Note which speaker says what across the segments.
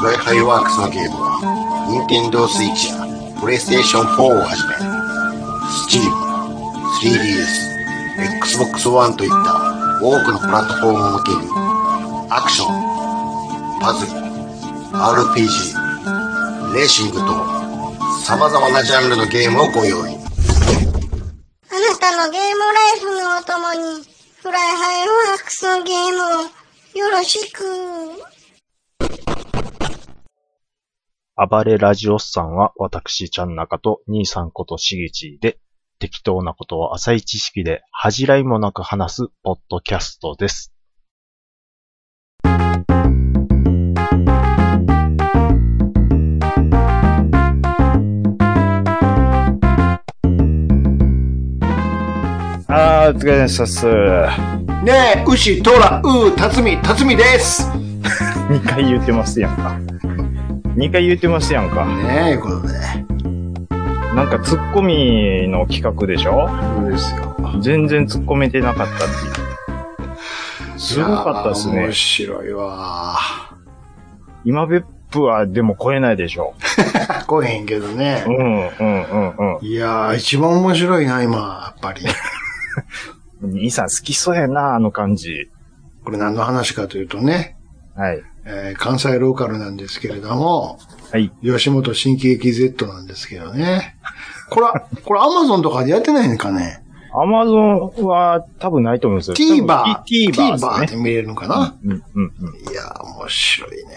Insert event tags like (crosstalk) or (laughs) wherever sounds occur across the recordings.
Speaker 1: ブライハイワークスのゲームは、ニンテンドースイッチや、プレイステーション4をはじめ、Steam、3DS、Xbox One といった多くのプラットフォームを向けに、アクション、パズル、RPG、レーシングと、様々なジャンルのゲームをご用意。
Speaker 2: あなたのゲームライフのお供に、フライハイワークスのゲームをよろしく。
Speaker 3: 暴れラジオスさんは私、ちゃんなかと、兄さんことしげちで、適当なことを浅い知識で恥じらいもなく話すポッドキャストです。
Speaker 4: あー、お疲れ様でしたっす。2
Speaker 1: ねえ、牛、トラ、ウー、タツミ、タツミです
Speaker 4: 回言ってますやんか。2回言ってますやんか。
Speaker 1: ねえ、いうことで。
Speaker 4: なんかツッコミの企画でしょ
Speaker 1: そうですよ。
Speaker 4: 全然ツッコめてなかったっていう。すごかったっす
Speaker 1: いやー
Speaker 4: ね
Speaker 1: 面。白いわ
Speaker 4: 今別府はでも超えないでしょ。
Speaker 1: ー。来へんけどね
Speaker 4: う。ん、うん、うん、う
Speaker 1: いやー、一番面白いな、今、やっぱり。
Speaker 4: ん。兄さん好きそうやな、あの感じ。
Speaker 1: これ何の話かというとね、
Speaker 4: はい。
Speaker 1: えー関西ローカルなんですけれども、
Speaker 4: はい。
Speaker 1: 吉本新喜劇 Z なんですけどね。これは、これ Amazon とかでやってないのかね
Speaker 4: アマゾンは多分ないと思うんですよ。
Speaker 1: ?TVer。
Speaker 4: TVer です
Speaker 1: TVer
Speaker 4: ね
Speaker 1: で。見れるのかな、
Speaker 4: うん、うん、うん。
Speaker 1: いやー、面白いね。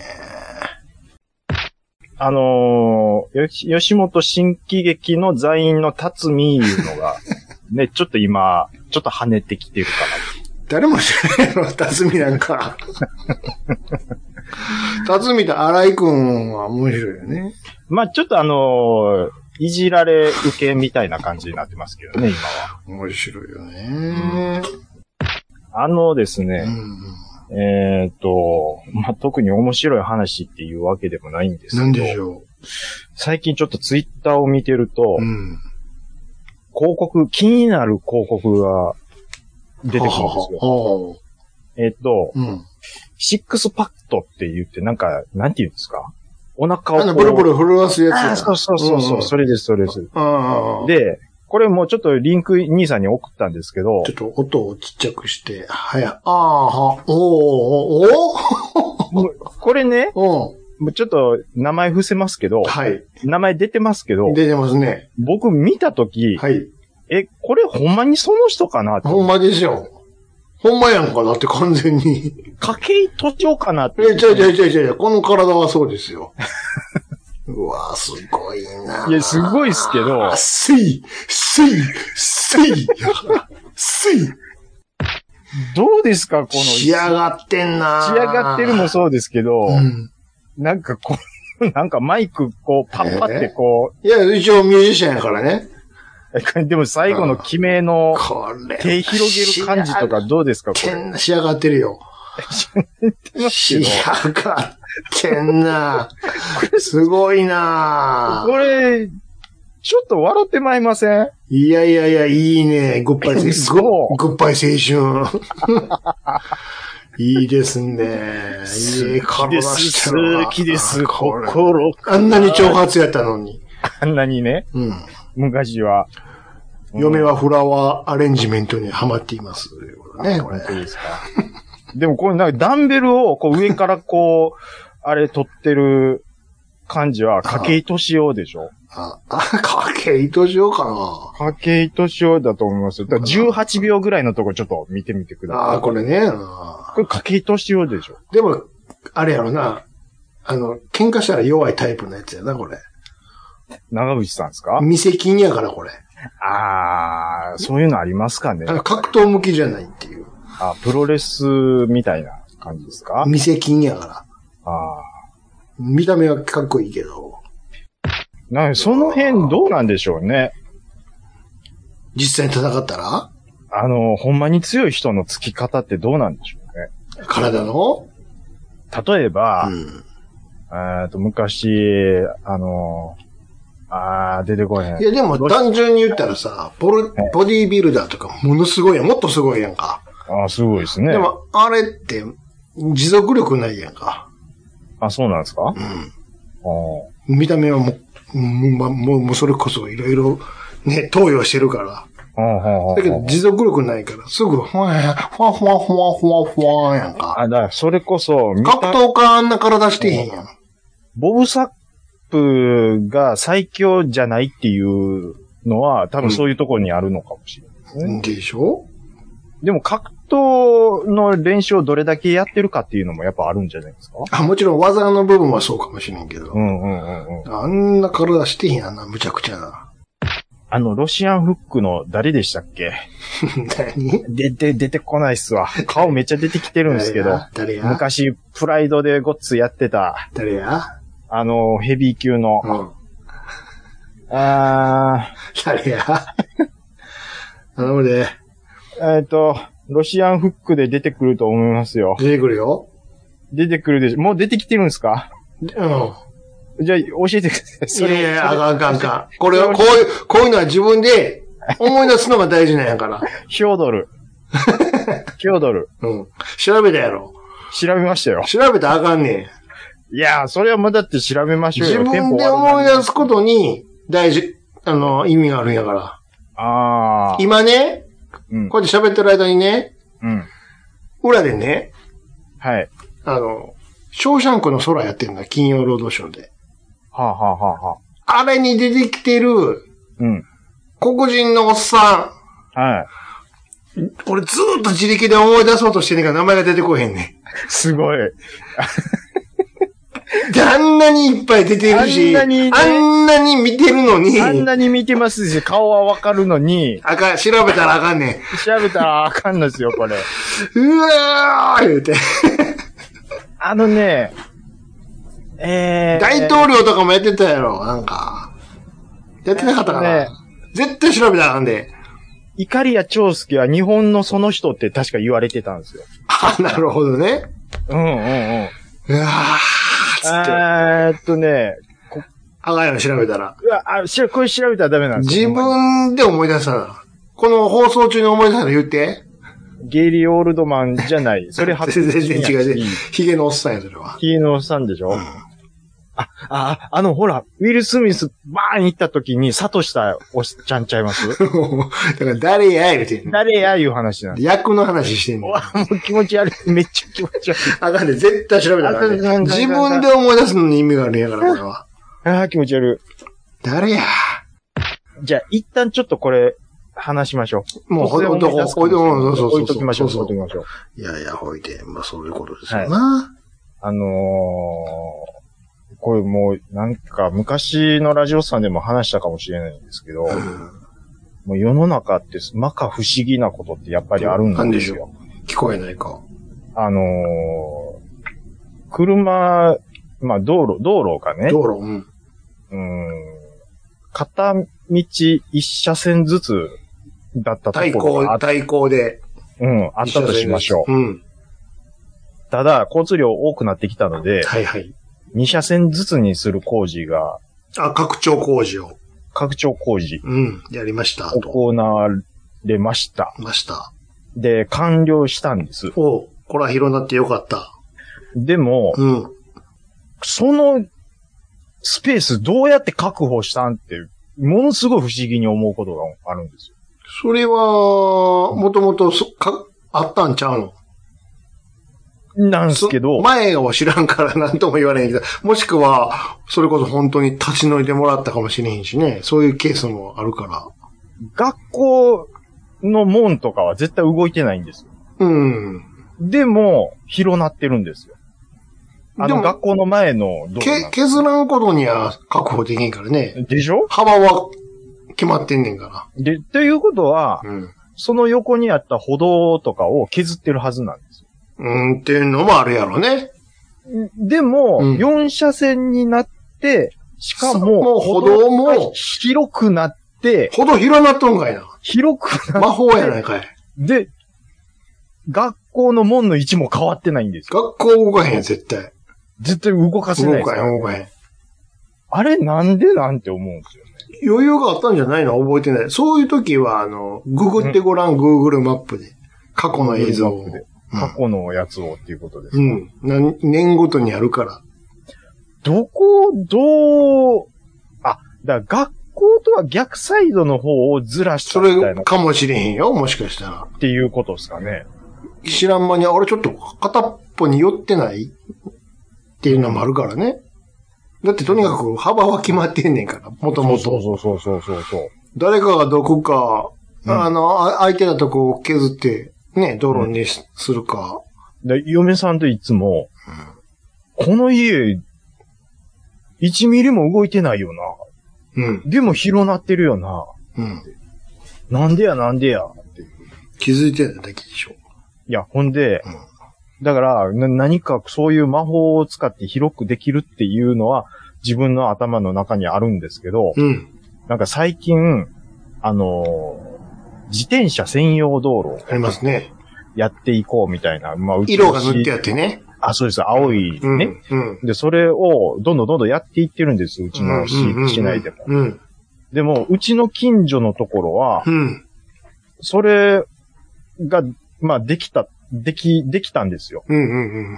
Speaker 4: あのー、よし吉本新喜劇の座員の辰巳いうの
Speaker 1: (laughs)
Speaker 4: が、ね、ちょっと今、ちょっと跳ねてきてるか
Speaker 1: 誰も知らないの、辰巳なんか。辰巳と荒井くんは面白いよね。
Speaker 4: ら。まあちょっとあのーいじられ受けみたいな感じになってますけどね、今は。
Speaker 1: 面白いよね。
Speaker 4: あのです
Speaker 1: う
Speaker 4: ね、
Speaker 1: ん。
Speaker 4: えーっと、まあ特に面白い話っていうわけでもないんです
Speaker 1: なん
Speaker 4: け
Speaker 1: でし
Speaker 4: ど、
Speaker 1: ょ
Speaker 4: 最近ちょっとツイッターを見てると、
Speaker 1: う。うん。
Speaker 4: 広告、気になる広告が出てくるんです
Speaker 1: はは
Speaker 4: よ。
Speaker 1: はは
Speaker 4: えーっと、
Speaker 1: うん。
Speaker 4: シックスパッドって言って、なんか、なんて言うんですかお腹をこ
Speaker 1: あ
Speaker 4: う。
Speaker 1: の、ブルブル震わすやつ
Speaker 4: あ
Speaker 1: や。
Speaker 4: ーそうそうそうそう、
Speaker 1: ん
Speaker 4: それです、それです。
Speaker 1: うん。で、
Speaker 4: で、これもうちょっとリンク兄さんに送ったんですけど
Speaker 1: ちょ、っと音をちっちゃくして、はや、ああ、は、おー、おー、
Speaker 4: これね、 (laughs)
Speaker 1: おー、
Speaker 4: もうちょっと名前伏せますけど
Speaker 1: お、はい。
Speaker 4: 名前出てますけど、
Speaker 1: 出てますね。
Speaker 4: 僕見たとき、
Speaker 1: はい。
Speaker 4: え、これほんまにその人かなって、
Speaker 1: ほんまですよ。ほんまやんか、だって完全に。 (laughs)
Speaker 4: 筧都庁かなって。
Speaker 1: え、ちゃうちゃうちゃうちゃうちゃう、この体はそうです
Speaker 4: (laughs)
Speaker 1: よ。うわすごいな。
Speaker 4: いや、すごいっすけど
Speaker 1: あ、すい、すい、すい、すい。
Speaker 4: どうですか、この、
Speaker 1: 仕上がってんな。
Speaker 4: 仕上がってるもそうですけど、
Speaker 1: うん。
Speaker 4: なんかこう、 (laughs) なんかマイクこう、パッパってこ
Speaker 1: いや、一応ミュージシャンやからね。
Speaker 4: う、 (laughs) でも最後の決めの
Speaker 1: これ。
Speaker 4: 手広げる感じとかどうですか、こ
Speaker 1: 仕上がって
Speaker 4: れ。
Speaker 1: んな、仕上がってるよ。仕上がってんな。すごいな。
Speaker 4: これ、ちょっと笑ってまいりません
Speaker 1: いやいやいや、いいね。グッバイ青
Speaker 4: そう
Speaker 1: 春。グッバイ青 (laughs) 春。いいですね。いい体してるな
Speaker 4: 好きです。
Speaker 1: これ
Speaker 4: 心。
Speaker 1: あんなに挑発やったのに。
Speaker 4: あんなにね、
Speaker 1: うん。
Speaker 4: 昔は。
Speaker 1: 嫁はフラワーアレンジメントにハマっています。ね、これ
Speaker 4: 本。当ですか。でもこれなんかダンベルをこう上からこう、あれ取ってる感じは、筧敏夫でしょ
Speaker 1: あ、あ、かけいとしようかな。
Speaker 4: 筧敏夫だと思いますよ。だから18秒ぐらいのとこちょっと見てみてくだ
Speaker 1: あ
Speaker 4: さ
Speaker 1: あ、
Speaker 4: い。
Speaker 1: これね。あー
Speaker 4: これ筧敏夫でしょ
Speaker 1: でも、あれやろな。あの、喧嘩したら弱いタイプのやつやな、これ。
Speaker 4: 長渕さんですか
Speaker 1: 未成金やから、これ。
Speaker 4: ああ、そういうのありますかね
Speaker 1: あの格闘向きじゃないっていう。
Speaker 4: あ、プロレスみたいな感じですか
Speaker 1: 未成金やから。
Speaker 4: ああ。
Speaker 1: 見た目はかっこいいけど、
Speaker 4: なその辺どうなんでしょうね。
Speaker 1: 実際に戦ったら
Speaker 4: あの、ほんまに強い人の付き方ってどうなんでしょうね。
Speaker 1: 体の
Speaker 4: 例えば、
Speaker 1: うん。
Speaker 4: えっと昔、あの、あー、出てこへん
Speaker 1: い。や、でも単純に言ったらさ、ボルボディービルダーとかものすごいやん。もっとすごいやんか。
Speaker 4: ああ、すごいですね。
Speaker 5: でも、あれって、持続力ないやんか。
Speaker 4: あ、そうなんですか
Speaker 5: うん。
Speaker 4: あー
Speaker 5: 見た目はもう、うんまもう、もうそれこそいろいろ、ね、投与してるから。
Speaker 4: あー。はあはあ
Speaker 5: だけど、持続力ないから、すぐ、ふわやふわふわふわふわふわやんか。
Speaker 4: あ、だから、それこそ、見た
Speaker 5: 格闘家あんな体してへんやん。
Speaker 4: ボブサップが最強じゃないっていうのは、多分そういうところにあるのかもしれないですね。
Speaker 5: でしょ
Speaker 4: でも格闘の練習をどれだけやってるかっていうのもやっぱあるんじゃないですか
Speaker 5: あ、もちろん技の部分はそうかもしれんけ
Speaker 4: う
Speaker 5: ど。
Speaker 4: んうんうんうん。
Speaker 5: あんな体してへんやんな、むちゃくちゃ (laughs) な。
Speaker 4: あの、ロシアンフックの誰でしたっけ
Speaker 5: 何
Speaker 4: で、で、出てこないっすわ。顔めっちゃ出てきてるんですけど。
Speaker 5: 誰や
Speaker 4: 昔、プライドでゴッツやってた、
Speaker 5: 誰や
Speaker 4: あの、ヘビー級の。
Speaker 5: うん。
Speaker 4: あ
Speaker 5: 誰や頼むで、
Speaker 4: ー、えっ、と、ロシアンフックで出てくると思いますよ。
Speaker 5: 出てくるよ。
Speaker 4: 出てくるでしょ。もう出てきてるんですか
Speaker 5: でうん。
Speaker 4: じゃあ、教えてください。
Speaker 5: いやいや、あ
Speaker 4: それ
Speaker 5: かんあかんあかん。これは、こういう、こういうのは自分で思い出すのが大事なんやから。
Speaker 4: ヒョー
Speaker 5: (laughs)
Speaker 4: ドル。ヒョードル。
Speaker 5: うん。調べたやろ。
Speaker 4: 調べましたよ。
Speaker 5: 調べたらあかんねん。
Speaker 4: いやー、それはもうだって調べましょう
Speaker 5: 自
Speaker 4: よ。
Speaker 5: 分で思い出すことに大事、あの、意味があるんやから。
Speaker 4: と。あー。
Speaker 5: 今ね、
Speaker 4: うん。
Speaker 5: こうやって喋ってる間にね、
Speaker 4: うん。
Speaker 5: 裏でね、
Speaker 4: はい。
Speaker 5: あの、ショーシャンクの空やってんだ、金曜ロードショーで。
Speaker 4: はあ、はあはあはあ、
Speaker 5: あれに出てきてる
Speaker 4: うん。
Speaker 5: 黒人のおっさ
Speaker 4: はい。
Speaker 5: ん。俺ずーっと自力で思い出そうとしてんねんから名前が出てこへんね
Speaker 4: すごい。
Speaker 5: ん。で、あんなにいっぱい出てるし、
Speaker 4: あんなにね
Speaker 5: あんなに見てるの (laughs) に、
Speaker 4: あんなに見てますし、顔はわかるのに、
Speaker 5: あかん、調べたらあかんねん。
Speaker 4: 調べたらあかんのですよ、これ。
Speaker 5: うわー言
Speaker 4: (laughs)
Speaker 5: うて。
Speaker 4: あのね、えー。
Speaker 5: 大統領とかもやってたやろ、なんか。やってなかったかな。
Speaker 4: ね
Speaker 5: 絶対調べたらあかんで。
Speaker 4: イカリア長介は日本のその人って確か言われてたんですよ。
Speaker 5: あ、なるほどね。
Speaker 4: うんうんうん。
Speaker 5: うわーつって。あ
Speaker 4: えーっとね、
Speaker 5: かんやろ、調べたら。
Speaker 4: うわ、あ、しら、これ調べたらダメなんです
Speaker 5: 自
Speaker 4: よ。
Speaker 5: 分で思い出したら。この放送中に思い出したら言って。
Speaker 4: ゲイリー・オールドマンじゃない。それ
Speaker 5: 全然違う違う。ヒゲのおっさんや、それは。 (laughs)
Speaker 4: ヒーノさんでしょ、あ、あ、あの、ほら、ウィル・スミス、バーン行った時に、サトシタおっちゃんちゃいます
Speaker 5: (laughs) だから誰や、言うてんの
Speaker 4: 誰やいう話なんで
Speaker 5: 役の話してん
Speaker 4: す。
Speaker 5: ね。
Speaker 4: うんわ、もう気持ち悪い。めっちゃ気持ち悪い。
Speaker 5: あかんで、絶対調べたらあかんで
Speaker 4: あかんあかんあかん
Speaker 5: 自分で思い出すのに意味があるんやから、これ
Speaker 4: (laughs)
Speaker 5: は。
Speaker 4: ああ、気持ち悪
Speaker 5: 誰や。
Speaker 4: い。じゃあ、一旦ちょっとこれ、話しましょう。
Speaker 5: もうほ
Speaker 4: 突然
Speaker 5: ほど
Speaker 4: 思い出すかもしれない
Speaker 5: ほどそうそうそう
Speaker 4: 置いときましょう、
Speaker 5: そう
Speaker 4: 置
Speaker 5: そ
Speaker 4: いうときましょう。
Speaker 5: いやいや、ほいで。まあ、そういうことですよな。
Speaker 4: あのー、これもう、なんか、昔のラジオさんでも話したかもしれないんですけど、
Speaker 5: うん
Speaker 4: もう世の中って、まか不思議なことってやっぱりあるんですよ。
Speaker 5: 聞こえないか。
Speaker 4: あのー、車、まあ道路、道路がね、
Speaker 5: 道路、うん。
Speaker 4: うーん、片道一車線ずつだったと
Speaker 5: 対
Speaker 4: ころ
Speaker 5: 抗
Speaker 4: があ、っ
Speaker 5: 対抗で。
Speaker 4: うん、あったとしましょう。
Speaker 5: う。うん。
Speaker 4: ただ、交通量多くなってきたので、
Speaker 5: はいはい。
Speaker 4: 二車線ずつにする工事が、
Speaker 5: あ、拡張工事を。
Speaker 4: 拡張工事、
Speaker 5: うん。やりました。と。
Speaker 4: 行われました。
Speaker 5: ました。
Speaker 4: で、完了したんです。
Speaker 5: おうこれは広なってよかった。
Speaker 4: でも、
Speaker 5: うん。
Speaker 4: そのスペースどうやって確保したんって、ものすごい不思議に思うことがあるんですよ。
Speaker 5: それは、もともと、そか、あったんちゃうの
Speaker 4: なんですけ
Speaker 5: そ
Speaker 4: ど、
Speaker 5: 前を知らんから (laughs) 何とも言われへんけど、もしくは、それこそ本当に立ち退いてもらったかもしれへんしね。そういうケースもあるから。
Speaker 4: 学校の門とかは絶対動いてないんですよ。
Speaker 5: うん。
Speaker 4: でも、広なってるんですよ。あ
Speaker 5: で
Speaker 4: の
Speaker 5: も
Speaker 4: 学校の前の道路
Speaker 5: け
Speaker 4: な、んで
Speaker 5: 削らんことには確保できんからね。
Speaker 4: でしょ
Speaker 5: 幅は決まってんねんか
Speaker 4: で、ということは
Speaker 5: ら。、うん。
Speaker 4: その横にあった歩道とかを削ってるはずなんですよ。
Speaker 5: うん、っていうのもあるやろね。
Speaker 4: でも、
Speaker 5: うん
Speaker 4: 4車線になって、しか
Speaker 5: そうも
Speaker 4: も、
Speaker 5: う歩道も
Speaker 4: が広くなって、
Speaker 5: ほど広なっとんかいな。
Speaker 4: 広くなっ
Speaker 5: 魔法やないかい。
Speaker 4: で、学校の門の位置も変わってないんですよ。
Speaker 5: 学校動かへん、絶対。
Speaker 4: 絶対動かせない
Speaker 5: 動
Speaker 4: です
Speaker 5: か
Speaker 4: よ
Speaker 5: へん、動かへん。
Speaker 4: あれなんでなんて思うんですよね。
Speaker 5: 余裕があったんじゃないの覚えてない。そういう時は、あの、ググってごらん、Google マップで。過去の映像を。
Speaker 4: 過去のやつをっていうことです
Speaker 5: う
Speaker 4: か。
Speaker 5: ん。何年ごとにやるから。
Speaker 4: どこ、どう、あ、だから学校とは逆サイドの方をずらした
Speaker 5: そ
Speaker 4: みたい
Speaker 5: れ
Speaker 4: なっ
Speaker 5: かもしれへんよ、もしかしたら。
Speaker 4: ていうことですかね。
Speaker 5: 知らん間に、あれちょっと片っぽに寄ってないっていうのもあるからね。だってとにかく幅は決まってんねんから、もとも
Speaker 4: そう
Speaker 5: と。
Speaker 4: そうそうそうそうそう。
Speaker 5: 誰かがどこか、
Speaker 4: うん
Speaker 5: あの、あ空いてたとこを削って、ね、道路にしするか。
Speaker 4: で、嫁さんといつも、この家、1ミリも動いてないよ
Speaker 5: うん、
Speaker 4: な。でも広なってるよな。
Speaker 5: うん。
Speaker 4: なんでやなんでや。
Speaker 5: 気づいてないだけでしょ。
Speaker 4: いや、ほんで
Speaker 5: うん、
Speaker 4: だから、な何かそういう魔法を使って広くできるっていうのは、自分の頭の中にあるんですけど、
Speaker 5: うん。
Speaker 4: なんか最近、あのー自転車専用道路
Speaker 5: ありますね。
Speaker 4: やっていこうみたいな。まあ、うちの
Speaker 5: 色が塗ってあってね。
Speaker 4: あ、そうです。青いね。
Speaker 5: うん。うん。
Speaker 4: で、それをどんどんどんどんやっていってるんです、うちの市,、
Speaker 5: うんうんうん
Speaker 4: 市内でも。
Speaker 5: うん。
Speaker 4: でも、うちの近所のところは、
Speaker 5: うん。
Speaker 4: それが、まあ、できた、でき、できたんですよ。
Speaker 5: うん。うん。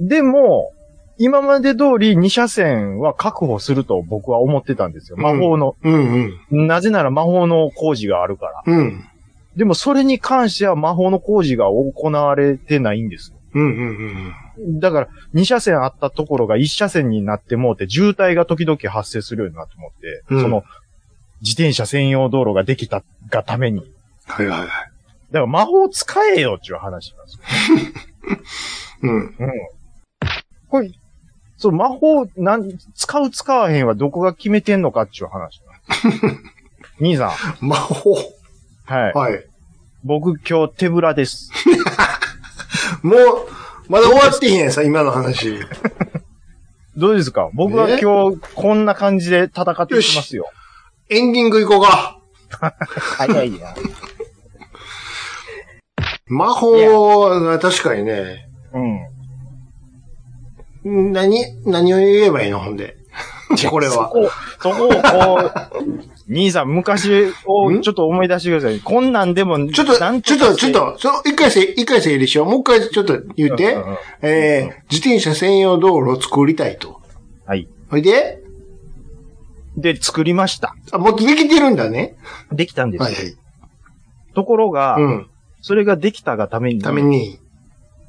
Speaker 4: でも、今まで通り2車線は確保すると僕は思ってたんですよ。魔法の、
Speaker 5: うん。うん。
Speaker 4: なぜなら魔法の工事があるから。
Speaker 5: うん。
Speaker 4: でも、それに関しては魔法の工事が行われてないんですよ。
Speaker 5: うん。うん。
Speaker 4: だから、2車線あったところが1車線になってもうて、渋滞が時々発生するようになってもって、
Speaker 5: うん
Speaker 4: その、自転車専用道路ができたがために。だ
Speaker 5: はいはいはい。
Speaker 4: から魔法使えよっていう話なんですよ。
Speaker 5: うん。
Speaker 4: これ、その魔法、なん、使う使わへんはどこが決めてんのかっていう話なん (laughs) です。兄さん、
Speaker 5: 魔法。
Speaker 4: はい。
Speaker 5: はい。
Speaker 4: 僕今日手ぶらです。
Speaker 5: もう、まだ終わってへんやんさ、今の話。
Speaker 4: どうですか僕は
Speaker 5: ね
Speaker 4: 今日こんな感じで戦っていきますよ。
Speaker 5: エンディング行こうか。
Speaker 4: 早いや。
Speaker 5: 魔法は確かにね、
Speaker 4: うん。
Speaker 5: 何、何を言えばいいのほんで。これ
Speaker 4: そ
Speaker 5: は。
Speaker 4: こ、そこをこ
Speaker 5: (laughs)
Speaker 4: う、兄さん、昔を
Speaker 5: ん
Speaker 4: ちょっと思い出してください。こんなんでも、
Speaker 5: ちょっと、ち
Speaker 4: なん
Speaker 5: ょっと、ちょっと、そう一回せ、一回整理しよう。もう一回ちょっと言っ
Speaker 4: う
Speaker 5: て
Speaker 4: んうんうん。
Speaker 5: えー、自転車専用道路を作りたいと。
Speaker 4: はい。
Speaker 5: ほいで、
Speaker 4: で、作りました。
Speaker 5: あ、もうできてるんだね。
Speaker 4: できたんです。
Speaker 5: はいはい。
Speaker 4: ところが、
Speaker 5: うん。
Speaker 4: それができたがために、
Speaker 5: ために。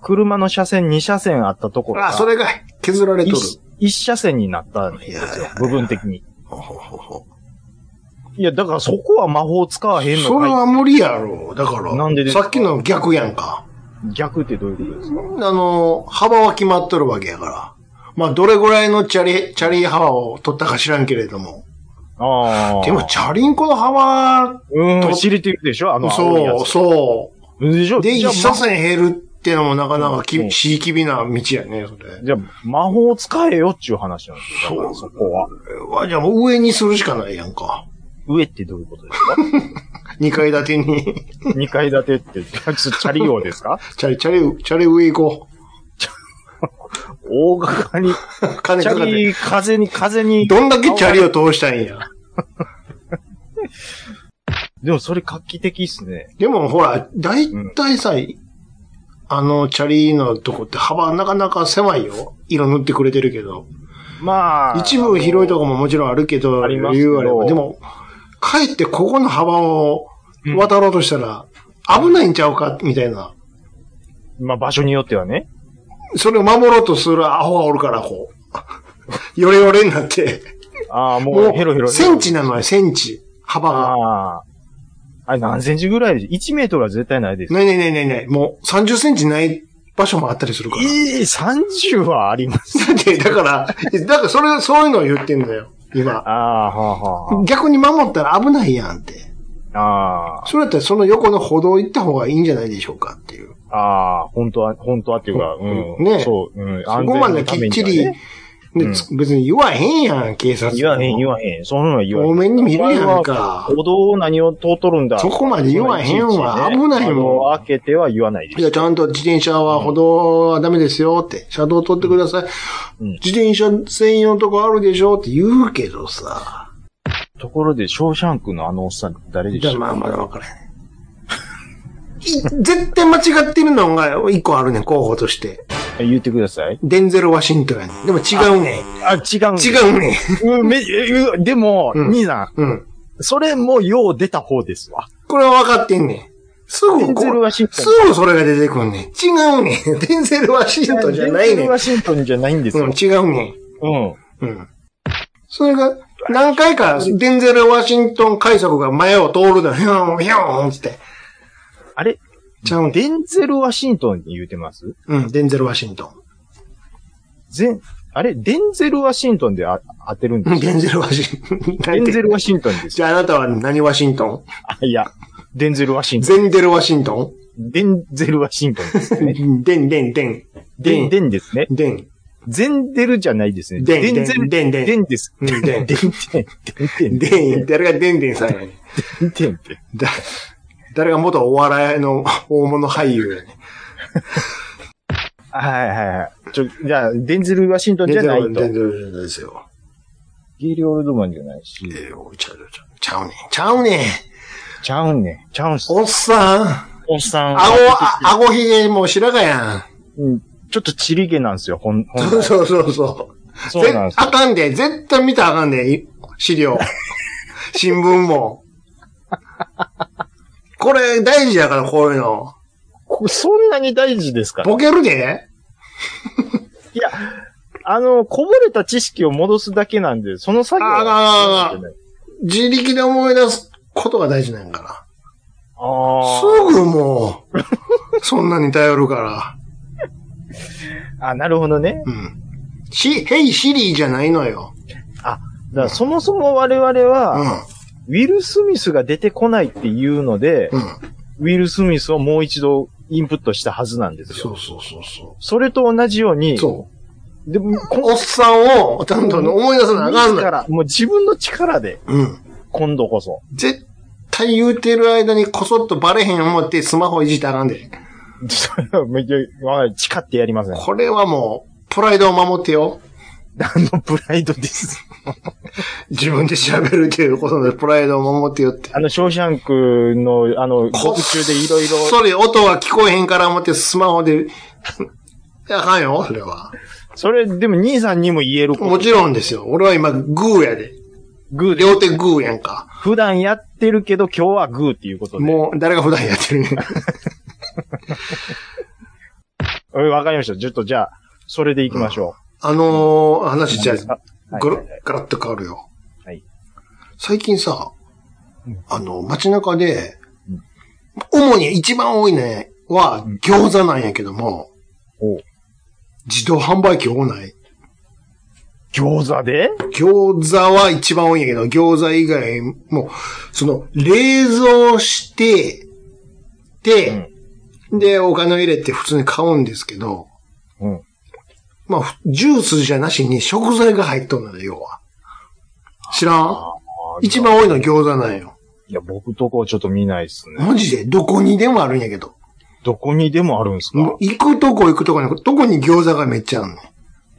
Speaker 4: 車の車線2車線あったところが、
Speaker 5: あ、それが削られとる。
Speaker 4: 1, 一車線になったんで
Speaker 5: いや
Speaker 4: す
Speaker 5: い
Speaker 4: よ
Speaker 5: や、
Speaker 4: 部分的に。
Speaker 5: ほほほほ
Speaker 4: いや、だからそこは魔法使わへんの
Speaker 5: それ
Speaker 4: か
Speaker 5: は無理やろ。だから、
Speaker 4: なんでですか
Speaker 5: さっきの逆やんか。
Speaker 4: い逆ってどういうことですか
Speaker 5: あの、幅は決まっとるわけやから。まあ、どれぐらいのチャリ、チャリ幅を取ったか知らんけれども。
Speaker 4: ああ。
Speaker 5: でも、チャリンコの幅、
Speaker 4: うん、
Speaker 5: と
Speaker 4: 知れてるでしょあの青いや
Speaker 5: そう、
Speaker 4: つ。
Speaker 5: そ
Speaker 4: でしょ
Speaker 5: (laughs) う。で、
Speaker 4: じゃ
Speaker 5: 一
Speaker 4: あ
Speaker 5: 車線減るってのもなかなか
Speaker 4: う
Speaker 5: き、
Speaker 4: ん
Speaker 5: しいきびな道やね、それ。
Speaker 4: じゃあ、魔法使えよっていう話なんですよ。だから
Speaker 5: そ
Speaker 4: そこは。
Speaker 5: わじゃあもう上にするしかないやんか。
Speaker 4: 上ってどういうことです
Speaker 5: 二階建てに、 (laughs)
Speaker 4: か (laughs) 二階建てって、チャリ王ですか
Speaker 5: チャリ、チャリ、チャリ上行こ
Speaker 4: 大掛かり。
Speaker 5: う。金
Speaker 4: チ
Speaker 5: かか
Speaker 4: ャ
Speaker 5: って。
Speaker 4: リ、風に、風に。
Speaker 5: どんだけチャリを通したいんや。
Speaker 4: でもそれ画期的っすね。
Speaker 5: でもほら、だいたいさ、あの、チャリのとこって幅なかなか狭いよ。色塗ってくれてるけど。
Speaker 4: まあ。
Speaker 5: 一部広いとこももちろんあるけど、
Speaker 4: ありますけど
Speaker 5: 理由はあればでも、かえってここの幅を渡ろうとしたら、危ないんちゃうか、みたいな。
Speaker 4: まあ場所によってはね。
Speaker 5: それを守ろうとするアホがおるから、こう。 (laughs) ヨレヨレになって。
Speaker 4: ああ、も
Speaker 5: も
Speaker 4: うヘロヘロ。
Speaker 5: う、センチなのよ、センチ。幅が。
Speaker 4: ああ。あれ何センチぐらいで ?1 メートルは絶対ないです。
Speaker 5: ないないないないない。もう、30センチない場所もあったりするから。
Speaker 4: ええ30はあります。
Speaker 5: だって、だから、だからそれ、そういうのを言ってんだよ、今。
Speaker 4: ああ、はあは
Speaker 5: 逆に守ったら危ないやんって。
Speaker 4: あ。あ
Speaker 5: それだったらその横の歩道行った方がいいんじゃないでしょうかっていう。
Speaker 4: あ、ああ、本当は、本当はっていうか、うん。
Speaker 5: ね
Speaker 4: そう、うん。
Speaker 5: そこまで
Speaker 4: 安
Speaker 5: き
Speaker 4: 全
Speaker 5: っ
Speaker 4: のた
Speaker 5: ち
Speaker 4: めに
Speaker 5: り、
Speaker 4: はね
Speaker 5: ねつ別に言わへんやん、警察も。
Speaker 4: 言わへん、言わへん。そんなのは言わへん。
Speaker 5: 多めに見るやん
Speaker 4: お前は
Speaker 5: か。
Speaker 4: 歩道を何を通っとるんだ。
Speaker 5: そこまで言わへんわ危ないもん
Speaker 4: ん。開けては言わないで
Speaker 5: い
Speaker 4: す。
Speaker 5: や、ちゃんと自転車は歩道はダメですよって、車道取ってください。
Speaker 4: うん
Speaker 5: 自転車専用のとこあるでしょって言うけどさ。
Speaker 4: ところで、ショーシャンクのあのおっさん誰で
Speaker 5: じゃあ
Speaker 4: し
Speaker 5: ま
Speaker 4: た
Speaker 5: あまだ分からへん。絶対間違ってるのが一個あるねん、候補として。
Speaker 4: 言ってください。
Speaker 5: デンゼル・ワシントンやねん。でも違うねん。
Speaker 4: あ、違う。
Speaker 5: 違
Speaker 4: う。
Speaker 5: うねん。
Speaker 4: うん、め、うんでも、
Speaker 5: うん
Speaker 4: 兄さ
Speaker 5: うん。
Speaker 4: ん、それもよう出た方ですわ。
Speaker 5: これは分かってんねん。すぐ
Speaker 4: デンゼル
Speaker 5: こ
Speaker 4: ワシントン
Speaker 5: すぐそれが出てくんねん。違うねん。デンゼル・ワシントンじゃない
Speaker 4: デンゼ
Speaker 5: ねん。
Speaker 4: ル
Speaker 5: う
Speaker 4: ワシントンじゃないんですよ。
Speaker 5: ん、違うね
Speaker 4: うん。
Speaker 5: ん。うん。それが、何回か、デンゼル・ワシントン快速が前を通るのよ。ヒョン、ヒョンつって。
Speaker 4: あれ
Speaker 5: ちゃうん
Speaker 4: デンゼル・ワシントンって言うてます
Speaker 5: うん、デンゼル・ワシント
Speaker 4: ぜん、あれデンゼル・ワシントンであ当てるん
Speaker 5: ン。う
Speaker 4: で
Speaker 5: ん
Speaker 4: すか
Speaker 5: デンゼル・ワシントン。
Speaker 4: デンゼル・ワ
Speaker 5: シン
Speaker 4: シントンです
Speaker 5: じゃああなたは何ワシントン
Speaker 4: あ、いや、デンゼル・ワシントン。
Speaker 5: ゼンデル・ワシント
Speaker 4: デンゼル・ワシントンですね。
Speaker 5: ンデン、デン、デン。
Speaker 4: デン、デン (laughs) ですね。
Speaker 5: デン。
Speaker 4: ゼンデルじゃないですね。
Speaker 5: デン
Speaker 4: デンゼル、
Speaker 5: デンデン
Speaker 4: デンです。
Speaker 5: うんデン
Speaker 4: デン、デン、デン、デン、
Speaker 5: デン、誰がデンデンさんやね
Speaker 4: デ
Speaker 5: ん。
Speaker 4: ン、デンって。
Speaker 5: だ、誰が元お笑いの大物俳優やね
Speaker 4: はいはいはい。ちょ、じゃあ、デンゼル・ワシント
Speaker 5: ん。
Speaker 4: ンじゃないと。
Speaker 5: デンデル・デンデルですよ。
Speaker 4: ゲイリー・オールドマンじゃないし。
Speaker 5: えー、おちゃうちゃう。ちゃうねん。ちゃうねん。
Speaker 4: ちゃうんね。ちゃうんす。
Speaker 5: おっさん。
Speaker 4: おっさん。
Speaker 5: あご、あ、あごひげも白髪や
Speaker 4: うんちょっとチリゲなんですよ、ほん、
Speaker 5: ん。
Speaker 4: ほん
Speaker 5: そう
Speaker 4: 来。
Speaker 5: そうそうそう。
Speaker 4: そうなんで
Speaker 5: ぜ
Speaker 4: すよ
Speaker 5: あかんで。絶対見たらあかんで。い
Speaker 4: (laughs)
Speaker 5: 資料。新聞も。これ大事やから、こういうの。
Speaker 4: こそんなに大事ですか
Speaker 5: ボケるで
Speaker 4: いや、あの、こぼれた知識を戻すだけなんで、その作業は
Speaker 5: あらあらあら
Speaker 4: 必要なんじゃない
Speaker 5: 自力で思い出すことが大事なんやから。
Speaker 4: あ
Speaker 5: すぐもう、そんなに頼るから。
Speaker 4: ーあ、なるほどね。
Speaker 5: うん。し、ヘイシリーじゃないのよ。
Speaker 4: だからそもそも我々
Speaker 5: う
Speaker 4: は、
Speaker 5: ん。
Speaker 4: ウィル・スミスが出てこないっていうので、
Speaker 5: うん。
Speaker 4: ウィル・スミスをもう一度インプットしたはずなんです
Speaker 5: そ
Speaker 4: よ。
Speaker 5: うそうそうそ
Speaker 4: それと同じように、
Speaker 5: う。そう。
Speaker 4: でもこ
Speaker 5: おっさんを、ちゃんと思い出さなあかん
Speaker 4: 自
Speaker 5: のよ。
Speaker 4: ら、もう自分の力で、
Speaker 5: うん。
Speaker 4: 今度こそ。 (laughs)
Speaker 5: 絶対言うてる間にこそっとバレへん思ってスマホいじってあかんで。
Speaker 4: それはめっちゃわかる誓ってやりません。あ
Speaker 5: これはもう、プライドを守ってよ。
Speaker 4: の、プライドです。
Speaker 5: 自分で調べるということで、プライドを守ってよって。
Speaker 4: あの、ショーシャンクの、あの、獄中でいろいろ、
Speaker 5: それ音は聞こえへんから思ってスマホで、あかんよ、それは。
Speaker 4: それ、でも兄さんにも言えるこ
Speaker 5: も
Speaker 4: と。
Speaker 5: ちろんですよ。俺は今、グーやで。
Speaker 4: グーで。
Speaker 5: 両手グーやんか。
Speaker 4: 普段やってるけど、今日はグーっていうことで。
Speaker 5: もう、誰が普段やってるねん。
Speaker 4: うんわかりました。ちょっとじゃあ、それで行きましょ
Speaker 5: あのー、話
Speaker 4: う。
Speaker 5: じゃ
Speaker 4: はい
Speaker 5: あ、
Speaker 4: はい
Speaker 5: ガラッ、ガラッと変わるよ。
Speaker 4: はい
Speaker 5: 最近さ
Speaker 4: うん、
Speaker 5: あの、街中で
Speaker 4: うん、
Speaker 5: 主に一番多いね、は
Speaker 4: うん、
Speaker 5: 餃子なんやけども
Speaker 4: お、
Speaker 5: 自動販売機多ない。
Speaker 4: 餃子で
Speaker 5: 餃子は一番多いんやけど、餃子以外も、その、冷蔵して、で、で、お金を入れて普通に買うんですけど、
Speaker 4: うん。
Speaker 5: まあ、ふジュースじゃなしに食材が入っとんのよ、要は。知らん一。番多いの餃子なんよ。
Speaker 4: いや、僕とこちょっと見ないっすね。
Speaker 5: マジで、どこにでもあるんやけど。
Speaker 4: どこにでもあるんです
Speaker 5: もう
Speaker 4: か
Speaker 5: 行くとこ行くとこに、どこに餃子がめっちゃあんね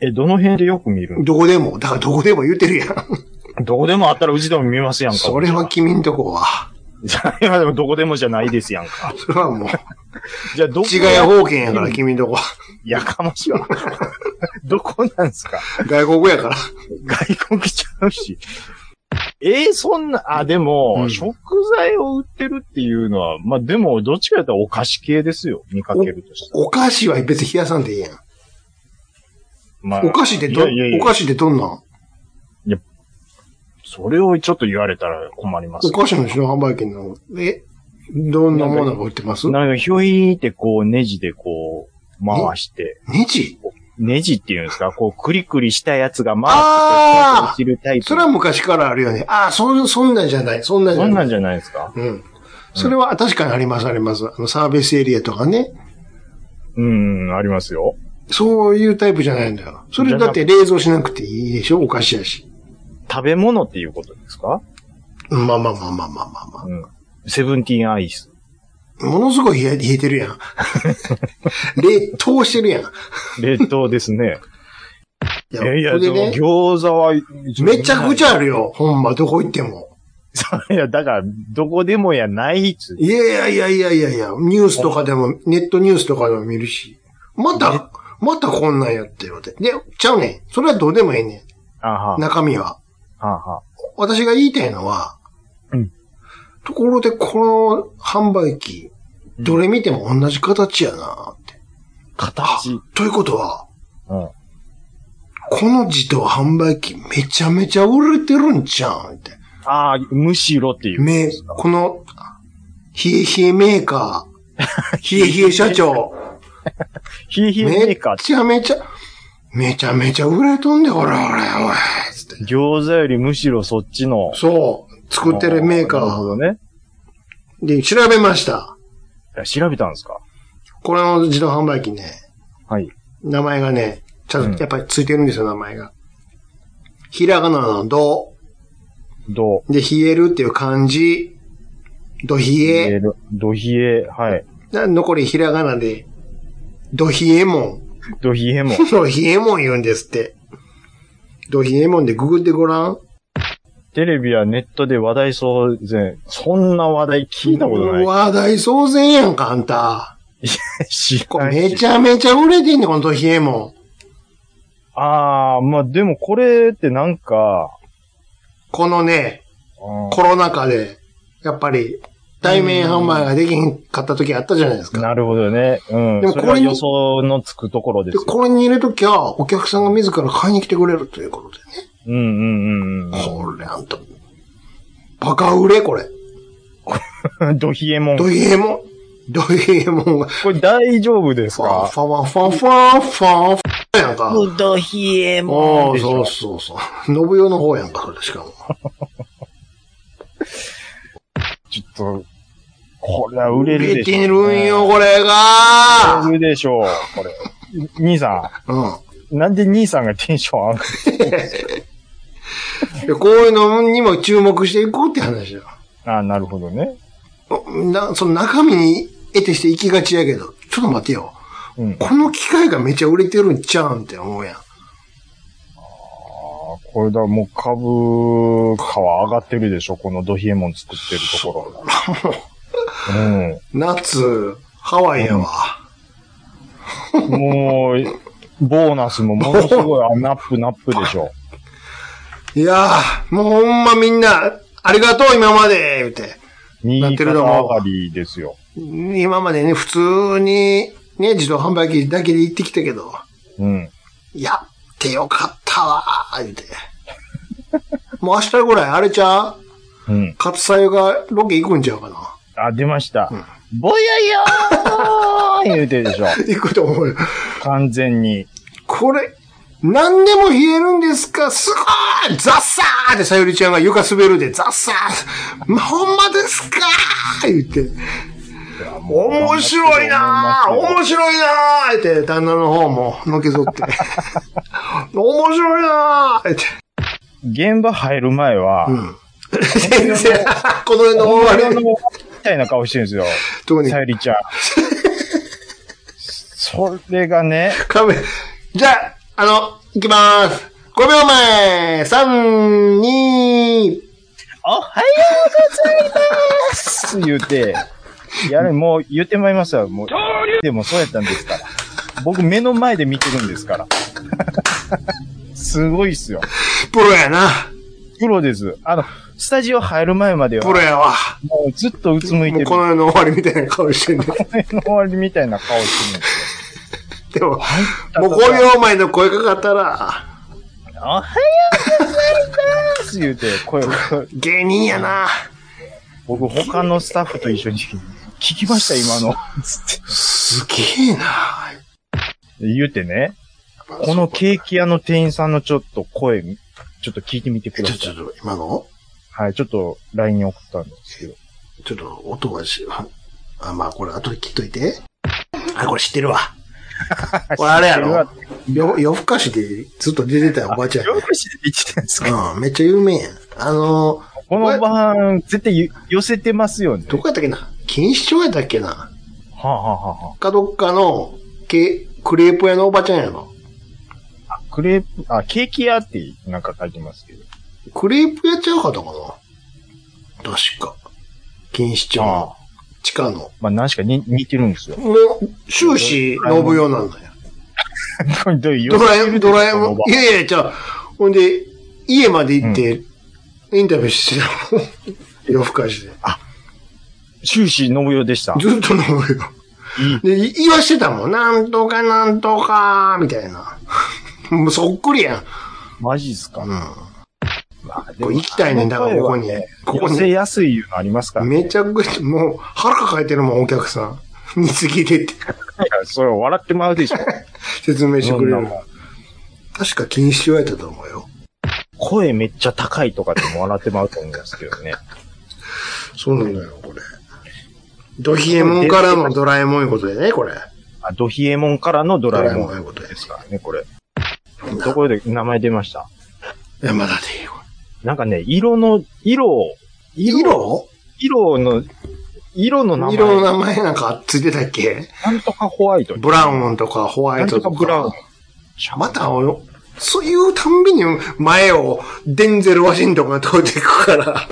Speaker 4: え、どの辺でよく見る
Speaker 5: ん。どこでも、だからどこでも言うてるやん。
Speaker 4: どこでもあったらうちでも見ますやんか。
Speaker 5: そ
Speaker 4: (laughs)
Speaker 5: れは君んとこは。
Speaker 4: じゃあ、今でもどこでもじゃないですやんか。
Speaker 5: それはもう、
Speaker 4: じゃあ、どこ
Speaker 5: 違い方言やから、君んとこは。
Speaker 4: やかましいわ。 (laughs) どこなんすか
Speaker 5: 外国やから。
Speaker 4: 外国ちゃうし。えーそんな、あ、でも、
Speaker 5: うん
Speaker 4: 食材を売ってるっていうのは、まあでも、どっちかやったらお菓子系ですよ。見かけるとしたら。
Speaker 5: お菓子は別に冷やさんでいいやん。
Speaker 4: まあ、
Speaker 5: お菓子ってど、
Speaker 4: いやいやいや
Speaker 5: お菓子ってどんなん
Speaker 4: それをちょっと言われたら困ります
Speaker 5: お
Speaker 4: よ。
Speaker 5: 菓子の自動販売機の、え、どんなものが売ってます
Speaker 4: なんか、ひょいーってこう、ネジでこう、回して、
Speaker 5: ネジ
Speaker 4: ネジっていうんですか、こう、クリクリしたやつが回って、こ
Speaker 5: あー
Speaker 4: う、落ちるタイプ。
Speaker 5: それは昔からあるよね。ああ、そん、そんなんじゃない。そんなんじ
Speaker 4: そ
Speaker 5: ゃ
Speaker 4: ん
Speaker 5: な。
Speaker 4: ないんじゃないですか
Speaker 5: うん。それは確かにあります、あります。あの、サービスエリアとかね。
Speaker 4: うん、ありますよ。
Speaker 5: そういうタイプじゃないんだよ。それだって冷蔵しなくていいでしょお菓子やし。
Speaker 4: 食べ物っていうことですか
Speaker 5: うんまあまあまあまあまあまあま
Speaker 4: うん。セブンティーンアイス。
Speaker 5: あ。ものすごい冷え冷えてる (laughs) やん。冷凍してるやん。い
Speaker 4: 冷凍ですね。いやいや、
Speaker 5: そ
Speaker 4: で
Speaker 5: れで
Speaker 4: も
Speaker 5: ね、
Speaker 4: 餃子は、
Speaker 5: めちゃくち
Speaker 4: ゃ。
Speaker 5: ゃあるよ。ほんま、どこ行っても。
Speaker 4: そういや、だから、どこでもやないっつう。
Speaker 5: いやいやいやいやいや、ニュースとかでも、ネットニュースとかでも見るし。また、またこんなんやってよって。で、ちゃうねん。それはどうでもええね
Speaker 4: あは
Speaker 5: ん。中身は。
Speaker 4: あ、はあはあ。
Speaker 5: 私が言いたいのは、
Speaker 4: うん
Speaker 5: ところで、この販売機、どれ見ても同じ形やなって。
Speaker 4: 形。
Speaker 5: ということは、
Speaker 4: うん。
Speaker 5: この自動販売機めちゃめちゃ売れてるんちゃうんって。
Speaker 4: ああ、むしろっていう。
Speaker 5: め、この、冷え冷えメーカ
Speaker 4: (laughs)
Speaker 5: ー、冷え冷え社長、
Speaker 4: ヒーヒーメ
Speaker 5: め
Speaker 4: ーカーっ
Speaker 5: ちゃめちゃ、めちゃめちゃ売れとんで、俺、俺、俺、つっ
Speaker 4: て
Speaker 5: て。
Speaker 4: 餃子よりむしろそっちの。
Speaker 5: そう、作ってるメー
Speaker 4: なるほど
Speaker 5: カー
Speaker 4: ね。
Speaker 5: で調べました。
Speaker 4: いや調べたんですか
Speaker 5: これの自動販売機ね、
Speaker 4: はい。
Speaker 5: 名前がね、ちゃ
Speaker 4: うん
Speaker 5: んと、やっぱりついてるんですよ、名前が。ひらがなのど、
Speaker 4: ど
Speaker 5: で、冷えるっていう漢字、ど冷
Speaker 4: う。
Speaker 5: え、
Speaker 4: る。どひえ、はい。
Speaker 5: な残りひらがなで、ど冷えもん。
Speaker 4: どひえも。
Speaker 5: (laughs) ドヒエモン言うんですって。ドヒエモンでググってごらん。
Speaker 4: テレビやネットで話題騒然。そんな話題聞いたことない。
Speaker 5: 話題騒然やんか、あんた。
Speaker 4: 知
Speaker 5: こ
Speaker 4: ら
Speaker 5: れ
Speaker 4: んし
Speaker 5: めちゃめちゃ売れてんねん、このドヒエモン。
Speaker 4: ああ、まあでもこれってなんか、
Speaker 5: このね、
Speaker 4: うん
Speaker 5: コロナ禍で、やっぱり、対面販売ができへんかった時あったじゃないですか。
Speaker 4: なるほどね。うん。
Speaker 5: でも
Speaker 4: そ
Speaker 5: こ
Speaker 4: れは
Speaker 5: れに
Speaker 4: 予想のつくところで
Speaker 5: です
Speaker 4: よ。
Speaker 5: これに入れときゃ、お客さんが自ら買いに来てくれるということでね。
Speaker 4: うんうんうん
Speaker 5: これ、あんた。バカ売れ、これ。
Speaker 4: うん。ドヒエモン。
Speaker 5: (laughs) ド
Speaker 4: こ
Speaker 5: ヒエモン。ドヒエモンが、
Speaker 4: れ大丈夫です
Speaker 5: ファン
Speaker 4: か
Speaker 5: ファンファンファンファンファンやんか。
Speaker 4: ドヒエ
Speaker 5: ああ、
Speaker 4: でし
Speaker 5: そ
Speaker 4: ょ
Speaker 5: うそうそう。信代の方やんか、それしかも。
Speaker 4: ちょっと、これは売れるでしょうね、
Speaker 5: てるんよ、これ
Speaker 4: 売
Speaker 5: が。
Speaker 4: れるでしょう、これ。兄さ
Speaker 5: うん。
Speaker 4: ん、なんで兄さんがテンション上がる
Speaker 5: でこういうのにも注目していこうって話だよ。
Speaker 4: ああ、なるほどね。
Speaker 5: なその中身に得てして行きがちやけど、ちょっと待てよ。
Speaker 4: うん。あ
Speaker 5: この機械がめっちゃ売れてるんちゃうんって思うやん。
Speaker 4: ーこれだ、もう株価は上がってるでしょ、このドヒエモン作ってるところ。
Speaker 5: (laughs)
Speaker 4: うん。
Speaker 5: 夏、ハワイやわ。
Speaker 4: もう、ボーナスもものすごいあナップナップでしょ。
Speaker 5: いやー、もうほんまみんな、ありがとう、今まで言うて。なっ
Speaker 4: 右
Speaker 5: て
Speaker 4: 肩
Speaker 5: るな
Speaker 4: 上がりですよ。
Speaker 5: 今までね、普通に、ね、自動販売機だけで行ってきたけど、
Speaker 4: うん。
Speaker 5: やってよかったわー、 (laughs) 言うて。もう明日ぐらい、あれちゃう
Speaker 4: うん。
Speaker 5: カツサユがロケ行くんちゃうかな。
Speaker 4: あ、出ました。ぼやよー言うてるでしょ。
Speaker 5: 行くと思うよ。
Speaker 4: 完全に。
Speaker 5: これ、何でも冷えるんですかすごいザッサーってさゆりちゃんが床滑るで、ザッサーま、ほんまですかー言って。面白いなー面白いなーって、旦那の方ものけぞって。面白いなーって。
Speaker 4: 現場入る前は、
Speaker 5: うん。先生、この辺の終わ
Speaker 4: あの
Speaker 5: り。
Speaker 4: みたいな顔してるんですよ。
Speaker 5: 特に
Speaker 4: さゆりちゃん。それが
Speaker 5: (laughs)
Speaker 4: ね、
Speaker 5: カメ、じゃあ、あの、行きまーす。5秒前、3、2、
Speaker 4: おはようございます言うて、やれ、もう言ってまいりましたよ。もう、でもそうやったんですから。僕目の前で見てるんですから。 (laughs) すごいっすよ。
Speaker 5: プロやな。
Speaker 4: プロです。あの、スタジオ入る前までは、
Speaker 5: プ
Speaker 4: も
Speaker 5: ロやわ。
Speaker 4: うずっとうつむい
Speaker 5: も
Speaker 4: て
Speaker 5: う
Speaker 4: る。
Speaker 5: この世の終わりみたいな顔してんね。
Speaker 4: 目の (laughs) 終わりみたいな顔してるんです
Speaker 5: でも、も
Speaker 4: よ
Speaker 5: う5秒前の声かかったら、
Speaker 4: おはようございます言うて、声を、
Speaker 5: 芸人やな。
Speaker 4: 僕他のスタッフと一緒に、聞きました、今の。つって
Speaker 5: すげえな。
Speaker 4: 言うてね、このケーキ屋の店員さんのちょっと声、ちょっと聞いてみてく
Speaker 5: ちょ、
Speaker 4: だ
Speaker 5: ち
Speaker 4: さ
Speaker 5: ょ、
Speaker 4: い。
Speaker 5: ちょ、今の
Speaker 4: はい、ちょっと LINE に送ったんですけど。
Speaker 5: ちょっと音がし、あ、まあこれ後で聞いといて。あ、これ知って
Speaker 4: (laughs)
Speaker 5: るわ。これあれやろよ夜更かしでずっと出てたおばあちゃんやね。
Speaker 4: く知ってきてんです
Speaker 5: うん、めっちゃ有名やん。あのー、
Speaker 4: この晩、絶対ゆ寄せてますよね。
Speaker 5: どこやったっけな錦糸町やったっけな
Speaker 4: はあ、はあは
Speaker 5: かどっかのけクレープ屋のおばちゃんやろ。
Speaker 4: あはあ、クレープ、あ、ケーキ屋ってなんか書いてますけど。
Speaker 5: クレープ屋ちゃうかったかな確か。錦糸町の地下の。
Speaker 4: まあ、何しかに似てるんです
Speaker 5: (laughs)
Speaker 4: よ。
Speaker 5: もう、終始、信用なんだよ。
Speaker 4: これどういう
Speaker 5: ドラえもん、ドラえもん
Speaker 4: こ。
Speaker 5: いやいや、じゃあ、ほんで、家まで行って、インタビューし
Speaker 4: (laughs)
Speaker 5: てたもん。夜更かしで。
Speaker 4: 終始信用でした。
Speaker 5: ずっと信用。で、い言わしてたもん。なんとかなんとか、みたいな。 (laughs) もうそっくりやん。
Speaker 4: マジですか、
Speaker 5: うん。
Speaker 4: まあ、
Speaker 5: これ行きたいねんだからここにここに
Speaker 4: 寄せやすいいうのありますから、ね。
Speaker 5: めちゃくちゃ、もう、腹抱えてるもん、お客さん。見つけてって、
Speaker 4: いやそれ笑ってまうでしょ。
Speaker 5: 説明してくれ
Speaker 4: そ
Speaker 5: る
Speaker 4: んなもん
Speaker 5: 確か禁止言われたと思うよ。
Speaker 4: 声めっちゃ高いとかでも笑ってまうと思うんですけどね。
Speaker 5: そうなんだよ、これ。ドヒエモンからのドラえもんいうことでね、これ。
Speaker 4: あ、ドヒエモンからのドラえも
Speaker 5: ドラえも
Speaker 4: ん
Speaker 5: んということで
Speaker 4: ですからね、これ。どこで名前出ました
Speaker 5: 山田でいいわ。
Speaker 4: なんかね、色の、色を、
Speaker 5: 色
Speaker 4: 色の、色の名前。
Speaker 5: 色の名前なんかついてたっけ
Speaker 4: なんとかホワイト。
Speaker 5: ブラウンとかホワ
Speaker 4: な
Speaker 5: イ
Speaker 4: ん
Speaker 5: ト
Speaker 4: とか
Speaker 5: とか。
Speaker 4: ブラウン。
Speaker 5: また、そういうたんびに前をデンゼル・ワシントンが通っていく
Speaker 4: (laughs)
Speaker 5: から。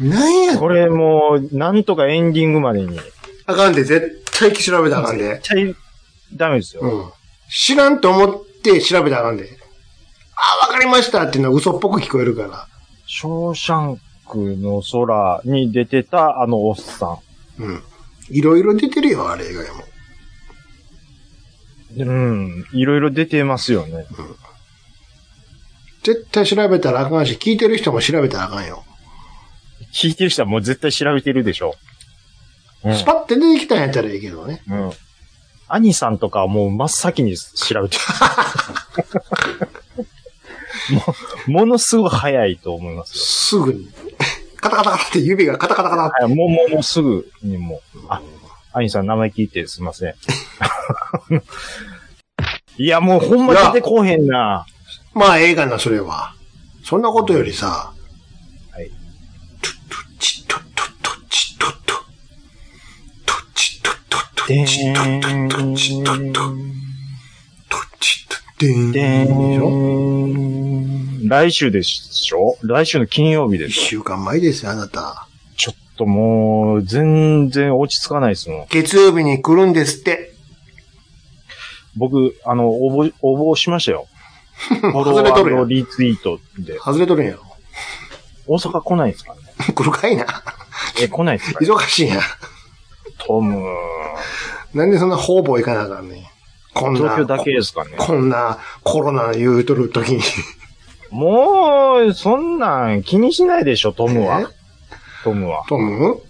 Speaker 5: なんや、
Speaker 4: これもう、なんとかエンディングまでに。
Speaker 5: あかんで、絶対調べたらあかんで。
Speaker 4: 絶対、ダメですよ。
Speaker 5: うん。知らんと思って調べたらあかんで。あ、わかりましたっていうのは嘘っぽく聞こえるから。
Speaker 4: ショーシャンクの空に出てたあのおっさ
Speaker 5: うん。いろいろ出てるよ、あれ以外も。
Speaker 4: ん。うん。いろいろ出てますよね。
Speaker 5: 絶対調べたらあかんし、聞いてる人も調べたらあかんよ。
Speaker 4: 聞いてる人はもう絶対調べてるでしょ。うん
Speaker 5: スパッて出てきたんやったらいいけどね。
Speaker 4: うん。兄さんとかはもう真っ先に調べてる。 (laughs) もうものすごい早いと思いますよ。
Speaker 5: すぐに。カタカタカタって指がカタカタカタっ
Speaker 4: はい、もう、もう、もうすぐにもう、あ、アニさん名前聞いてすいません。 (laughs) いや、もうほんま出てこうへんな。
Speaker 5: まあ、映画な、それは。そんなことよりさ。
Speaker 4: はい。
Speaker 5: トゥトゥチトゥトゥトゥチトゥトゥ。トゥチトゥトゥト
Speaker 4: で
Speaker 5: ゥチトゥトゥトゥチトゥトゥ。
Speaker 4: ーん。
Speaker 5: トゥチトゥで
Speaker 4: で
Speaker 5: ーん。でしょ
Speaker 4: ーん。来週でしょ来週の金曜日で
Speaker 5: 一
Speaker 4: しょ
Speaker 5: 週間前ですよ、あなた。
Speaker 4: ちょっともう、全然落ち着かないですもん。
Speaker 5: 月曜日に来るんですって。
Speaker 4: 僕、あの、応募、応募しました
Speaker 5: (laughs)
Speaker 4: よ。フォロ
Speaker 5: 外れ
Speaker 4: ワ
Speaker 5: と
Speaker 4: ー
Speaker 5: るや
Speaker 4: の
Speaker 5: ん
Speaker 4: リツイートで。
Speaker 5: 外れとるんやろ。
Speaker 4: 大阪来ないですかね
Speaker 5: 来るかいな。
Speaker 4: え、来ないですかね
Speaker 5: (laughs) 忙しいやん。
Speaker 4: トム、
Speaker 5: なんでそんな方々行かなあかんねん。こんな。
Speaker 4: 東京だけですかね
Speaker 5: こんなコロナ言うとるときに。
Speaker 4: もう、そんなん気にしないでしょ、トム
Speaker 5: え
Speaker 4: は。トムは。
Speaker 5: トム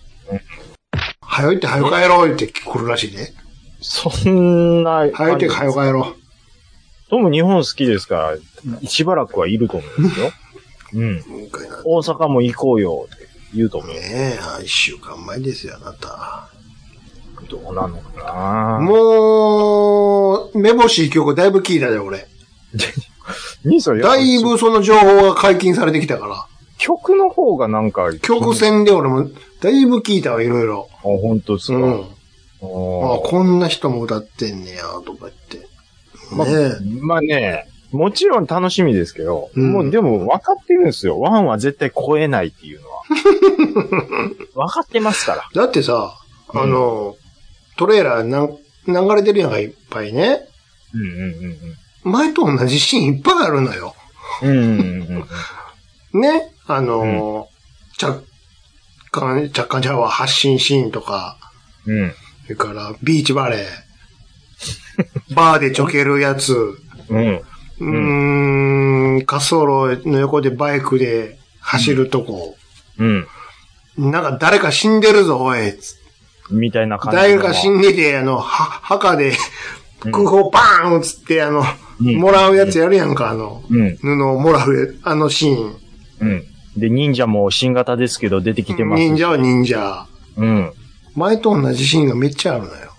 Speaker 5: 早いって早帰ろうって来るらしいで。
Speaker 4: そんな。
Speaker 5: 早いって早帰ろ
Speaker 4: トム日本好きですから、しばらくはいると思うんです
Speaker 5: (laughs)
Speaker 4: よ。うん。
Speaker 5: う。今回なんて
Speaker 4: 大阪も行こうよって言うと思う。
Speaker 5: ねえ、一週間前ですよ、あなた。
Speaker 4: どうなのかな
Speaker 5: もう、目星一曲だいぶ聞いたで、俺。
Speaker 4: 兄さん、
Speaker 5: だいぶその情報が解禁されてきたから。
Speaker 4: 曲の方がなんか、
Speaker 5: 曲線で俺も、だいぶ聞いたわ、いろいろ。
Speaker 4: あ、本当です
Speaker 5: う
Speaker 4: か。
Speaker 5: ん。あ
Speaker 4: おー
Speaker 5: こんな人も歌ってんねや、とか言って。
Speaker 4: ま
Speaker 5: ねえ。
Speaker 4: まあね、もちろん楽しみですけど、
Speaker 5: うん
Speaker 4: もうでも分かってるんですよ。ワンは絶対超えないっていう
Speaker 5: (laughs)
Speaker 4: のは。分かってますから。
Speaker 5: だってさ、
Speaker 4: うん
Speaker 5: あの、トレーラーなん流れてるやんか、いっぱいね。
Speaker 4: うんうんうんうん。
Speaker 5: 前と同じシーンいっぱいあるのよ。
Speaker 4: うんうんうんうん。
Speaker 5: ね。あの、着艦、着艦ちゃうわ、発信シーンとか、
Speaker 4: うん。
Speaker 5: それからビーチバレ
Speaker 4: (laughs)
Speaker 5: ー、バーでちょけるやつ、
Speaker 4: うん。
Speaker 5: うーん、滑走路の横でバイクで走るとこ、
Speaker 4: うん。
Speaker 5: なんか誰か死んでるぞ、おい。
Speaker 4: みたいな感じの。
Speaker 5: 誰か死んでて、あの、は、墓で、
Speaker 4: うん
Speaker 5: 空砲バーン打つって、あの、
Speaker 4: うん
Speaker 5: もらうやつやるやんか、あの、
Speaker 4: うん。
Speaker 5: 布をもらうや、あのシーン。
Speaker 4: うん。で、忍者も新型ですけど出てきてます。
Speaker 5: 忍者は忍者。
Speaker 4: うん。
Speaker 5: 前と同じシーンがめっちゃあるのよ。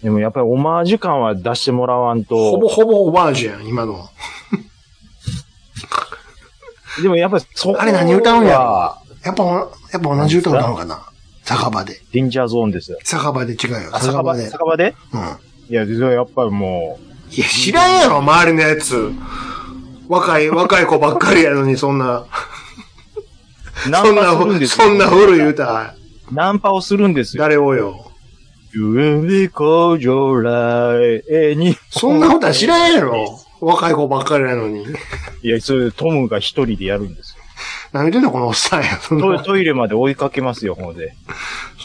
Speaker 4: でもやっぱりオマージュ感は出してもらわんと。
Speaker 5: ほぼほぼオバージュやん、今の。
Speaker 4: でもやっぱりそこ
Speaker 5: あれ何歌うんやろやっぱ、やっぱ同じ歌歌うのかな酒場で。
Speaker 4: デンジャーゾーンですよ。
Speaker 5: 酒場で違うよ。
Speaker 4: あ、
Speaker 5: 酒
Speaker 4: 酒
Speaker 5: 場
Speaker 4: 場
Speaker 5: で。
Speaker 4: で酒場で
Speaker 5: うん。
Speaker 4: いや、実はやっぱりも
Speaker 5: いや、知らんやろ、周りのやつ。若い、若い子ばっかりやのに、そんな。
Speaker 4: う、ナ
Speaker 5: そ
Speaker 4: ン
Speaker 5: んな
Speaker 4: パするん
Speaker 5: ふ、
Speaker 4: ですよ
Speaker 5: そんな古い言うたら、
Speaker 4: ナンパをするんですよ。
Speaker 5: 誰をよ。
Speaker 4: You will be called your life, えーに。
Speaker 5: そんなことは知らんやろ。若い子ばっかりなのに。
Speaker 4: いや、それトムが一人でやるんですよ。
Speaker 5: 何言ってんのこのおっさんや。そん
Speaker 4: ト
Speaker 5: な、
Speaker 4: トイレまで追いかけますよ、ほんで。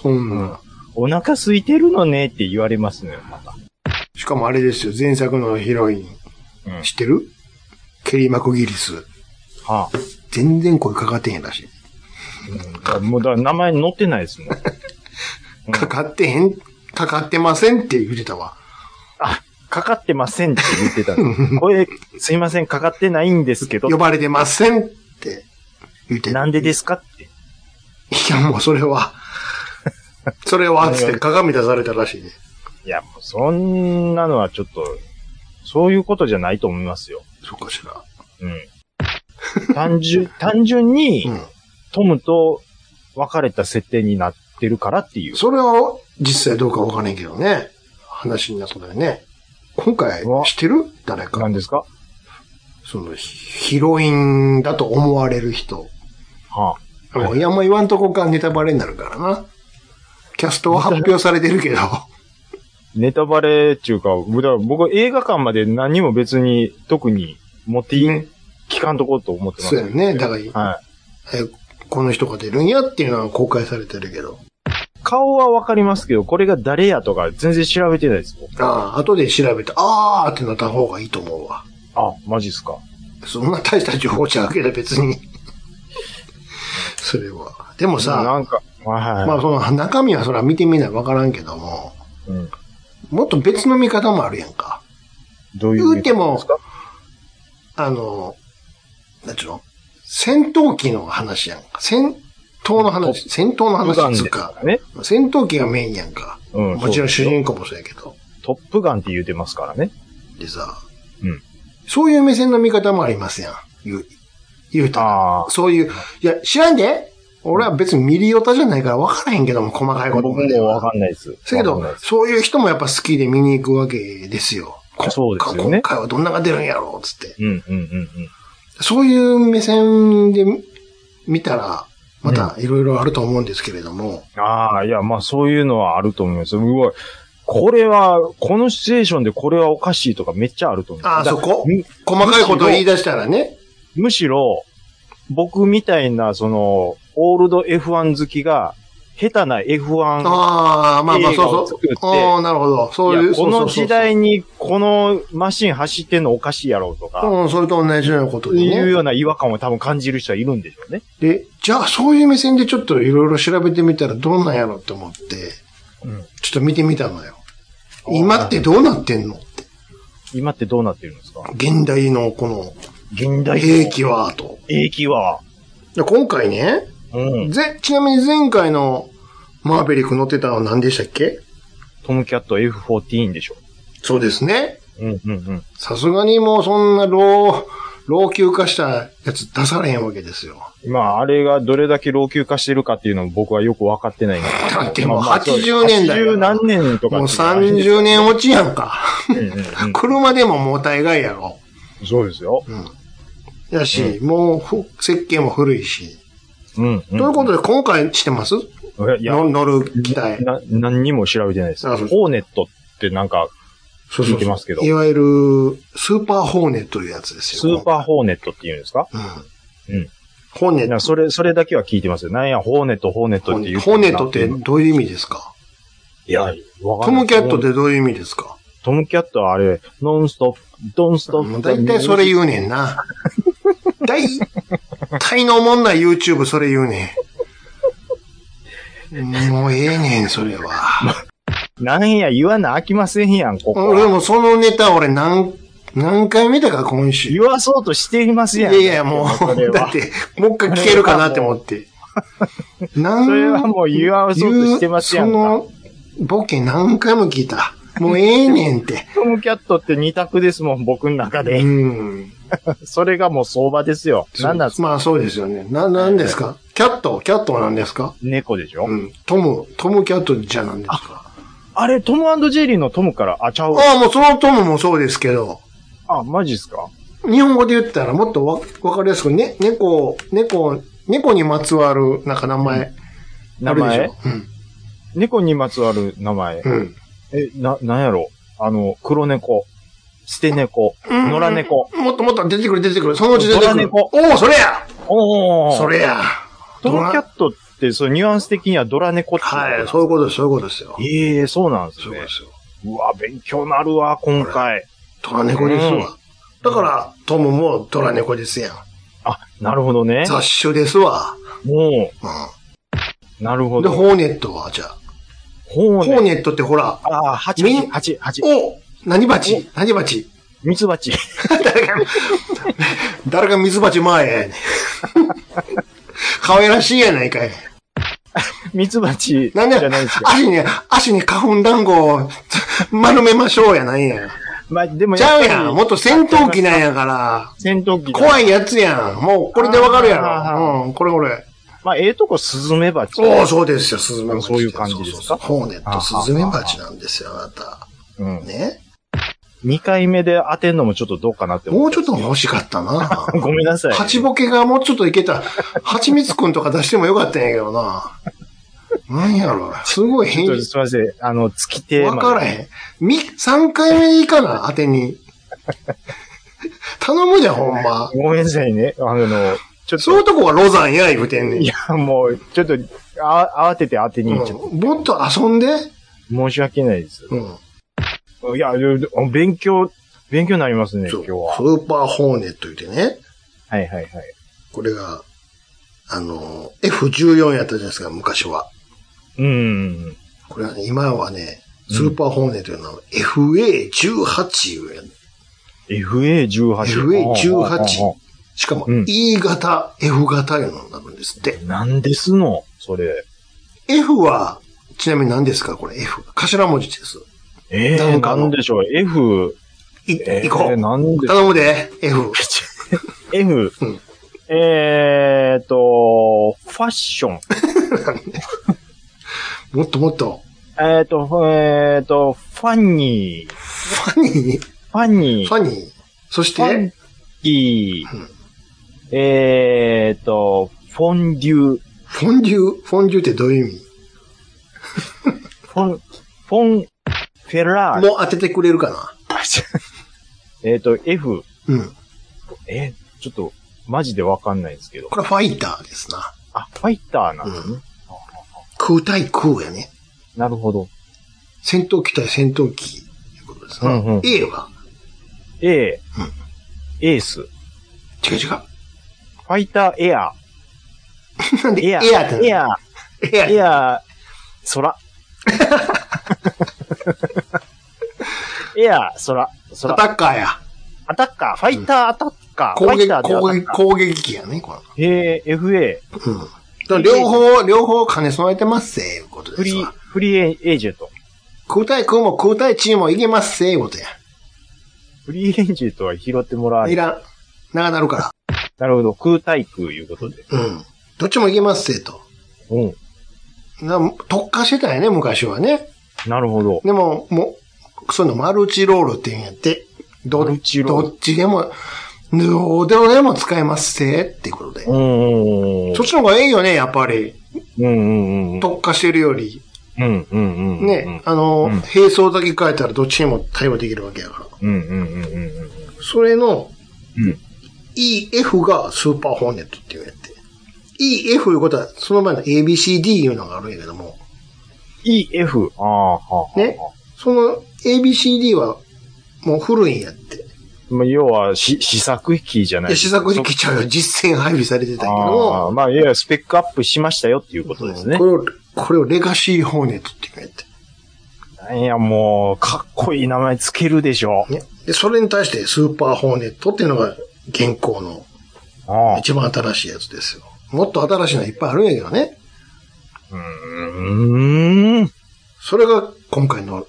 Speaker 5: そんな。
Speaker 4: お腹空いてるのねって言われますのよ、また。
Speaker 5: しかもあれですよ、前作のヒロイン。
Speaker 4: うん
Speaker 5: 知ってるケリー・マクギリス。
Speaker 4: はあ
Speaker 5: 全然声かかってへんらしい。
Speaker 4: うん、もうだから名前載ってないですもん。うん
Speaker 5: かかってへん、かかってませんって言ってたわ。
Speaker 4: あ、かかってませんって言ってたん (laughs) です。これ、すいません、かかってないんですけど
Speaker 5: 呼、ばれてませんって言ってた。
Speaker 4: なんでですかって。
Speaker 5: いや、もうそれは、それは、つって鏡出されたらしいね。
Speaker 4: いや、もうそんなのはちょっと、そういうことじゃないと思いますよ。
Speaker 5: そうかしら。 (laughs)
Speaker 4: うん。単純、単純に、
Speaker 5: うん。
Speaker 4: トムと別れた設定になってるからっていう。
Speaker 5: それは実際どうかわからんけどね。話になったよね。今回
Speaker 4: うわ、
Speaker 5: 知ってる誰か
Speaker 4: 何。ですか
Speaker 5: その、ヒロインだと思われる人。
Speaker 4: はあ、
Speaker 5: もういや、もう言わんとこかネタバレになるからな。キャストは発表されてるけど。
Speaker 4: ネタバレっていうか、僕は僕は映画館まで何も別に特に持っていい、聞かんとこうと思ってます。
Speaker 5: そうやね。だから、
Speaker 4: はい。
Speaker 5: えこの人が出るんやっていうのは公開されてるけど。
Speaker 4: 顔はわかりますけど、これが誰やとか全然調べてないです。僕
Speaker 5: ああ、後で調べて、ああってなった方がいいと思うわ。
Speaker 4: あ、マジっすか。
Speaker 5: そんな大した情報じゃなければ別に。それは。でもさ、
Speaker 4: なんか、はいはい。
Speaker 5: まあその中身はそら見てみないわからんけども、
Speaker 4: うん
Speaker 5: もっと別の見方もあるやんか。
Speaker 4: どういう
Speaker 5: 言うても
Speaker 4: ですか
Speaker 5: あの、なんちゅうの戦闘機の話やんか。戦闘の話、戦闘の
Speaker 4: トップガン
Speaker 5: 話っ
Speaker 4: で
Speaker 5: つ
Speaker 4: す
Speaker 5: う
Speaker 4: か、
Speaker 5: から
Speaker 4: ね。
Speaker 5: 戦闘機がメインやんか。
Speaker 4: うん。
Speaker 5: もちろん主
Speaker 4: そう
Speaker 5: 人公もそうやけど。
Speaker 4: トップガンって言うてますからね。
Speaker 5: でさ、
Speaker 4: うん
Speaker 5: そういう目線の見方もありますやん。言う、言うたら
Speaker 4: ああ。
Speaker 5: そういう、いや、知らんで俺は別にミリオタじゃないから分からへんけども、細かいこと
Speaker 4: 僕
Speaker 5: まで
Speaker 4: も
Speaker 5: は
Speaker 4: わかんないです。
Speaker 5: だけ
Speaker 4: わかんない
Speaker 5: ど
Speaker 4: で、す
Speaker 5: そういう人もやっぱ好きで見に行くわけですよ。こ
Speaker 4: そうですよね
Speaker 5: 今回はどんなのが出るんやろうっつって。
Speaker 4: うんうんうんうん。
Speaker 5: そういう目線で見たら、またいろいろあると思うんですけれども、
Speaker 4: ああ、いや、まあそういうのはあると思います。うわ、これは、このシチュエーションでこれはおかしいとかめっちゃあると思う。
Speaker 5: ああ、
Speaker 4: だ
Speaker 5: そこ
Speaker 4: む
Speaker 5: 細かいことを言い出したらね、
Speaker 4: むしろ、僕みたいな、その、オールド F1 好きが、下手な F1
Speaker 5: ああ、まあまあ、
Speaker 4: 映画
Speaker 5: そ
Speaker 4: を
Speaker 5: うそ
Speaker 4: 作
Speaker 5: う
Speaker 4: って。
Speaker 5: ああ、なるほど。そう
Speaker 4: い
Speaker 5: い
Speaker 4: や
Speaker 5: う、そ
Speaker 4: こ
Speaker 5: うそうそう
Speaker 4: の時代にこのマシン走ってんのおかしいやろうとか、
Speaker 5: うん、それと同じようなことで
Speaker 4: いう
Speaker 5: ね。
Speaker 4: ような違和感を多分感じる人はいるんでしょうね。
Speaker 5: で、じゃあそういう目線でちょっといろいろ調べてみたらどうなんやろって思って、
Speaker 4: うん
Speaker 5: ちょっと見てみたのよ。今ってどうなってんのって。
Speaker 4: 今ってどうなってるんですか
Speaker 5: 現代のこの
Speaker 4: 現代
Speaker 5: 兵器は、と。
Speaker 4: 兵器は、
Speaker 5: で今回ね、
Speaker 4: うん、
Speaker 5: ぜ、ちなみに前回のマーベリック乗ってたのは何でしたっけ
Speaker 4: トムキャット F14 でしょ。
Speaker 5: そうですね。
Speaker 4: うんうんうん。
Speaker 5: さすがにもうそんな老、老朽化したやつ出されへんわけですよ。
Speaker 4: まあ、あれがどれだけ老朽化してるかっていうのも僕はよく分かってないんで
Speaker 5: だってもう
Speaker 4: まあまあ
Speaker 5: 80年代
Speaker 4: 80何年とか
Speaker 5: も
Speaker 4: っ
Speaker 5: う
Speaker 4: ていう
Speaker 5: 30年落ちやんか。
Speaker 4: うんうん
Speaker 5: (laughs)
Speaker 4: うん
Speaker 5: 車でももう大概やろ。
Speaker 4: そうですよ。
Speaker 5: うん。やし、もうふ設計も古いし。
Speaker 4: うん、うん。
Speaker 5: ということで今回してます
Speaker 4: でいや、
Speaker 5: の乗る機体。
Speaker 4: な、何にも調べてないです。ホ
Speaker 5: あそうです
Speaker 4: ーネットってなんか、
Speaker 5: そう
Speaker 4: 聞いてますけど
Speaker 5: いわゆる、スーパーホーネットいうやつです
Speaker 4: ス
Speaker 5: よ。
Speaker 4: ーパーホーネットっていうんですか
Speaker 5: うん。
Speaker 4: うん。
Speaker 5: ホーネ
Speaker 4: な
Speaker 5: ット。
Speaker 4: んかそれ、それだけは聞いてますよ。なんや、ホーネット、ホーネッ
Speaker 5: ホ
Speaker 4: トっていう。
Speaker 5: ーネットってどういう意味ですか
Speaker 4: いや、わか
Speaker 5: ト
Speaker 4: んない
Speaker 5: ムキャットっ。てどういう意味ですか
Speaker 4: トムキャットはあれ、ノンストップ、ドンストッ
Speaker 5: も
Speaker 4: プ。
Speaker 5: う大体それ言うねん (laughs) な。大体のおもんない YouTube それ言うねん。もうええねん、それは。
Speaker 4: なんや、言わな飽きませんやん、ここ
Speaker 5: 俺
Speaker 4: は。
Speaker 5: もそのネタ俺何、何回見たか、今週。い
Speaker 4: 言わそうとしていますや
Speaker 5: や
Speaker 4: ん。
Speaker 5: いや、も
Speaker 4: それ
Speaker 5: う、だ
Speaker 4: は
Speaker 5: っ。て、もう一回聞けるかなって思って。なん
Speaker 4: それはもう言わそうとしてますやん
Speaker 5: そ
Speaker 4: か。
Speaker 5: の、ボケ何回も聞いた。もうええねん
Speaker 4: (laughs)
Speaker 5: って。
Speaker 4: トムキャットって二択ですもん、僕の中
Speaker 5: う
Speaker 4: で。
Speaker 5: ん。
Speaker 4: それがもう相場ですよ。なんなんすか
Speaker 5: まあそうですよね。な、なんですかキャットキャットは何ですか
Speaker 4: 猫でしょ
Speaker 5: うん。トム、トムキャットじゃなんですか
Speaker 4: あれ、トムジェリーのトムから、あ、ちゃう。
Speaker 5: ああ、もうそのトムもそうですけど、
Speaker 4: あ、マジっすか
Speaker 5: 日本語で言ったらもっとわ、わかりやすく、ね、猫、猫猫にまつわる、なんか名前。
Speaker 4: 名前
Speaker 5: あるでし
Speaker 4: 猫にまつわる名前
Speaker 5: ょ。う。ん。
Speaker 4: え、な、なんやろあの、黒猫、捨て猫、
Speaker 5: うん
Speaker 4: 野良猫。
Speaker 5: もっともっと出てくる出てくる。そのうち出てく
Speaker 4: ド
Speaker 5: る。
Speaker 4: ラ猫
Speaker 5: おお、それや
Speaker 4: お
Speaker 5: それや
Speaker 4: トムキャットって、そのニュアンス的にはドラ猫ってうのかな
Speaker 5: はい、そういうことです、そういうことですよ。
Speaker 4: ええそうなんです
Speaker 5: そう
Speaker 4: ね
Speaker 5: で。すよ。
Speaker 4: うわ、勉強なるわ、今回。
Speaker 5: 虎猫です
Speaker 4: うん
Speaker 5: わ。だから、トムも虎猫ですやん。
Speaker 4: あ、なるほどね。
Speaker 5: 雑種ですわ。
Speaker 4: も
Speaker 5: う
Speaker 4: う、なるほ
Speaker 5: ん。で、
Speaker 4: ど。
Speaker 5: ホーネットは、じゃあ。
Speaker 4: ほう
Speaker 5: ホー
Speaker 4: ね。
Speaker 5: ネットってほら、
Speaker 4: ああ、蜂、
Speaker 5: みん
Speaker 4: 蜂、蜂、
Speaker 5: お何鉢何鉢 (laughs)
Speaker 4: ミツバチ。 (laughs)
Speaker 5: 誰が、誰が水鉢前やねん。 (laughs) 可愛らしいやないかい。
Speaker 4: ミツバチじ
Speaker 5: な
Speaker 4: ゃ
Speaker 5: んで、
Speaker 4: ないですか。
Speaker 5: 足に、足に花粉団子を (laughs) 丸めましょうやないやん。
Speaker 4: まあ、でも
Speaker 5: ちゃうや
Speaker 4: っぱ
Speaker 5: ん。
Speaker 4: り
Speaker 5: もっと戦闘機なんやから。
Speaker 4: 戦闘機だ。
Speaker 5: 怖いやつやん。もうこれでわかるや
Speaker 4: あー
Speaker 5: ろ。うん、これこれ。
Speaker 4: まあ、ええとこ、スズメバチ。
Speaker 5: おお、そうですよ、スズメバチ。
Speaker 4: そういう感じですか
Speaker 5: そうそうそうホーネット、スズメバチなんですよ、あなた。
Speaker 4: うん。
Speaker 5: ね。
Speaker 4: 2回目で当てんのもちょっとどうかなって思
Speaker 5: もうちょっと欲しかったな。
Speaker 4: (laughs) う。ごめんなさい。
Speaker 5: 蜂ボケがもうちょっといけた。蜂蜜くんとか出してもよかったんやけどな。なんやろ。すごい
Speaker 4: ちょ
Speaker 5: 変
Speaker 4: っとすみません。あの、月手。
Speaker 5: わから
Speaker 4: ん。
Speaker 5: へん。み、3回目でいいかな、当てに。頼むじゃん、ほんま。
Speaker 4: ごめんなさいね。あの、ちょっ
Speaker 5: そうい
Speaker 4: と、
Speaker 5: うとこはロザンや、言うてんねん。
Speaker 4: いや、もう、ちょっと、あ、慌てて当てに行っちゃっ
Speaker 5: うんもっと遊んで。
Speaker 4: た。申し訳ないです。
Speaker 5: うん。
Speaker 4: いや、勉強、勉強になりますね、今
Speaker 5: そう。ス
Speaker 4: 日は。
Speaker 5: ーパーホーネット言うてね。
Speaker 4: はいはいはい。
Speaker 5: これが、あの、F14 やったじゃないですか、昔は。
Speaker 4: うん。
Speaker 5: これはね、今はね、スーパーホーネットの FA18 いうやん
Speaker 4: FA18。
Speaker 5: FA18 しかも
Speaker 4: うん
Speaker 5: E 型、F 型いうのになるんですって。
Speaker 4: 何ですのそれ。
Speaker 5: F は、ちなみに何ですかこれ F。頭文字です。
Speaker 4: ええ
Speaker 5: なん
Speaker 4: ー、
Speaker 5: か
Speaker 4: な
Speaker 5: の
Speaker 4: んでしょう。F、
Speaker 5: い、
Speaker 4: えー
Speaker 5: 行こう。
Speaker 4: なんで、
Speaker 5: 頼むで、F。
Speaker 4: (laughs) F
Speaker 5: うん、
Speaker 4: えーと、ファッション。
Speaker 5: もっともっと。
Speaker 4: えーと、えーと、ファニー、
Speaker 5: ファニー、
Speaker 4: ファニー、
Speaker 5: ファニー。そし
Speaker 4: ファン
Speaker 5: て、
Speaker 4: キー
Speaker 5: うん、
Speaker 4: えーと、フォンデュ、
Speaker 5: フォンデュ、フォンデュってどういう意味
Speaker 4: フォン、フォン、フェラーリ。
Speaker 5: もう当ててくれるかな
Speaker 4: (laughs) えっと、F、
Speaker 5: うん。
Speaker 4: え、ちょっと、マジでわかんないですけど。
Speaker 5: これはファイターですな。
Speaker 4: あ、ファイターなんですね。
Speaker 5: うん。空対空やね。
Speaker 4: なるほど。
Speaker 5: 戦闘機対戦闘機。いうことですな。
Speaker 4: うんうん
Speaker 5: A は
Speaker 4: A、
Speaker 5: うん
Speaker 4: エース、フ
Speaker 5: 違う違う。
Speaker 4: (laughs) ァイターエア、
Speaker 5: なんで
Speaker 4: エ
Speaker 5: エ
Speaker 4: ア、
Speaker 5: アってなんだ
Speaker 4: エア、
Speaker 5: エア。
Speaker 4: エア、空。エア、空、
Speaker 5: ア
Speaker 4: 空。
Speaker 5: タッカーや。
Speaker 4: アタッカー、ファイターアタッカー、
Speaker 5: 攻
Speaker 4: ファイ
Speaker 5: 撃
Speaker 4: ター、でアタ
Speaker 5: 攻
Speaker 4: ッ
Speaker 5: 撃、
Speaker 4: カー。
Speaker 5: 攻撃機やね、こ
Speaker 4: えー、FA、
Speaker 5: れ。うん。だから両方、両方兼ね備えてますせ、いうこと
Speaker 4: フ
Speaker 5: です
Speaker 4: リー、
Speaker 5: わ。
Speaker 4: フリーエージェント。
Speaker 5: 空対空も空対地もいけますせ、いうことや。
Speaker 4: フリーエージェントは拾ってもらわない
Speaker 5: いらん。長なるから。
Speaker 4: なるほど。空対空いうことで。
Speaker 5: うん。どっちもいけますせ、と。
Speaker 4: うん。
Speaker 5: な特化してたんやね、昔はね。
Speaker 4: なるほど。
Speaker 5: でも、もう、そういうのマルチロールって言うんやって。ど
Speaker 4: マルチロール
Speaker 5: どっちでも、どうでもでも使えますせ、っていうことで。
Speaker 4: うんうんうんうん。
Speaker 5: そっちの方がいいよね、やっぱり。
Speaker 4: うんうんうん。
Speaker 5: 特化してるより。
Speaker 4: うんうんうんうん。
Speaker 5: ね、あの、
Speaker 4: うん
Speaker 5: 並走だけ変えたらどっちにも対応できるわけやから。
Speaker 4: うんうんうんうんうん。
Speaker 5: それの
Speaker 4: うん。
Speaker 5: EF がスーパーホーネットっていうやつで。EF いうことは、その前の ABCD いうのがあるんやけども、
Speaker 4: EF。ああ、はあはあ。
Speaker 5: ね。その ABCD はもう古いんやって。
Speaker 4: まあ、要は、し、試作機じゃない
Speaker 5: で、試作で来
Speaker 4: 機
Speaker 5: ちゃうよ。実践配備されてたんやけど
Speaker 4: ああ、
Speaker 5: も、
Speaker 4: まあ、いやいや、スペックアップしましたよっていうことですね
Speaker 5: こ。れを、これをレガシーホーネットっていうんやって。
Speaker 4: いや、もう、かっこいい名前つけるでしょ。
Speaker 5: ね。で、それに対してスーパーホーネットっていうのが現行の
Speaker 4: ああ。
Speaker 5: 一番新しいやつですよ。もっと新しいのいっぱいあるんやけどね。
Speaker 4: うーん。
Speaker 5: それが今回の、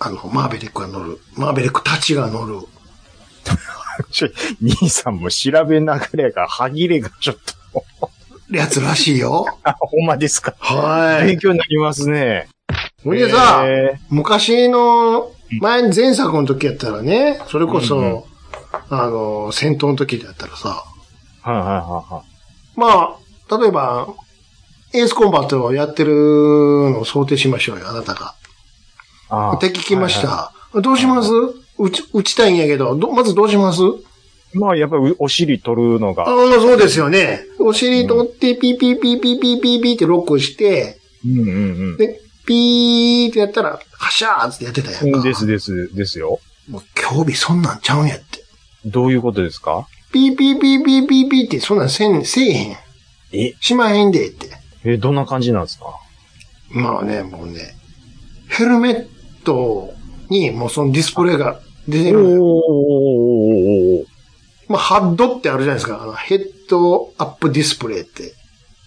Speaker 5: あの、マーベリックが乗る、マーベリックたちが乗る、
Speaker 4: ちょ、兄さんも調べながらやから、歯切れがちょっと、
Speaker 5: やつらし
Speaker 4: (laughs)
Speaker 5: いよ。
Speaker 4: あ、ほんまですか。
Speaker 5: は
Speaker 4: 勉
Speaker 5: い。
Speaker 4: 強になりますね。
Speaker 5: ほんでさ、
Speaker 4: えー
Speaker 5: 昔の、前、前作の時やったらね、それこそ、
Speaker 4: うんうん
Speaker 5: あの、戦闘の時だったらさ、
Speaker 4: はいはいはいはい。
Speaker 5: まあ、例えば、エースコンバットをやってるのを想定しましょうよ、あなたが。
Speaker 4: ああ
Speaker 5: 敵来まし
Speaker 4: はいは
Speaker 5: た。どうします打ち、打ちたいんやけど、どまずどうします
Speaker 4: いまあ、やっぱりお尻取るの
Speaker 5: ああ、
Speaker 4: が。
Speaker 5: そうですよね。お尻取って、ピーピーピーピーピーピーピーってロックして、
Speaker 4: うんうん
Speaker 5: で、ピーってやったら、はしゃーってやってたやん
Speaker 4: う
Speaker 5: か。
Speaker 4: ん。ですです、ですよ。
Speaker 5: もう、興味そんなんちゃうんやって。
Speaker 4: どういうことですか
Speaker 5: ピーピーピーピーピーピーってそんなんせん、せえへん。
Speaker 4: え
Speaker 5: しまへんでって。
Speaker 4: え、どんな感じなんですか
Speaker 5: まあね、もうね、ヘルメットにもうそのディスプレイが出て
Speaker 4: おーおーお
Speaker 5: るの
Speaker 4: ーお
Speaker 5: よ。
Speaker 4: ーおー
Speaker 5: まあ、ハッドってあるじゃないですか。あのヘッドアップディスプレイって。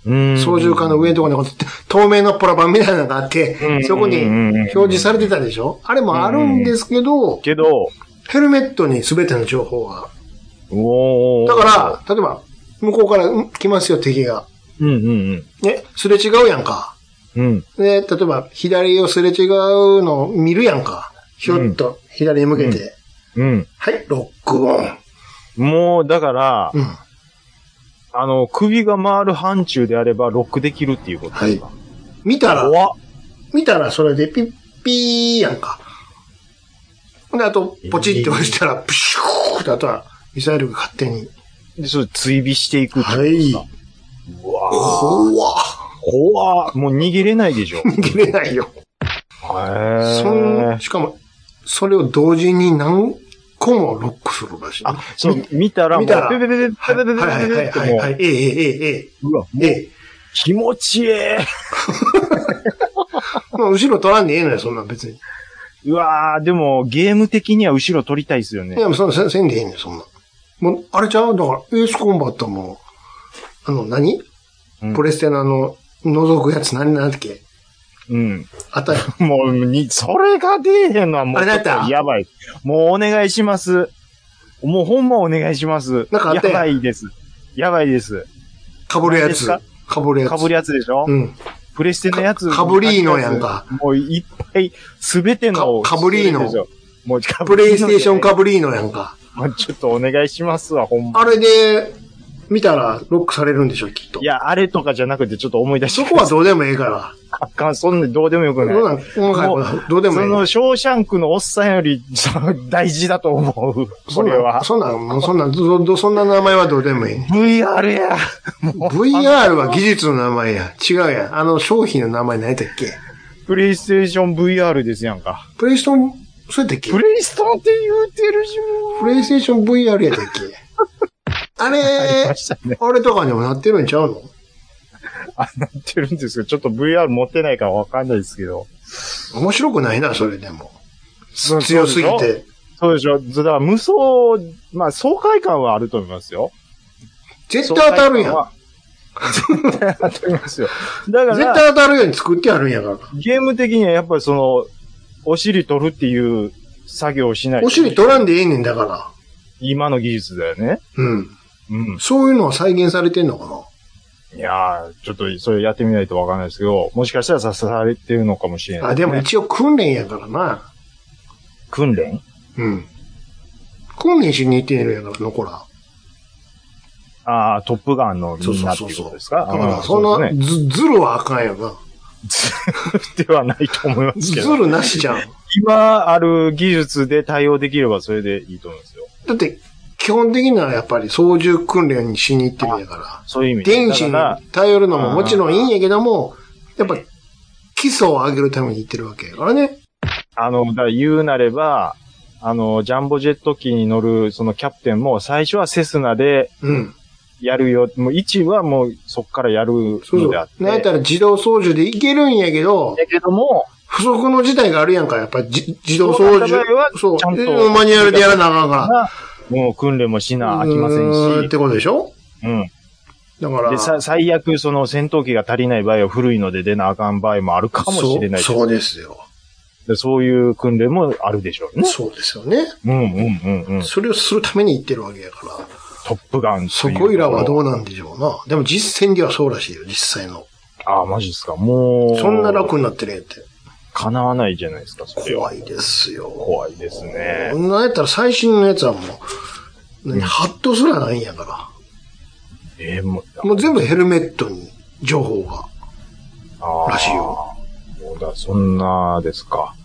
Speaker 4: うーん
Speaker 5: 操縦桿の上のところにこうって透明のプラ板みたいなのがあって
Speaker 4: う、ん
Speaker 5: そこに表示されてたでしょあれもあるんですけど、
Speaker 4: けど、
Speaker 5: ヘルメットに全ての情報が。
Speaker 4: おー
Speaker 5: だから、例えば、向こうからうん来ますよ、敵が。
Speaker 4: うんうん
Speaker 5: ね、すれ違うやんか。
Speaker 4: うん。うん。
Speaker 5: で、例えば、左をすれ違うのを見るやんか。ひょっと、左に向けて。
Speaker 4: うん。
Speaker 5: はい、ロックオン。
Speaker 4: もう、だから、
Speaker 5: うん。
Speaker 4: あの、首が回る範疇であれば、ロックできるっていうことですか。
Speaker 5: 見たら、
Speaker 4: 怖っ。
Speaker 5: 見たらそれでピッピーやんか。ほんで、あと、ポチって押したら、プシューって、あとは、ミサイルが勝手に。
Speaker 4: で、それ追尾していくってことですか。
Speaker 5: は
Speaker 4: うわ
Speaker 5: 怖っ
Speaker 4: 怖っ。もう逃げれないでしょ。へ
Speaker 5: 逃げれないよ。
Speaker 4: ー
Speaker 5: そん、しかも、それを同時に何個もロックするらしい。
Speaker 4: あ、そう、見たら、
Speaker 5: 見たら
Speaker 4: もうペペペペ
Speaker 5: は
Speaker 4: ペ
Speaker 5: い
Speaker 4: ペペペ
Speaker 5: はいは
Speaker 4: ペペペペも
Speaker 5: いはいはい。えええええ
Speaker 4: う、うわ、
Speaker 5: えええ。
Speaker 4: 気持ちええ。
Speaker 5: まあ後ろ取らんでええのよ、そんなん別に。
Speaker 4: うわーでも、ゲーム的には後ろ取りたいですよ
Speaker 5: い
Speaker 4: ね。
Speaker 5: や、もうそんなせんせんでええねん、そんな。もう、あれちゃうだから、エースコンバットも、あの、何、
Speaker 4: うん
Speaker 5: プレステのあの、覗くやつ何なんだっけ
Speaker 4: うん。
Speaker 5: あったやん。
Speaker 4: もう、に、それが出えへんのはも
Speaker 5: あ
Speaker 4: う、
Speaker 5: れ
Speaker 4: ちょっ
Speaker 5: だっ
Speaker 4: たとやばい。もうお願いします。もうほんまお願いします。
Speaker 5: なんかあっ
Speaker 4: や
Speaker 5: たやん
Speaker 4: ばいです。やばいです。
Speaker 5: かぶるやつ。
Speaker 4: 何
Speaker 5: かぶるやつ。
Speaker 4: かぶるやつでしょ、
Speaker 5: うん。
Speaker 4: プレステのやつ。
Speaker 5: かかぶりーのやんか。
Speaker 4: もういっぱい、すべての。
Speaker 5: かかぶりーの
Speaker 4: 種類でしょ。もう、かぶ
Speaker 5: (laughs) プ
Speaker 4: りー
Speaker 5: レ
Speaker 4: の
Speaker 5: イステーションかぶりーのやんか。
Speaker 4: もうちょっとお願いしますわ、ほんま。
Speaker 5: あれで、見たらロックされるんでしょ、きっと
Speaker 4: い。や、あれとかじゃなくて、ちょっと思い出し
Speaker 5: そ
Speaker 4: て。
Speaker 5: こはどうでもええから。
Speaker 4: あかん、そんなどうでもよく
Speaker 5: そん
Speaker 4: ない。
Speaker 5: なん、細かいことはどうでも
Speaker 4: そ
Speaker 5: ええ
Speaker 4: の、。ショーシャンクのおっさんより、 (laughs) その大事だと思う。
Speaker 5: そ
Speaker 4: こ
Speaker 5: ん
Speaker 4: れ
Speaker 5: なん、
Speaker 4: は。
Speaker 5: そんなん、もうそんなん、ど、ど、そんな名前はどうでもええねん。
Speaker 4: VR や。もう
Speaker 5: (laughs) VR は技術の名前や。違うやん。あの商品の名前何やったっけ
Speaker 4: プレイステーション VR ですやんか。
Speaker 5: プレイストン、そうやったっけ
Speaker 4: プ
Speaker 5: プ
Speaker 4: レイストンって言うてるじゃん。
Speaker 5: レイステーション VR やったっ (laughs) けあ
Speaker 4: あり
Speaker 5: れ
Speaker 4: ま、したね。
Speaker 5: あれとかにもなってるんちゃうの
Speaker 4: あ、なってるんですけど、ちょっと VR 持ってないからわかんないですけど。
Speaker 5: 面白くないな、それでも。
Speaker 4: そう
Speaker 5: 強すぎて。
Speaker 4: そうでしょ。だから無双、まあ爽快感はあると思いますよ。
Speaker 5: 絶対当たる
Speaker 4: 爽快
Speaker 5: やん。
Speaker 4: 感は。絶対当たりますよ。だか
Speaker 5: 絶
Speaker 4: ら、
Speaker 5: 対当たるように作ってあるんやから。
Speaker 4: ゲーム的にはやっぱりその、お尻取るっていう作業をしない。
Speaker 5: お尻取らんでええねんだか
Speaker 4: 今の技術だよね。
Speaker 5: ら。うん。
Speaker 4: うん。
Speaker 5: そういうのは再現されてんのかない
Speaker 4: やー、ちょっとそれやってみないとわかんないですけど、もしかしたら刺されてるのかもしれない、
Speaker 5: あ、でも、一応訓練やからな。
Speaker 4: 訓練
Speaker 5: うん。訓練しに行ってんのやから、残ら。
Speaker 4: ああ、トップガンの
Speaker 5: そう
Speaker 4: みん
Speaker 5: そ
Speaker 4: な
Speaker 5: う
Speaker 4: って
Speaker 5: そう
Speaker 4: いう
Speaker 5: そ
Speaker 4: こ
Speaker 5: う。
Speaker 4: とですか
Speaker 5: だから、
Speaker 4: あー
Speaker 5: そん
Speaker 4: うで
Speaker 5: な、
Speaker 4: すね
Speaker 5: ず、ずるはあかんよな。
Speaker 4: ではないと思います
Speaker 5: ず
Speaker 4: けど。
Speaker 5: るなしじゃん。
Speaker 4: 今ある技術で対応できればそれでいいと思うんですよ。
Speaker 5: だって、基本的にはやっぱり操縦訓練にしに行ってるんやから。
Speaker 4: そういう意味で。
Speaker 5: 電子に
Speaker 4: だから
Speaker 5: 頼るのももちろんいいんやけども、やっぱ、基礎を上げるために行ってるわけやからね。
Speaker 4: あの、だから言うなれば、あの、ジャンボジェット機に乗るそのキャプテンも最初はセスナで
Speaker 5: うん。
Speaker 4: やるよ。もう1はもうそこからやるの
Speaker 5: そうそう。
Speaker 4: であ
Speaker 5: な
Speaker 4: って。
Speaker 5: んやったら自動操縦で行けるんやけど、
Speaker 4: だけども、
Speaker 5: 不足の事態があるやんか、やっぱじ自動操
Speaker 4: そうなった場合は
Speaker 5: 縦。そう
Speaker 4: ちゃんと
Speaker 5: えーマニュアルでやらなあかんか
Speaker 4: もう訓練もし
Speaker 5: ら。
Speaker 4: なあきません
Speaker 5: うー
Speaker 4: し
Speaker 5: っ。てことでしょ
Speaker 4: うん。
Speaker 5: だから。
Speaker 4: で、さ、最悪、その戦闘機が足りない場合は古いので出なあかん場合もあるかもしれない
Speaker 5: そうそうですよ。
Speaker 4: でそういう訓練もあるでしょうね。
Speaker 5: そうですよね。
Speaker 4: うんうんうんうん。
Speaker 5: それをするために行ってるわけやから。
Speaker 4: トップガン
Speaker 5: そこいらはど
Speaker 4: う
Speaker 5: うなんでしょうな。でも実践ではそうらしいよ、実際の。
Speaker 4: ああ、マジですか。もう。
Speaker 5: そんな楽になってるんやって。
Speaker 4: 叶わないじゃないですか、それは。
Speaker 5: 怖いですよ。
Speaker 4: 怖いですね。
Speaker 5: なんやったら最新のやつはもう、何、ハットすらないんやから。
Speaker 3: えー、もう、
Speaker 5: もう全部ヘルメットに情報が。
Speaker 3: あー
Speaker 5: らしいよ。
Speaker 3: そうだ、そんなですか。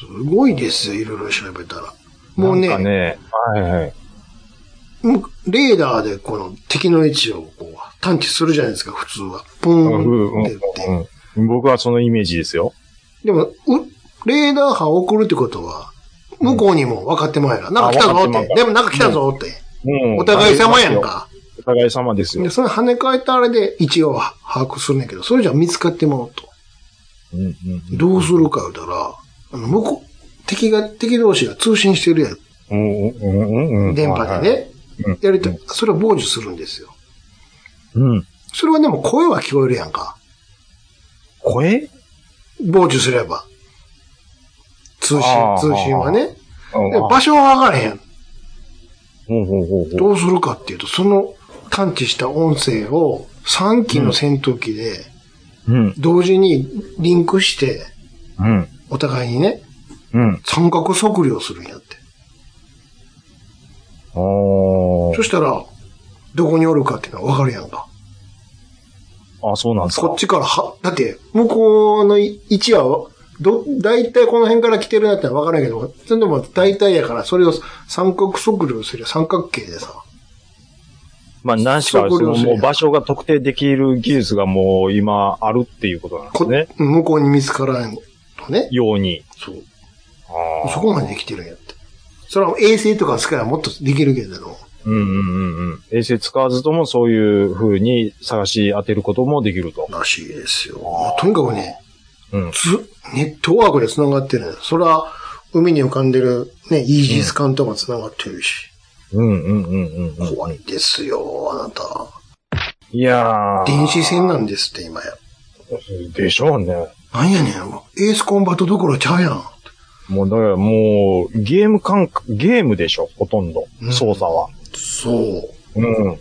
Speaker 5: すごいですよ、いろいろ調べたら。もうね、
Speaker 3: なんかね、はいはい。
Speaker 5: もうレーダーでこの敵の位置をこう探知するじゃないですか、普通は。ポ
Speaker 3: うん
Speaker 5: ーン
Speaker 3: う
Speaker 5: って打って。
Speaker 3: んうん僕はそのイメージですよ。
Speaker 5: でも、うレーダー波を送るってことは、向こうにも分かってもらえな。なんか来たぞ
Speaker 3: 分かっ
Speaker 5: って
Speaker 3: ま
Speaker 5: て。
Speaker 3: う
Speaker 5: でもなんか来たぞって。
Speaker 3: うん
Speaker 5: お互い様やん。か。
Speaker 3: お互い様ですよ
Speaker 5: で、。それ跳ね返ったあれで一応は把握するんやけど、それじゃ見つかってもらうと。
Speaker 3: うんうんうん
Speaker 5: どうするか言うたら、あの、向こう、敵が、敵同士が通信してるやん。
Speaker 3: うんうんうんうん
Speaker 5: 電波で。ね。
Speaker 3: うん
Speaker 5: やると、それを傍受するんですよ。
Speaker 3: うん。
Speaker 5: それはでも声は聞こえるやんか。
Speaker 3: 声
Speaker 5: 傍受すれば。通信
Speaker 3: あ、ー
Speaker 5: 通信はね。で
Speaker 3: あ
Speaker 5: 場所はわからへん。
Speaker 3: ほうほうほうほう。
Speaker 5: どうするかっていうと、その探知した音声を3機の戦闘機で
Speaker 3: うん。
Speaker 5: 同時にリンクして、
Speaker 3: うん。
Speaker 5: お互いにね、
Speaker 3: うん。
Speaker 5: 三角測量するんやって。
Speaker 3: あ
Speaker 5: そしたら、どこにおるかっていうのはわかるやんか。
Speaker 3: あ。あ、そうなんですか。
Speaker 5: こっちからは、だって、向こうの位置は、ど、だいたいこの辺から来てるなってのはわからんけど、それでもだいたいやから、それを三角測量すりゃ三角形でさ、
Speaker 3: まあ、何しか、そ
Speaker 5: 測
Speaker 3: の
Speaker 5: 量する
Speaker 3: もう場所が特定できる技術がもう今あるっていうことなんで
Speaker 5: こ
Speaker 3: すね。
Speaker 5: 向こうに見つからんのね。
Speaker 3: ように。
Speaker 5: そう。
Speaker 3: あ
Speaker 5: そ
Speaker 3: あ。
Speaker 5: こまでできてるんやって。それは衛星とか使えばもっとできるけれど、
Speaker 3: うんうんうんうん。衛星使わずともそういう風に探し当てることもできると。
Speaker 5: らしいですよ。とにかくね、
Speaker 3: うん。
Speaker 5: つ、ネットワークで繋がってるんやそれは、海に浮かんでるね、イージス艦とか繋がってるし、
Speaker 3: うんうんうんうんうん。
Speaker 5: 怖いですよ、あなた。
Speaker 3: いやー。
Speaker 5: 電子戦なんですって、今や。
Speaker 3: でしょうね。
Speaker 5: なんやねん、もうエースコンバットどころちゃうやん。
Speaker 3: もう、だからもう、ゲーム感覚、ゲームでしょ、ほとんど
Speaker 5: う。ん
Speaker 3: 操作は。
Speaker 5: そう。
Speaker 3: うん。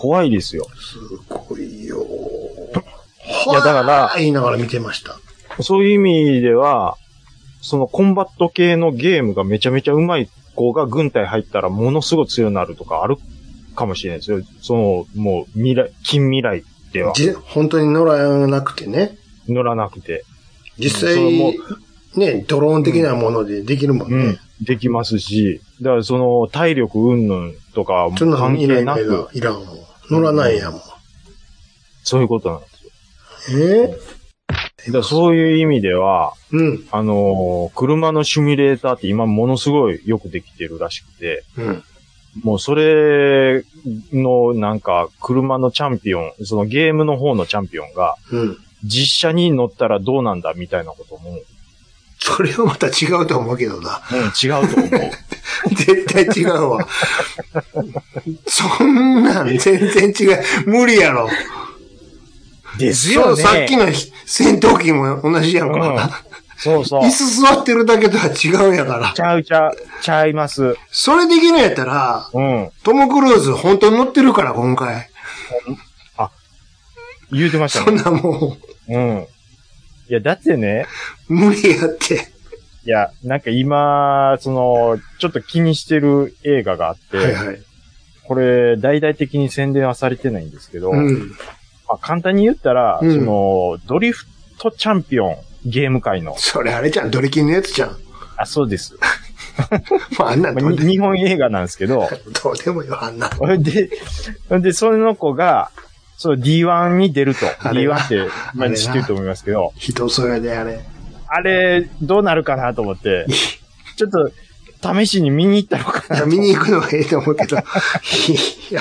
Speaker 3: 怖いですよ。
Speaker 5: すごいよ。
Speaker 3: いやだから
Speaker 5: はーい言いながら見てました。
Speaker 3: そういう意味では、そのコンバット系のゲームがめちゃめちゃ上手い子が軍隊入ったらものすごい強くなるとかあるかもしれないですよ。その、もう未来、近未来では
Speaker 5: じ本当に乗らなくてね。
Speaker 3: 乗らなくて、
Speaker 5: 実
Speaker 3: それも
Speaker 5: 際、ね、ドローン的なものでできるもんね。
Speaker 3: うん、できますし、だからその体力云々とかも
Speaker 5: そんなの
Speaker 3: 関
Speaker 5: いら
Speaker 3: 係
Speaker 5: ん
Speaker 3: な
Speaker 5: や
Speaker 3: く
Speaker 5: ん、いらんもん。乗らないやもん。
Speaker 3: そういうことなんです。
Speaker 5: ええ
Speaker 3: だからそういう意味では、
Speaker 5: うん。
Speaker 3: あのー車のシミュレーターって今ものすごいよくできてるらしくて、
Speaker 5: うん。
Speaker 3: もうそれのなんか車のチャンピオン、そのゲームの方のチャンピオンが
Speaker 5: うん。
Speaker 3: 実車に乗ったらどうなんだみたいなことも、うん、違
Speaker 5: それはまた違うと思うけどな。
Speaker 3: う
Speaker 5: (laughs)
Speaker 3: と思う。
Speaker 4: (laughs)
Speaker 5: 絶対違うわ。そんなん、全然違う。無理やろ。
Speaker 3: です
Speaker 5: そうさっきのひ戦闘機も同じやんか。
Speaker 3: そうそう
Speaker 5: (laughs) 椅。子座ってるだけとは違うんやから
Speaker 4: ち。ゃうちゃう、ちゃいます。
Speaker 5: それできないやったら、
Speaker 3: うん。
Speaker 5: トム・クルーズ本当に乗ってるから、今回。
Speaker 4: 言うてました
Speaker 5: そん
Speaker 4: ね。
Speaker 5: なも
Speaker 3: うん。
Speaker 4: いや、だってね、
Speaker 5: う、無理やって。
Speaker 4: いや、なんか今、その、ちょっと気にしてる映画があって、
Speaker 5: はいはい。
Speaker 4: これ、大々的に宣伝はされてないんですけど、
Speaker 5: うん。
Speaker 4: まあ、簡単に言ったら、
Speaker 5: うん
Speaker 4: その、ドリフトチャンピオン、ゲーム界の。
Speaker 5: それあれじゃん、ドリキンのやつじゃん。
Speaker 4: あ、そう
Speaker 5: (laughs)
Speaker 4: です。
Speaker 5: まあ、あんなん
Speaker 4: まあ
Speaker 5: どう
Speaker 4: に
Speaker 5: で
Speaker 4: 日本映画なんですけ
Speaker 5: (laughs)
Speaker 4: ど、
Speaker 5: どうでもよ、あんなん。
Speaker 4: ほんで、ほんで、その子が、その D1 に出ると。
Speaker 5: あれな
Speaker 4: D1 って、まあ、
Speaker 5: あれな
Speaker 4: 知ってると思いますけど、
Speaker 5: 人それであれ。
Speaker 4: あれ、どうなるかなと思
Speaker 5: (laughs)
Speaker 4: って、ちょっと、試しに見に行ったのかなと。
Speaker 5: 見に行くのはええと思うけ (laughs) ど。いや、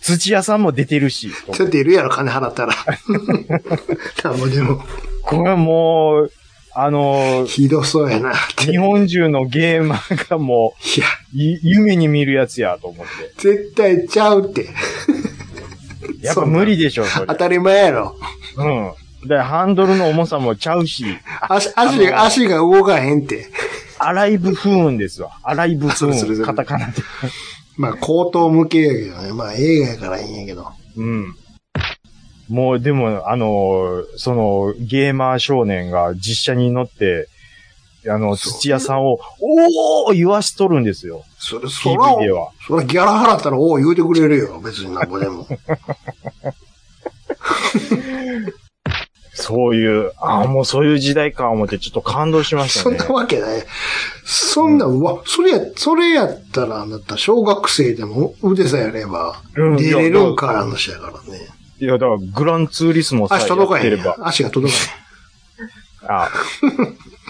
Speaker 4: 土屋さんも出てるし、と
Speaker 5: ちょっといるやろ、金払ったら。 (laughs) なんぼでも、
Speaker 4: これはもう、あの、
Speaker 5: ひどそうやなって。
Speaker 4: 日本中のゲーマーがも
Speaker 5: いや、
Speaker 4: う、ゆ夢に見るやつやと思っ
Speaker 5: 絶対ちゃうって。
Speaker 4: て。やっぱ無理でしょ、それ。
Speaker 5: 当たり前やろ。
Speaker 4: うん。で、ハンドルの重さもちゃうし、
Speaker 5: 足、足が、足が動かへんって。
Speaker 4: アライブ不運ですわ。アライブ不
Speaker 5: そうそうそうそ
Speaker 4: 運。
Speaker 5: う
Speaker 4: カタカナで。
Speaker 5: まあ、口頭向けやけどね。まあ、映画やからいいんやけど。
Speaker 4: うん。もう、でも、あのー、その、ゲーマー少年が実写に乗って、あの、
Speaker 5: そう
Speaker 4: 土屋さんを、おー言わしとるんですよ。
Speaker 5: それ、そら
Speaker 4: PV で、は。
Speaker 5: そらギャラ払ったら、おう言うてくれるよ。別になんぼでも。
Speaker 4: そういう、ああ、もうそういう時代か、思って、ちょっと感動しまし
Speaker 5: そ
Speaker 4: た
Speaker 5: ん
Speaker 4: ね
Speaker 5: な。わけない。そんな、うわ、それや、それやったら、あなた、小学生でも腕さえやれば、
Speaker 4: うん
Speaker 5: 出れるんからの人やからね。
Speaker 4: いや、だから、グランツーリスモさえ
Speaker 5: 足届か
Speaker 4: やっ
Speaker 5: へ
Speaker 4: てれ
Speaker 5: んや
Speaker 4: ば。
Speaker 5: ん。足が届か
Speaker 4: あ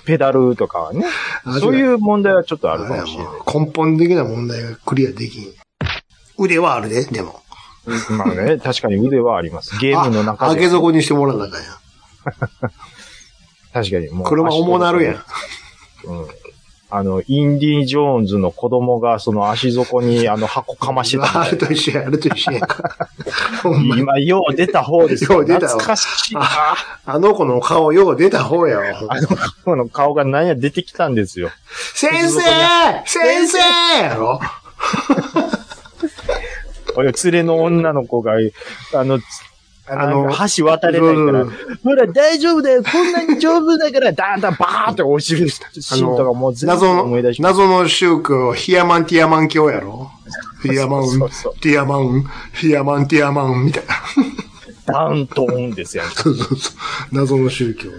Speaker 4: ペダルとかはね。
Speaker 5: へん。
Speaker 4: そう
Speaker 5: う、
Speaker 4: いう問題はちょっとあ
Speaker 5: あ
Speaker 4: る
Speaker 5: れ
Speaker 4: か
Speaker 5: や
Speaker 4: もしれない。
Speaker 5: もう根本的な問題がクリアできん。腕はあるで、でも。
Speaker 4: まあね、確かに腕はあります。ゲームの
Speaker 5: (laughs) あ
Speaker 4: 中
Speaker 5: 上げ
Speaker 4: で。
Speaker 5: 底にしてもらわなあかんやん。
Speaker 4: 確かにもう。
Speaker 5: 車重なるやん。
Speaker 4: うん。あの、インディ・ジョーンズの子供が、その足底
Speaker 5: (laughs)
Speaker 4: に、あの、箱かましてたみた
Speaker 5: あ
Speaker 4: い
Speaker 5: れと一緒や、あれと一緒や
Speaker 4: (laughs)
Speaker 5: んか。ほん
Speaker 4: な。
Speaker 5: まに。
Speaker 4: 今、よう出た方です
Speaker 5: よ
Speaker 4: よ。
Speaker 5: う出たわ
Speaker 4: 懐かしいな。
Speaker 5: ああの子の顔よう出た方やわ。
Speaker 4: あの子の顔が何や出てきたんですよ。
Speaker 5: 先生先生やろ
Speaker 4: おい連れの女の子が、あの、つ
Speaker 5: あ
Speaker 4: あ
Speaker 5: の
Speaker 4: の、橋渡れないから
Speaker 5: そう、
Speaker 4: ほら大丈夫だよ、こんなに丈夫だから、だんだんバーって押しるシーンとかもう全部
Speaker 5: 謎
Speaker 4: 思い
Speaker 5: の
Speaker 4: 出、し
Speaker 5: 謎の宗教、ヒアマンティアマン教やろヒアマ
Speaker 4: (laughs)
Speaker 5: ン
Speaker 4: そうそう、
Speaker 5: ティアマン、ヒアマン、ティアマン、みたいな。
Speaker 4: ダウントーンですよ。
Speaker 5: そうそうそう。謎の宗教ね。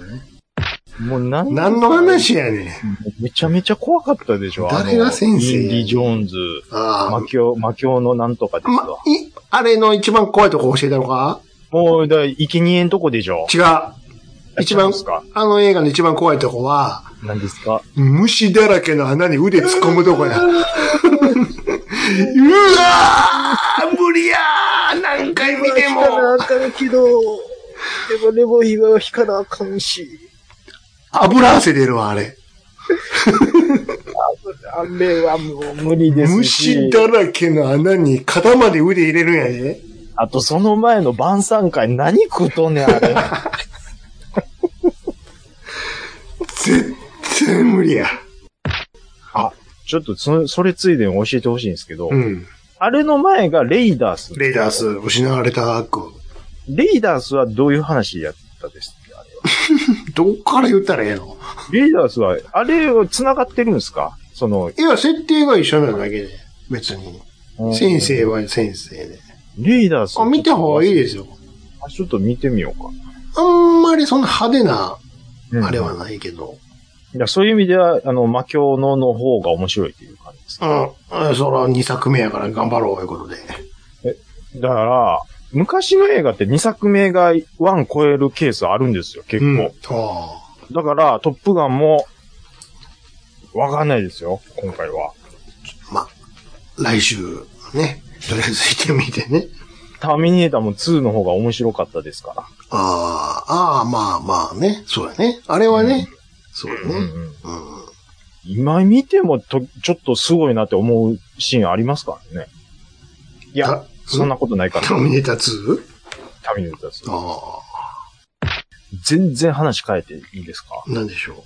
Speaker 4: もうなん
Speaker 5: 何の話やねん。
Speaker 4: めちゃめちゃ怖かったでしょ。
Speaker 5: 誰が先生
Speaker 4: あのインディ・ジョーンズ、
Speaker 5: あ
Speaker 4: 魔境、魔境のなんとかです
Speaker 5: あ。ま
Speaker 4: わ。、
Speaker 5: い、あれの一番怖いとこ教えたのか
Speaker 4: もう、だから、生贄のとこでしょ。
Speaker 5: 違う。一
Speaker 4: 違うん
Speaker 5: 番
Speaker 4: ですか、
Speaker 5: あの映画の一番怖いとこは、
Speaker 4: 何ですか
Speaker 5: 虫だらけの穴に腕突っ込むとこや。う (laughs) わー無理やー何回見ても
Speaker 4: あかんけど、でもレボヒは引かなあかんし。
Speaker 5: 油汗出るわ、あれ。
Speaker 4: あれはもう無理ですし。
Speaker 5: 虫だらけの穴に肩まで腕入れるんやで。
Speaker 4: あとその前の晩餐会何食うとんねん、あれ。 (laughs)
Speaker 5: 絶対無理や。
Speaker 4: ちょっとそ、それついでに教えてほしいんですけど、
Speaker 5: うん。
Speaker 4: あれの前がレイダース。
Speaker 5: レイダース、失われた悪。
Speaker 4: レイダースはどういう話やったですっけあれは
Speaker 5: どっから言ったらええの
Speaker 4: レイダースは、あれは繋がってるんですかその、
Speaker 5: いや、設定が一緒なだけで。別に。先生は先生で。
Speaker 4: レイダース。
Speaker 5: あ、見た方がいいですよ。
Speaker 4: あちょっと見てみよう
Speaker 5: あんまりそんな派手な、
Speaker 4: か。
Speaker 5: あれは
Speaker 4: うん
Speaker 5: ないけど。
Speaker 4: いや、そういう意味では、あの、魔境のの方が面白いっていう感じです。
Speaker 5: うん。そら、二作目やから頑張ろう、いうことで。
Speaker 4: だから、昔の映画って2作目が1超えるケースあるんですよ、結構。
Speaker 5: あ
Speaker 4: だから、トップガンも、わかんないですよ、今回は。
Speaker 5: あ。ま、来週、ね。とりあえず行ってみてね。
Speaker 4: ターミネーターも2の方が面白かったですか
Speaker 5: ああ、ああ、まあまあね。そうやね。あれはね。そうや
Speaker 4: ら。
Speaker 5: ね。
Speaker 4: うんうん
Speaker 5: うん。
Speaker 4: 今見てもと、ちょっとすごいなって思うシーンありますからね。いや
Speaker 5: あ、
Speaker 4: そんなことないから、
Speaker 5: ターミネーター 2?
Speaker 4: ターミネーター2。
Speaker 5: ああ、
Speaker 4: 全然話変えていいですか
Speaker 5: なんでしょう。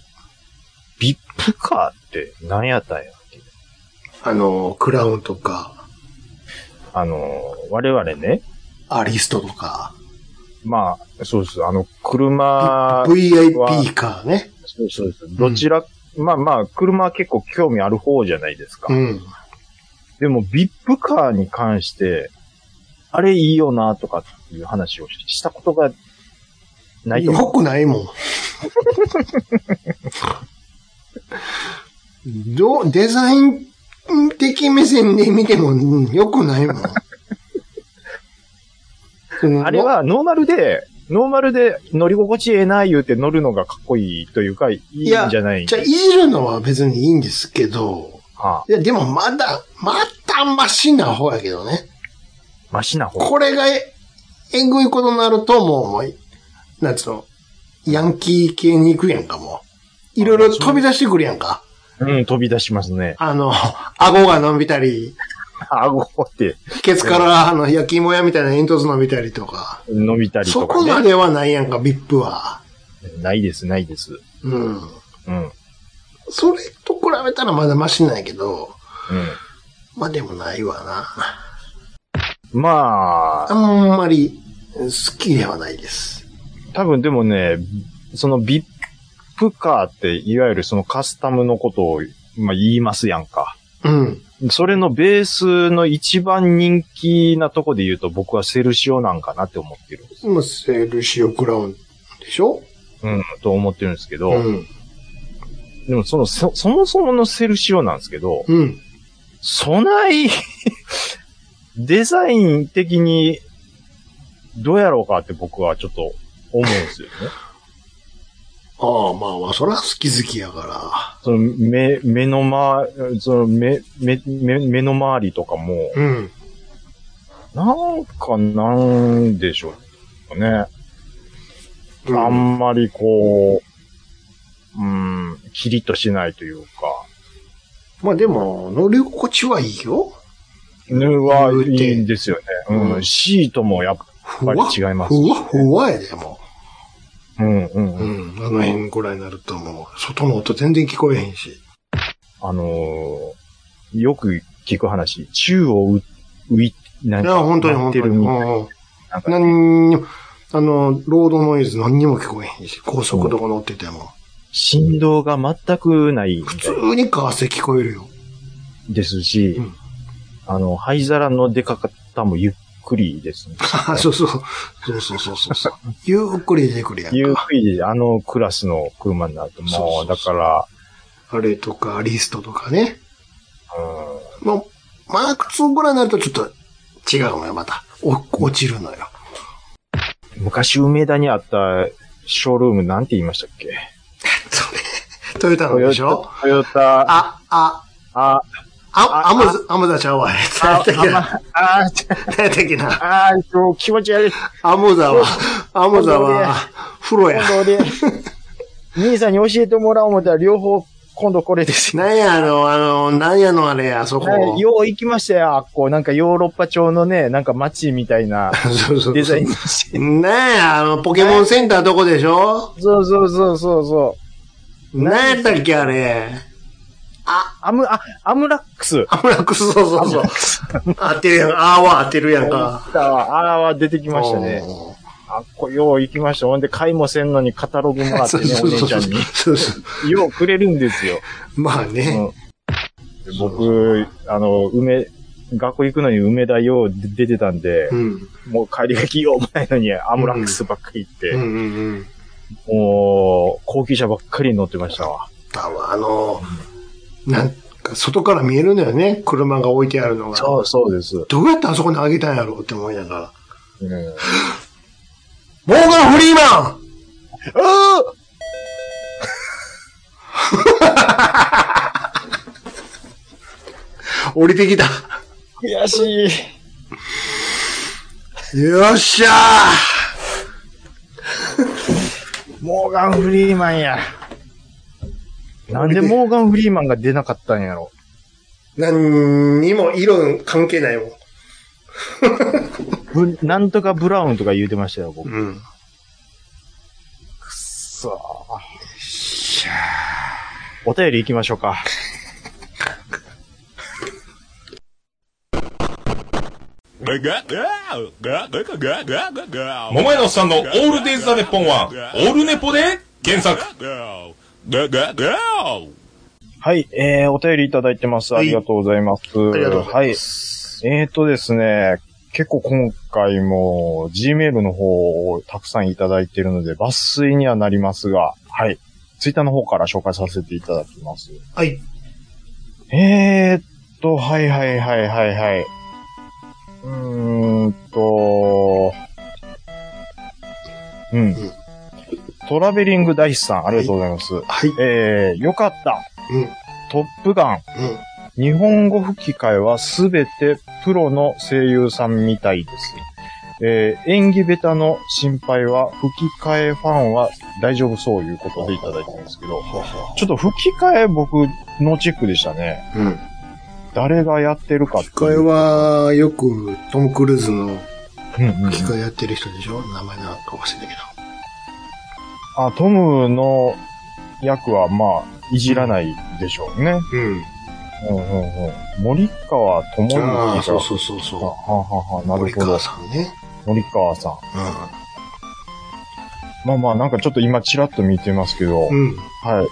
Speaker 4: ビップカーって何やったんやっけ
Speaker 5: あの、クラウンとか、
Speaker 4: あの、我々ね、
Speaker 5: アリストとか、
Speaker 4: まあ、そうです、あの、車、
Speaker 5: VIP カーね。
Speaker 4: そうそうです。どちら、まあまあ、車は結構興味ある方じゃないですか。
Speaker 5: うん。
Speaker 4: でも、ビップカーに関して、あれいいよな、とかっていう話をししたことがないと
Speaker 5: よくないもん。 (laughs) どう、デザイン的目線で見ても、うんよくな
Speaker 4: (laughs)
Speaker 5: いもん。その
Speaker 4: あれ、はノーマルで、ノーマルで乗り心地ええな、言うて乗るのがかっこいいというか、いいんじ
Speaker 5: や
Speaker 4: ゃないん
Speaker 5: じゃあ、
Speaker 4: で
Speaker 5: い
Speaker 4: す
Speaker 5: じるのは別にいいんですけど、
Speaker 4: か。
Speaker 5: いや、でもまだ、またマシな方やけどね。
Speaker 4: マシな方。
Speaker 5: これがえ、えぐいことになると、もう、もうなんつうの、ヤンキー系に行くやんか、もう。いろいろ飛び出してくるやんか。
Speaker 4: うん、飛び出しますね。
Speaker 5: あの、顎が伸びたり、
Speaker 4: 顎って
Speaker 5: ケツから、あの、焼き芋屋みたいな煙突伸びたりとか。
Speaker 4: 伸びたり
Speaker 5: そ
Speaker 4: と
Speaker 5: こ
Speaker 4: か
Speaker 5: ま
Speaker 4: ね。
Speaker 5: ではないやんか、ビップは。
Speaker 4: ないです、ないです。
Speaker 5: うん。
Speaker 4: うん。うん。
Speaker 5: それと比べたらまだマシなんやけど、まあでもないわな。
Speaker 4: まあ、
Speaker 5: あんまり好きではないです。
Speaker 4: 多分でもね、そのビップカーって、いわゆるそのカスタムのことを、まあ、言いますやんか。
Speaker 5: うん。
Speaker 4: それのベースの一番人気なとこで言うと、僕はセルシオなんかなって思ってるんです。
Speaker 5: まあ、セルシオクラウンでしょ
Speaker 4: うん、と思ってるんですけど、
Speaker 5: うん。
Speaker 4: でもその、そ、そもそものセルシオなんですけど、
Speaker 5: うん。
Speaker 4: 備え、 (laughs) デザイン的に、どうやろうかって僕はちょっと思うんです
Speaker 5: (laughs)
Speaker 4: よね。
Speaker 5: ああ、まあまあ、そら好き好きやか
Speaker 4: その目、目のま、その目、目、目、目の周りとかも、
Speaker 5: ら。うん。
Speaker 4: なんかなんでしょうね。あ
Speaker 5: うん
Speaker 4: んまりこう、うん、キリッとしないというか。
Speaker 5: まあでも、乗り心地はいいよ。
Speaker 4: ぬはいいんですよね。
Speaker 5: うん
Speaker 4: うん、シートもやっぱ、
Speaker 5: ふ
Speaker 4: やっ
Speaker 5: わ
Speaker 4: ぱり違います
Speaker 5: ふわふわやで、も
Speaker 4: うんうん
Speaker 5: う。
Speaker 4: うん。
Speaker 5: うん。あの辺ぐらいになるともう、外の音全然聞こえへんし。
Speaker 4: あのーよく聞く話、宙をう、浮い、なん
Speaker 5: いや、
Speaker 4: か、
Speaker 5: 本当に
Speaker 4: な
Speaker 5: 本
Speaker 4: って
Speaker 5: 当
Speaker 4: る
Speaker 5: に。
Speaker 4: み
Speaker 5: う
Speaker 4: たい
Speaker 5: んうん
Speaker 4: なんか
Speaker 5: 何にも、あの、ロードノイズ何にも聞こえへんし、高速道路乗ってても。
Speaker 4: 振動が全くないみ
Speaker 5: 普
Speaker 4: たい
Speaker 5: 通にカーセ聞こえるよ。
Speaker 4: ですし、
Speaker 5: うん
Speaker 4: あの、灰皿の出か方もゆっくりですね。
Speaker 5: あそうそう。そうそうそうそ
Speaker 4: (laughs)
Speaker 5: うそう。ゆっくり出てくるやんか。
Speaker 4: ゆっくりで、あのクラスの車になると、
Speaker 5: そう
Speaker 4: も
Speaker 5: そう
Speaker 4: う、
Speaker 5: そう
Speaker 4: だから、
Speaker 5: あれとか、リストとかね。
Speaker 4: うん
Speaker 5: まあ、マーク2ぐらいになるとちょっと違うのよ、また。お落ちるのよ。
Speaker 4: 昔梅田にあったショールームなんて言いましたっけ
Speaker 5: それ、トヨタのでしょ
Speaker 4: トヨタ、あ、
Speaker 5: あ、あ、
Speaker 4: あ、
Speaker 5: あ、アムザ、アムザちゃうわ。何やったっけな。
Speaker 4: あ、あ、
Speaker 5: 何やったっけな。
Speaker 4: あ、もう気持ち悪い。
Speaker 5: アムザは、アムザは、風呂や。
Speaker 4: 今度で、兄さんに教えてもらおう思ったら両方、今度これですね。
Speaker 5: 何や、あの、あの、何やのあれや、そこ。
Speaker 4: はいよう行きましたよ、あっこう。なんかヨーロッパ調のね、なんか街みたい
Speaker 5: (laughs)
Speaker 4: な
Speaker 5: そうそう
Speaker 4: デザインにして。
Speaker 5: ねえ、あの、ポケモンセンターどこでしょ
Speaker 4: そうそうそうそうそう。
Speaker 5: 何やったっけ、あれ。あ、
Speaker 4: アム、あ、アムラックス。
Speaker 5: アムラクス、そうそうそう。当てるやん、あーは当てるやんか。
Speaker 4: ああは出てきましたね。
Speaker 5: おー
Speaker 4: あっこよう行きました。ほんで、買いもせんのにカタログもらって
Speaker 5: そ
Speaker 4: ね
Speaker 5: う、そ
Speaker 4: お
Speaker 5: う
Speaker 4: 姉
Speaker 5: そう
Speaker 4: ちゃんに。
Speaker 5: そうそう。
Speaker 4: ようくれるんですよ。
Speaker 5: まあね。
Speaker 4: うん僕、あの、梅、学校行くのに梅田よう出てたんで
Speaker 5: う、ん。
Speaker 4: もう帰りがきようもないのにアムラックスばっかり行って、
Speaker 5: うんうんうん。
Speaker 4: もう、高級車ばっかり乗ってましたわ。
Speaker 5: だわ、あの、なんか、外から見えるんだよね。車が置いてあるのが。
Speaker 4: そうそうです。
Speaker 5: どうやってあそこにあげたんやろうって思いながら。
Speaker 4: うん、
Speaker 5: モーガン・フリーマン
Speaker 4: あ
Speaker 5: 降りてきた。
Speaker 4: ー悔しい。
Speaker 5: よっしゃ
Speaker 4: モーガン・フリーマンや。なんでモーガン・フリーマンが出なかったんやろ。
Speaker 5: ー何にも色関係ないもん。
Speaker 4: ぶなんとかブラウンとか言うてましたよ、僕。くっ
Speaker 5: うん。
Speaker 4: そー。お便り行きましょうか。
Speaker 6: 桃
Speaker 7: 桃
Speaker 6: 屋
Speaker 7: 屋
Speaker 6: の
Speaker 7: のお
Speaker 6: おっ
Speaker 7: っ
Speaker 6: さ
Speaker 7: さ
Speaker 6: ん
Speaker 7: ん
Speaker 6: の
Speaker 7: の
Speaker 6: オ
Speaker 7: オ
Speaker 6: ー
Speaker 7: ー
Speaker 6: ル
Speaker 7: ル
Speaker 6: デ
Speaker 7: デ
Speaker 6: イ
Speaker 7: イ
Speaker 6: ズ・
Speaker 7: ズ・ザ・
Speaker 6: ザ・ネ
Speaker 7: ネッ
Speaker 6: ッポ
Speaker 7: ポ
Speaker 6: ン
Speaker 7: ン
Speaker 6: は
Speaker 7: は、オ
Speaker 6: オー
Speaker 7: ー
Speaker 6: ル
Speaker 7: ルネ
Speaker 6: ネポ
Speaker 7: ポ
Speaker 6: で
Speaker 7: で
Speaker 6: 検
Speaker 7: 検
Speaker 6: 索
Speaker 7: 索。
Speaker 4: はい、えー、お便りいただいてます。ありがとうございます。
Speaker 5: あ
Speaker 4: は
Speaker 5: りがとうございま
Speaker 4: はい。えーとですね、結構今回も Gmail の方をたくさんいただいているので、抜粋にはなりますが、はい。ツイッターの方から紹介させていただきます。
Speaker 5: はい。
Speaker 4: えーっと、はいはいはいはいはい。うーんと、うん
Speaker 5: ん。
Speaker 4: トラベリングダイスさん、ありがとうございます。
Speaker 5: はい。
Speaker 4: えー、よかった。
Speaker 5: うん。
Speaker 4: トップガン。
Speaker 5: うん。
Speaker 4: 日本語吹き替えはすべてプロの声優さんみたいです。えー演技ベタの心配は吹き替えファンは大丈夫そういうことでいただいてるんですけど、ちょっと吹き替え僕ノーチェックでしたね。
Speaker 5: うん。
Speaker 4: 誰がやってるかっていう。
Speaker 5: これは、よく、トム・クルーズの
Speaker 4: うんうんうん、
Speaker 5: 機械やってる人でしょ名前なんか忘れたけ
Speaker 4: あ、トムの役はまあ、いじらないでしょうね。
Speaker 5: ど。うん。
Speaker 4: うんうんうん、森川智之
Speaker 5: ああ、
Speaker 4: さん
Speaker 5: そうそうそう
Speaker 4: は
Speaker 5: そ
Speaker 4: ははは
Speaker 5: う。
Speaker 4: なる
Speaker 5: 森
Speaker 4: ほど
Speaker 5: 川。さんね。
Speaker 4: 森川さん。
Speaker 5: う
Speaker 4: まあまあ、なんかちょっと今チラッと見てますけど、
Speaker 5: うん。
Speaker 4: は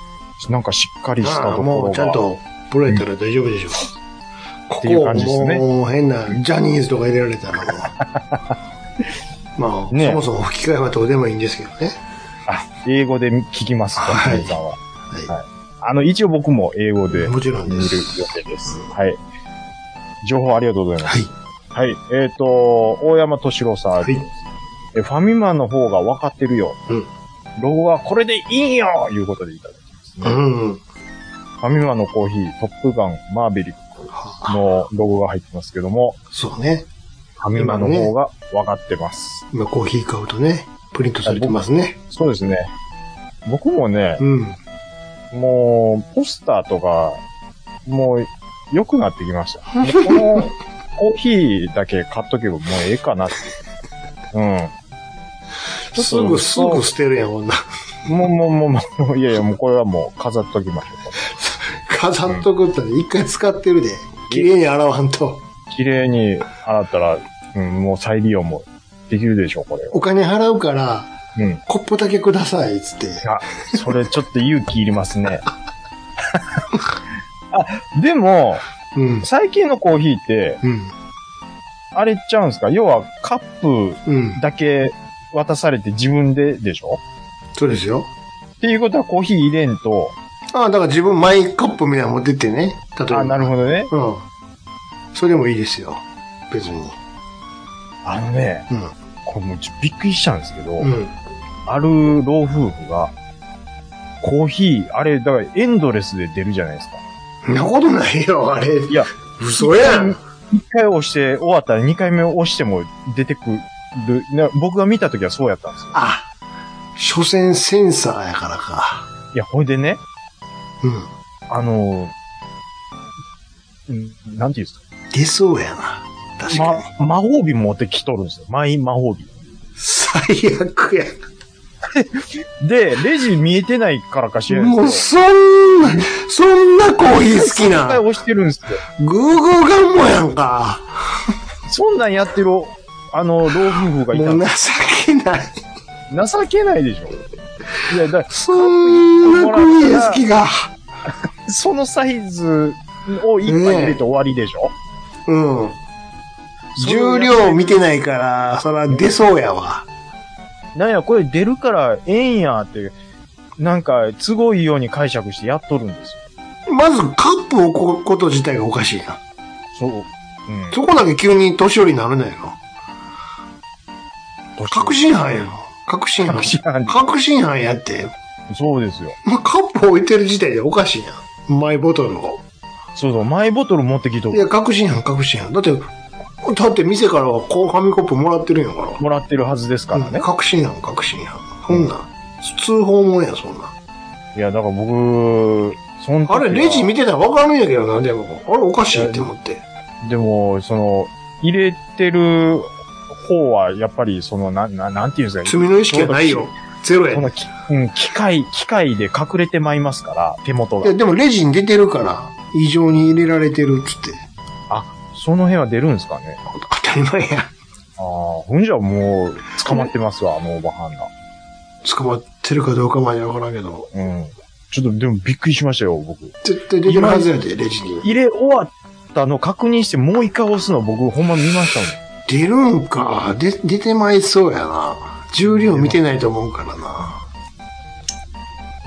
Speaker 4: い。なんかしっかりした
Speaker 5: あ
Speaker 4: と
Speaker 5: あ、
Speaker 4: ころ
Speaker 5: も
Speaker 4: が。
Speaker 5: うちゃんと、プロやったら大丈夫でしょう。こ
Speaker 4: っていう感じです
Speaker 5: こ、
Speaker 4: ね
Speaker 5: もう変な、ジャニーズとか入れられたらも (laughs) うまあ、
Speaker 4: ね
Speaker 5: そもそも吹き替えはどうでもいいんですけどね。
Speaker 4: あ、英語で聞きますと、
Speaker 5: はい
Speaker 4: 皆さんは。
Speaker 5: はい。
Speaker 4: あの、一応僕も英語で見
Speaker 5: もち
Speaker 4: る
Speaker 5: ろ
Speaker 4: 予
Speaker 5: んです
Speaker 4: 定です。はい。情報ありがとうございます。
Speaker 5: はい。
Speaker 4: はい。えっ、と、大山敏郎さん、
Speaker 5: はい
Speaker 4: え。ファミマの方が分かってるよ。
Speaker 5: うん
Speaker 4: ロゴはこれでいいよいうことでいただきますね。
Speaker 5: うん。
Speaker 4: ファミマのコーヒー、トップガン、マーベリック
Speaker 5: は
Speaker 4: のロゴが入ってますけども、
Speaker 5: そうね。
Speaker 4: ファミマの方が分かってます。
Speaker 5: 今コーヒー買うとね、プリントされてますね。
Speaker 4: そうですね。僕もね、
Speaker 5: うん。
Speaker 4: もう、ポスターとか、もう、良くなってきました。もうこの、コーヒーだけ買っとけばもうええかなって。うん。
Speaker 5: すぐ、すぐ捨てるやん、女。
Speaker 4: もう、もう、もう、もう、いやいや、もうこれはもう飾っときましょ
Speaker 5: 飾っとくったら一回使ってるで。綺麗に洗わんと。
Speaker 4: う。綺麗に洗ったら、うん、もう再利用もできるでしょう、これは。
Speaker 5: お金払うから、
Speaker 4: うん。
Speaker 5: コップだけください、つって。
Speaker 4: あ、それちょっと勇気いりますね。あ、でも、
Speaker 5: うん。
Speaker 4: 最近のコーヒーって、
Speaker 5: うん。
Speaker 4: あれちゃうんですか要はカップ
Speaker 5: うん。
Speaker 4: だけ渡されて自分ででしょ
Speaker 5: そうですよ。
Speaker 4: っていうことはコーヒー入れんと、
Speaker 5: ああ、だから自分マイカップみたいなの持ってってね。例えば。
Speaker 4: あ、なるほどね。
Speaker 5: うん。それでもいいですよ。別に。
Speaker 4: あのね、
Speaker 5: うん
Speaker 4: これもうちょびっくりしたんですけど、
Speaker 5: うん。
Speaker 4: ある老夫婦が、コーヒー、あれ、だからエンドレスで出るじゃないですか。
Speaker 5: そんなことないよ、あれ。
Speaker 4: いや、
Speaker 5: 嘘やん。
Speaker 4: 一回押して終わったら二回目押しても出てくる。な僕が見た時はそうやったんですよ。
Speaker 5: あ、所詮センサーやからか。
Speaker 4: いや、ほいでね、
Speaker 5: うん。
Speaker 4: あのー、うんなんていうんですか。
Speaker 5: 出そうやな。確かに。
Speaker 4: ま、魔法瓶持ってきとるんですよ。マイ魔法瓶。
Speaker 5: 最悪や。
Speaker 4: で、レジ見えてないからかしらない
Speaker 5: もう
Speaker 4: です
Speaker 5: そんな、そんなコーヒー好き
Speaker 4: けど。一回
Speaker 5: な。
Speaker 4: 押してるんですよ。
Speaker 5: グーグーガンモやんか。
Speaker 4: そんなんやってる、あの、老夫婦がいた
Speaker 5: もう
Speaker 4: の。
Speaker 5: 情けない。
Speaker 4: 情けないでしょ。いや、だ
Speaker 5: そんなコーヒー好きが。
Speaker 4: そのサイズを一杯入れて終わりでしょ、
Speaker 5: うん。重量を見てないから、そら出そうやわ。
Speaker 4: なんや、これ出るからええんやって、なんか、都合いいように解釈してやっとるんです
Speaker 5: まずカップを置くこと自体がおかしいな。
Speaker 4: よ。そう。うん。
Speaker 5: そこだけ急に年寄りになるのやろ。確信犯やろ。確信犯
Speaker 4: 確。信犯。
Speaker 5: 確信犯やって。
Speaker 4: そうですよ。
Speaker 5: まあ、カップ置いてる時点でおかしいやん。マイボトルを。
Speaker 4: そうそう、マイボトル持ってきと
Speaker 5: いや、
Speaker 4: る。
Speaker 5: 確信犯、確信犯。だって、だって店からはこうファミコップもらってるんやから。
Speaker 4: もらってるはずですからね。
Speaker 5: 確信犯、確信犯。そんなん、通報もんや、そんなん。
Speaker 4: いや、だから僕、そん時は
Speaker 5: あれ、レジ見てたらわかるんやけどな、でも。あれ、おかしいって思って。
Speaker 4: でも、その、入れてる方は、やっぱり、その、なん、なんなんていうんですか。
Speaker 5: 罪の意識はないよ。ゼロや
Speaker 4: そ
Speaker 5: ね
Speaker 4: のき、うん、機械、機械で隠れてまいますから、手元
Speaker 5: いや、
Speaker 4: が。
Speaker 5: でもレジに出てるから、異常に入れられてるっつって。
Speaker 4: その辺は出るんですかね。あ
Speaker 5: 当たり前や。
Speaker 4: あ、ほんじゃもう、捕まってますわ、あのおばはんが。
Speaker 5: 捕まってるかどうかまでわからんけど。
Speaker 4: うん。ちょっと、でもびっくりしましたよ、僕。
Speaker 5: 絶対出てるはずやで、レジに。
Speaker 4: 入れ終わったの確認して、もう一回押すの僕、ほんま見ましたもん。
Speaker 5: 出るんか。で、出てまいそうやな。重量見てないと思うからな。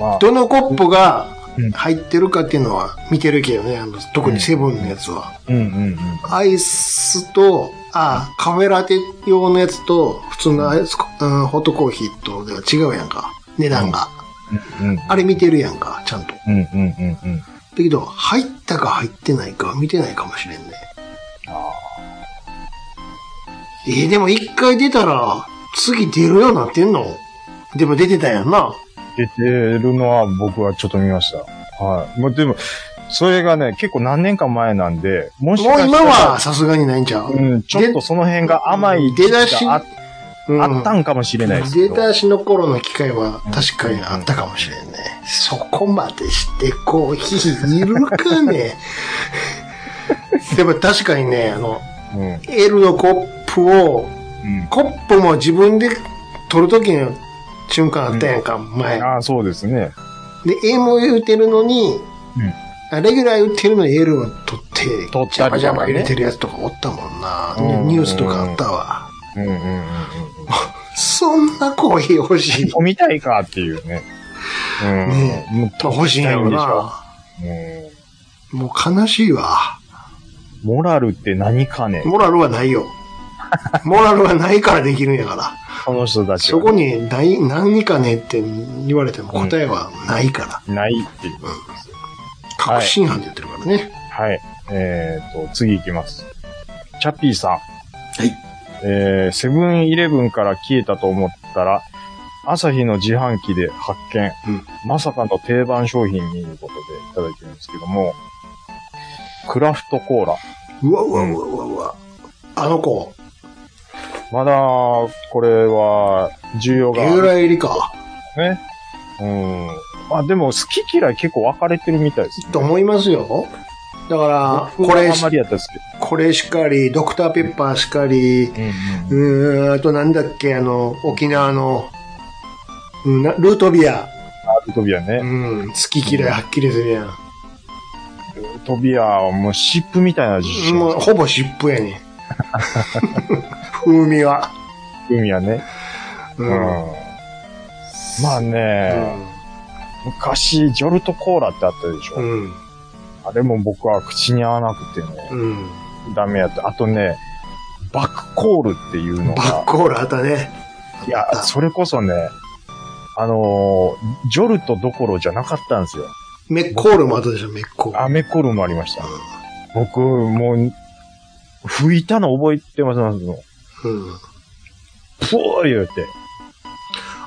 Speaker 4: まあ、
Speaker 5: どのコップが
Speaker 4: うん
Speaker 5: 入ってるかっていうのは見てるけどね、あの、特にセブンのやつは。
Speaker 4: うんうんうん。
Speaker 5: アイスと、あ、カフェラテ用のやつと、普通のアイス、うん、ホットコーヒーとでは違うやんか。値段が。
Speaker 4: うん
Speaker 5: あれ見てるやんか、ちゃんと。
Speaker 4: うんうんうんうん。
Speaker 5: だけど、入ったか入ってないかは見てないかもしれんね。
Speaker 4: あ
Speaker 5: えーでも一回出たら、次出るようになってんのでも出てたやんな。
Speaker 4: ー出てるのは僕はちょっと見ました。はい。まあ、でも、それがね、結構何年か前なんで、もし
Speaker 5: も
Speaker 4: か
Speaker 5: う
Speaker 4: した
Speaker 5: 今
Speaker 4: ら
Speaker 5: はさすがにないんちゃう、
Speaker 4: うん、ちょっとその辺が甘い時期があっ
Speaker 5: うん
Speaker 4: あったんかもしれないですけ
Speaker 5: 出
Speaker 4: ど。
Speaker 5: だしの頃の機会は確かにあったかもしれんね。そこまでしてコーヒーいるか
Speaker 4: (laughs)
Speaker 5: ねでも確かにね、あの、
Speaker 4: うん。うん。
Speaker 5: L のコップを、コップも自分で取るときに瞬間あったやんか、前。
Speaker 4: ああ、そうですね。
Speaker 5: で、M を言うてるのに、あレギュラー言ってるのに L を取って、
Speaker 4: 取っ
Speaker 5: ジ
Speaker 4: たりとか
Speaker 5: ャ
Speaker 4: ね
Speaker 5: バジャバ入れてるやつとかおったもんな。
Speaker 4: うんうんうん
Speaker 5: ニュースとかあったわ。
Speaker 4: うんうんうんうん。
Speaker 5: そんなコーヒー欲しい。
Speaker 4: 飲みたいかっていうね。
Speaker 5: ね
Speaker 4: うん。もう
Speaker 5: 欲しいんやろな。
Speaker 4: うん
Speaker 5: もう悲しいわ。
Speaker 4: モラルって何かね
Speaker 5: モラルはな
Speaker 4: (laughs)
Speaker 5: いよ。モラルはないからできるんやから。
Speaker 4: この人たち
Speaker 5: そ
Speaker 4: は
Speaker 5: こにない、何かねって言われても答えはないから。
Speaker 4: ないっていう。
Speaker 5: 確信犯で言ってるからね。。
Speaker 4: はい。えー、と、次行きます。チャッピーさん。はいえー、セブンイレブンから消えたと思ったら、朝日の自販機で発見。
Speaker 5: うん
Speaker 4: まさかの定番商品にいうことでいただいてるんですけども、クラフトコーラ。
Speaker 5: うわうわうわうわうわ。あの子、
Speaker 4: まだ、これは、需要が
Speaker 5: レギ
Speaker 4: あ
Speaker 5: ュ
Speaker 4: る
Speaker 5: ラー入りか。
Speaker 4: ね。うん。まあでも、好き嫌い結構分かれてるみたいですね。
Speaker 5: と思いますよ。だから、
Speaker 4: 僕
Speaker 5: こ
Speaker 4: は
Speaker 5: れ
Speaker 4: あん、まりやったんです
Speaker 5: これしかり、ドクターペッパーしか
Speaker 4: け
Speaker 5: り、
Speaker 4: ど。うん
Speaker 5: うーん、あとなんだっけ、あの、沖縄の、うんなルートビア。
Speaker 4: ルトビア
Speaker 5: う
Speaker 4: ね。
Speaker 5: ん、好き嫌いはっきりするやん。
Speaker 4: ルートビアはもう湿布みたいな味してま
Speaker 5: も
Speaker 4: す。
Speaker 5: う、ほぼ湿布やねん。風味は。
Speaker 4: 海はね。
Speaker 5: う
Speaker 4: うん。
Speaker 5: ん。
Speaker 4: まあね、昔、ジョルトコーラってあったでしょ。
Speaker 5: うん。
Speaker 4: あれも僕は口に合わなくてね、
Speaker 5: うん。
Speaker 4: ダメやった。あとね、バックコールっていうの
Speaker 5: バッ
Speaker 4: が、
Speaker 5: コールあったね。
Speaker 4: いや、それこそね、あのージョルトどころじゃなかったんですよ。
Speaker 5: メッコールもあったでしょ、メッコール。
Speaker 4: アメコールもありました。僕、もう、拭いたの覚えてますもん。
Speaker 5: うん。うん。
Speaker 4: ぷー言うて。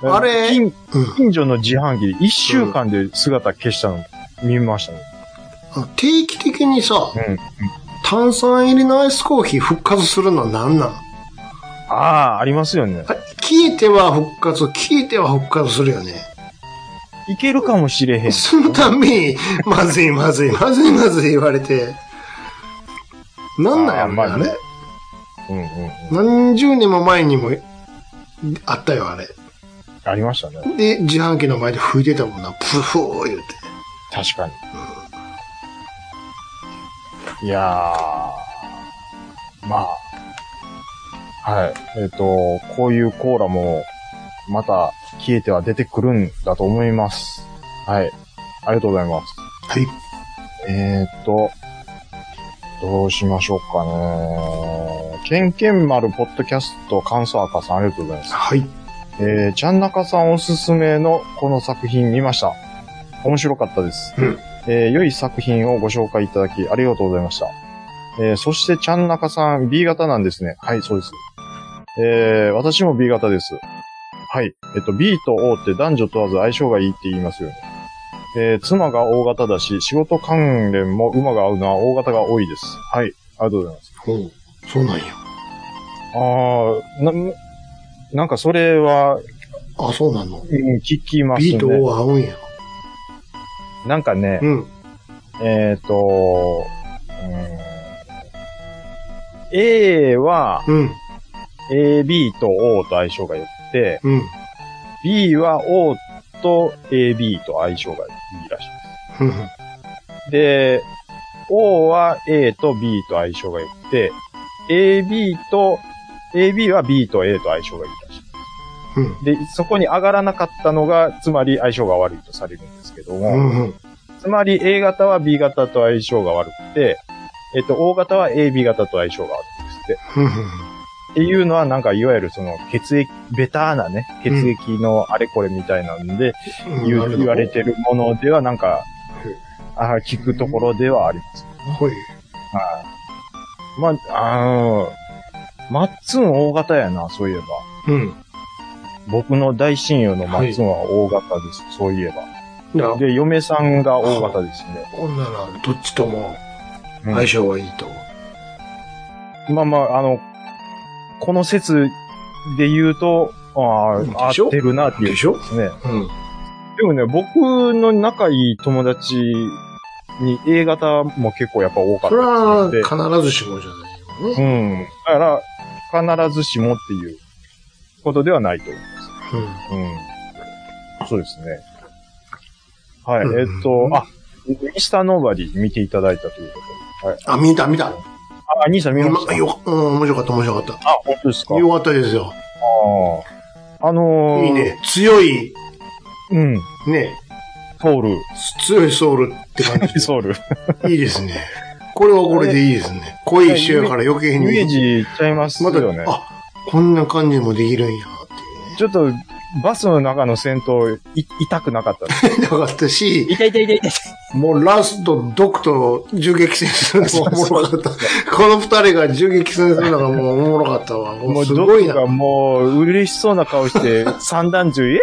Speaker 5: あれ
Speaker 4: 近近所の自販機で一週間で姿消したの見ましたね。
Speaker 5: あ定期的にさ、
Speaker 4: うん。
Speaker 5: 炭酸入りのアイスコーヒー復活するのは何なん
Speaker 4: ああ、ありますよね。
Speaker 5: あ聞いては復活、聞いては復活するよね。
Speaker 4: いけるかもしれへん。
Speaker 5: そのたんびに、まずいまずい、まずいまずい言われて。なんなんやろね、
Speaker 4: あ
Speaker 5: あ
Speaker 4: ーまあ
Speaker 5: れ
Speaker 4: ね。うんうんうん。
Speaker 5: 何十年も前にもあったよ、あれ。
Speaker 4: ありましたね。
Speaker 5: で、自販機の前で吹いてたもんな、プフー言うて。
Speaker 4: 確かに。いやー。まあ。はい。えっ、と、こういうコーラも、また消えては出てくるんだと思います。はい。ありがとうございます。
Speaker 5: はい。
Speaker 4: えーっと、どうしましょうかね。ケンケン丸ポッドキャスト感想赤さんありがとうございます。
Speaker 5: はい。
Speaker 4: えー、ちゃんなかさんおすすめのこの作品見ました。面白かったです。
Speaker 5: うん
Speaker 4: えー良い作品をご紹介いただきありがとうございました。えー、そしてちゃんなかさん B 型なんですね。はい、そうです。えー、私も B 型です。はい。えっと、B と O って男女問わず相性がいいって言いますよね。えー、妻が O 型だし、仕事関連も馬が合うのは O 型が多いです。はい。ありがとうございます。
Speaker 5: ほう。そうなんや。
Speaker 4: あー、な、なんかそれは、
Speaker 5: あ、そうなの。
Speaker 4: うん聞きますね。
Speaker 5: ビートを合うんや。
Speaker 4: なんかね、
Speaker 5: うん。
Speaker 4: えっ、と、うん A は
Speaker 5: うん。
Speaker 4: AB と O と相性が良くて、
Speaker 5: うん。
Speaker 4: B は O と AB と相性がいいらしい
Speaker 5: うん。
Speaker 4: です。で、O は A と B と相性が良くて、AB と、AB は B と A と相性がいいらしい。
Speaker 5: うん。
Speaker 4: で、そこに上がらなかったのが、つまり相性が悪いとされるんですけども、
Speaker 5: うん。うん。
Speaker 4: つまり A 型は B 型と相性が悪くて、えっと、O 型は AB 型と相性が悪いんですって。っていうのは、なんか、いわゆるその、血液、ベターなね、血液のあれこれみたいなんで、
Speaker 5: うん
Speaker 4: 言う言われ。てるものでは、なんか
Speaker 5: うん、
Speaker 4: あー聞くところではあります。
Speaker 5: ほい。
Speaker 4: まあ、あーマッツン O 型やな、そういえば。
Speaker 5: うん。
Speaker 4: 僕の大親友のマッツンは O 型です、そういえ
Speaker 5: じゃあ
Speaker 4: ば。、で、嫁さんが O 型ですね。
Speaker 5: ほんなら、どっちとも
Speaker 4: うん
Speaker 5: 相性はいいと。
Speaker 4: まあまあ、あの、この説で言うと、あ
Speaker 5: うん
Speaker 4: あ、
Speaker 5: でしょ
Speaker 4: 合ってるなっていう
Speaker 5: でしょ
Speaker 4: ですね。
Speaker 5: うん。
Speaker 4: でもね、僕の仲いい友達に A 型も結構やっぱ多かっ
Speaker 5: それ
Speaker 4: た
Speaker 5: は、
Speaker 4: ですね
Speaker 5: 必ずしもじゃないよね。
Speaker 4: でうん。だから、必ずしもっていうことではないと思います。
Speaker 5: うん。
Speaker 4: うん。そうですね。はい、えっと、あ、イースターノーバディ見ていただいたということで。はい。
Speaker 5: あ、見た、見た。
Speaker 4: あ、兄さん見ました
Speaker 5: 今よ、うん、面白かった、面白かっ
Speaker 4: あ、本当ですか
Speaker 5: た。よかったですよ。
Speaker 4: あーあのー、
Speaker 5: いいね。強い、
Speaker 4: うん。
Speaker 5: ね、
Speaker 4: ソウル。
Speaker 5: 強いソウルって感じ
Speaker 4: ソウ
Speaker 5: (laughs)
Speaker 4: ル。
Speaker 5: で。いいですね。これはこれでいいですね。濃い一緒やから余計
Speaker 4: イ
Speaker 5: に。
Speaker 4: メージいっちゃいます
Speaker 5: また
Speaker 4: よね、。
Speaker 5: あ、こんな感じもできるんや、っていうね。
Speaker 4: ちょっと、バスの中の戦闘、い、痛くなかったです。
Speaker 5: なかったし、
Speaker 4: 痛い痛い痛い痛い。
Speaker 5: もうラスト、ドクと銃撃戦するのがおもろかった。この二人が銃撃戦するのがもうおもろかったわ。も
Speaker 4: も
Speaker 5: う
Speaker 4: う、
Speaker 5: す
Speaker 4: ド
Speaker 5: ごい
Speaker 4: ク
Speaker 5: な。
Speaker 4: がもう、嬉しそうな顔
Speaker 5: (laughs)
Speaker 4: して、散弾銃、イエ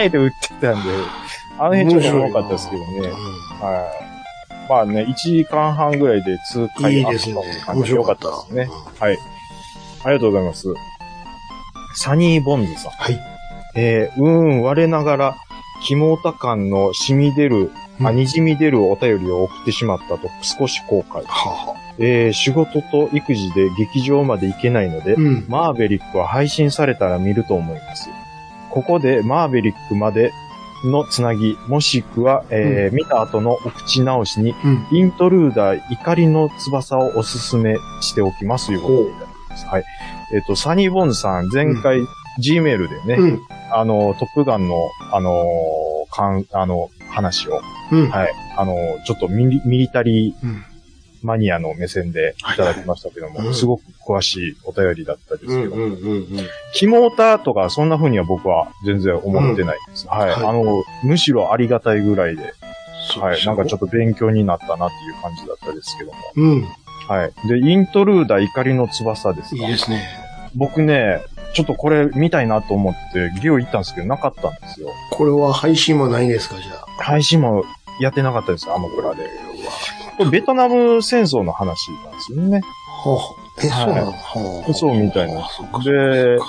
Speaker 4: ーイって撃ってたんで、あの辺ちょっと重かったですけどね。はい。まあね、1時間半ぐらいで通
Speaker 5: うんい
Speaker 4: 回
Speaker 5: い
Speaker 4: あっ
Speaker 5: で
Speaker 4: た
Speaker 5: す
Speaker 4: の
Speaker 5: ね
Speaker 4: も感
Speaker 5: 面
Speaker 4: じ良
Speaker 5: 白
Speaker 4: か
Speaker 5: か
Speaker 4: っ
Speaker 5: ったた。
Speaker 4: ですね。
Speaker 5: うん
Speaker 4: はい。ありがとうございます。サニーボンズさん。
Speaker 5: はい。
Speaker 4: えー、うーん、我ながら、肝タ感の染み出る、
Speaker 5: う
Speaker 4: あ、
Speaker 5: ん
Speaker 4: にじみ出るお便りを送ってしまったと少し後悔。
Speaker 5: はあはあ
Speaker 4: えー、仕事と育児で劇場まで行けないので、
Speaker 5: うん。
Speaker 4: マーベリックは配信されたら見ると思います。ここでマーベリックまでのつなぎ、もしくは、えー見た後のお口直しに、
Speaker 5: うん。
Speaker 4: イントルーダー怒りの翼をおすすめしておきますということでいただきます。はい。えっ、と、サニーボンズさん、前回、G メールでね、
Speaker 5: うん。
Speaker 4: あの、トップガンの、あのー、かん、あの、話を、
Speaker 5: うん。
Speaker 4: はいあのー、ちょっとミリミリタリー
Speaker 5: うん
Speaker 4: マニアの目線でいただきましたけども、
Speaker 5: はいはいうん
Speaker 4: すごく詳しいお便りだったですけど、
Speaker 5: うんうんうん。
Speaker 4: キモータとかそんな風には僕は全然思ってないです。はい、
Speaker 5: はい
Speaker 4: あの、むしろありがたいぐらいで、
Speaker 5: そう
Speaker 4: はい。なんかちょ
Speaker 5: っ
Speaker 4: っと勉強になったなっていう感じだったですけども。
Speaker 5: と。うん。
Speaker 4: はい。で、イントルーダー怒りの翼です
Speaker 5: い
Speaker 4: か
Speaker 5: いですね。
Speaker 4: 僕ね、ちょっとこれ見たいなと思って、ゲオ行ったんですけど、なかったんですよ。
Speaker 5: これは配信もないですか、じゃあ。
Speaker 4: 配信もやってなかったです、アマプラで。
Speaker 5: は
Speaker 4: これベトナム戦争の話なんですよね。
Speaker 5: あえ、
Speaker 4: はい
Speaker 5: そうなのはあ
Speaker 4: そうみたいな
Speaker 5: そうか
Speaker 4: で
Speaker 5: そうか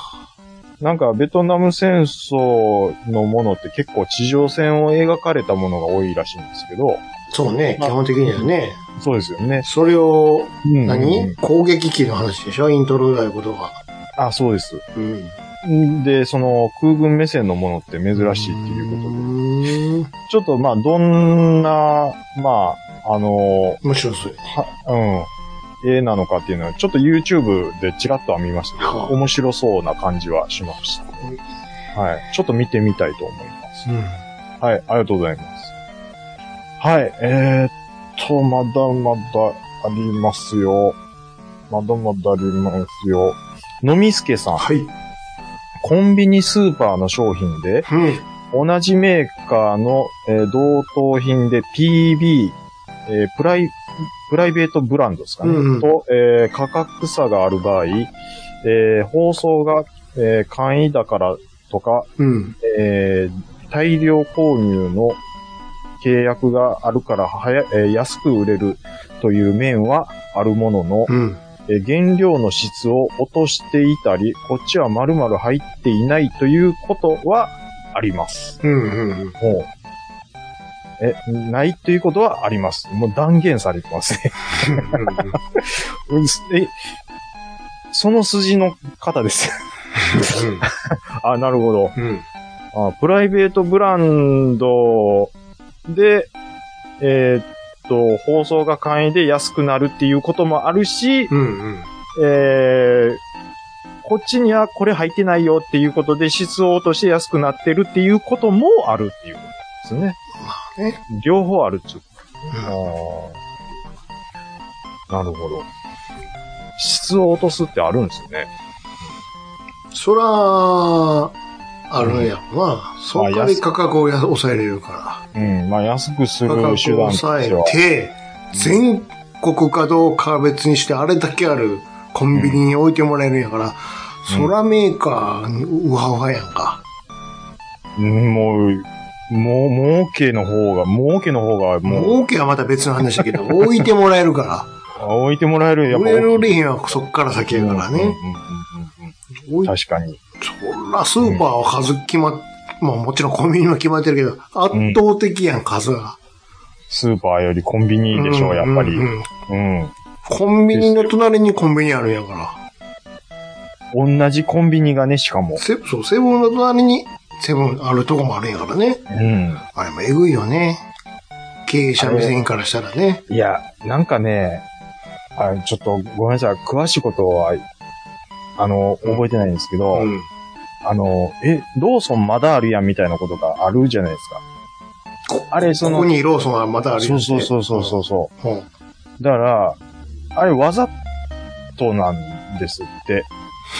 Speaker 4: なんか、ベトナム戦争のものって結構地上戦を描かれたものが多いらしいんですけど、
Speaker 5: そうね、基本的にはね。
Speaker 4: そうですよね。
Speaker 5: それを、
Speaker 4: うん
Speaker 5: 何攻撃機の話でしょイントロだいうことが。
Speaker 4: あ、そうです。
Speaker 5: うん。
Speaker 4: で、その空軍目線のものって珍しいっていうことで、
Speaker 5: うこと
Speaker 4: ちょっとまあ、どんな、まあ、あの、
Speaker 5: で。むしろそうよね。
Speaker 4: は、うん、絵なのかっていうのは、ちょっと YouTube でチラッとは見ましたけど、
Speaker 5: はあ
Speaker 4: 面白そうな感じはしました。はい。ちょっと見てみたいと思います。
Speaker 5: う
Speaker 4: はい、ありがとうございます。はい、えー、っと、まだまだありますよ。まだまだありますよ。のみすけさん
Speaker 5: ん。、はい。
Speaker 4: コンビニスーパーの商品で、
Speaker 5: うん。
Speaker 4: 同じメーカーの、えー同等品で PB、えープライ、プライベートブランドですかね、
Speaker 5: うんうん
Speaker 4: と、えー価格差がある場合、えー包装が、えー簡易だからとか、
Speaker 5: うん。
Speaker 4: えー大量購入の契約があるから早、えー安く売れるという面はあるものの、
Speaker 5: うん。
Speaker 4: えー原料の質を落としていたり、こっちは丸々入っていないということはあります。
Speaker 5: うん。うん。
Speaker 4: もう。え、ないということはあります。もう断言されてますね。 (laughs) うんえ、その筋の方です。 (laughs) あ、なるほど。
Speaker 5: うん。
Speaker 4: あプライベートブランドで、えーっと、放送が簡易で安くなるっていうこともあるし、
Speaker 5: うん。
Speaker 4: えーこっちにはこれ入ってないよっていうことで質を落として安くなってるっていうこともあるっていうことですね。
Speaker 5: ね
Speaker 4: 両方あるっちゅう。
Speaker 5: うん
Speaker 4: なるほど。質を落とすってあるんですね。
Speaker 5: そら、あるやろな。その代わり価格をや抑えれるか
Speaker 4: うん。まあ安くす
Speaker 5: ら。
Speaker 4: る
Speaker 5: 価格を
Speaker 4: 手段として
Speaker 5: 抑え
Speaker 4: は。
Speaker 5: て、全国かどうかは別にして、あれだけあるコンビニに置いてもらえるんやから、
Speaker 4: うん
Speaker 5: そらメーカーにうわうわやんか。
Speaker 4: うんもう、もう、儲けの方が、儲けの方が、もう、
Speaker 5: 儲けはまた別の話だけど、 (laughs) 置いてもらえるか
Speaker 4: 置いてもらえる、
Speaker 5: ら。
Speaker 4: やっ
Speaker 5: 売
Speaker 4: ぱ
Speaker 5: れる
Speaker 4: 大
Speaker 5: 売
Speaker 4: きい。
Speaker 5: れへんはそっから先やから
Speaker 4: うん
Speaker 5: ね。
Speaker 4: うんうんうんうん
Speaker 5: 置い
Speaker 4: 確かに。
Speaker 5: そらスーパーは数決まっ、まあもちろんコンビニは決まってるけど、圧倒的やん、数が。
Speaker 4: スーパーよりコンビニでしょう、やっぱり。
Speaker 5: う
Speaker 4: うん。
Speaker 5: うんんうんコンビニの隣にコンビニあるんやから。
Speaker 4: 同じコンビニがね、しかも。
Speaker 5: セそう、セブンの隣にセブンあるとこもあるんやからね。
Speaker 3: うん。
Speaker 5: あれもえぐいよね。経営者目線からしたらね。
Speaker 4: いや、なんかね、あちょっとごめんなさい。詳しいことは、あの、覚えてないんですけど、
Speaker 5: うん。
Speaker 4: あの、え、ローソンまだあるやんみたいなことがあるじゃないですか。
Speaker 5: こ
Speaker 4: あれその
Speaker 5: ここにローソンはまたある
Speaker 4: そうそうそうそう
Speaker 5: う。
Speaker 4: そうそ
Speaker 5: うん
Speaker 4: う。だから、あれわざとなんですって。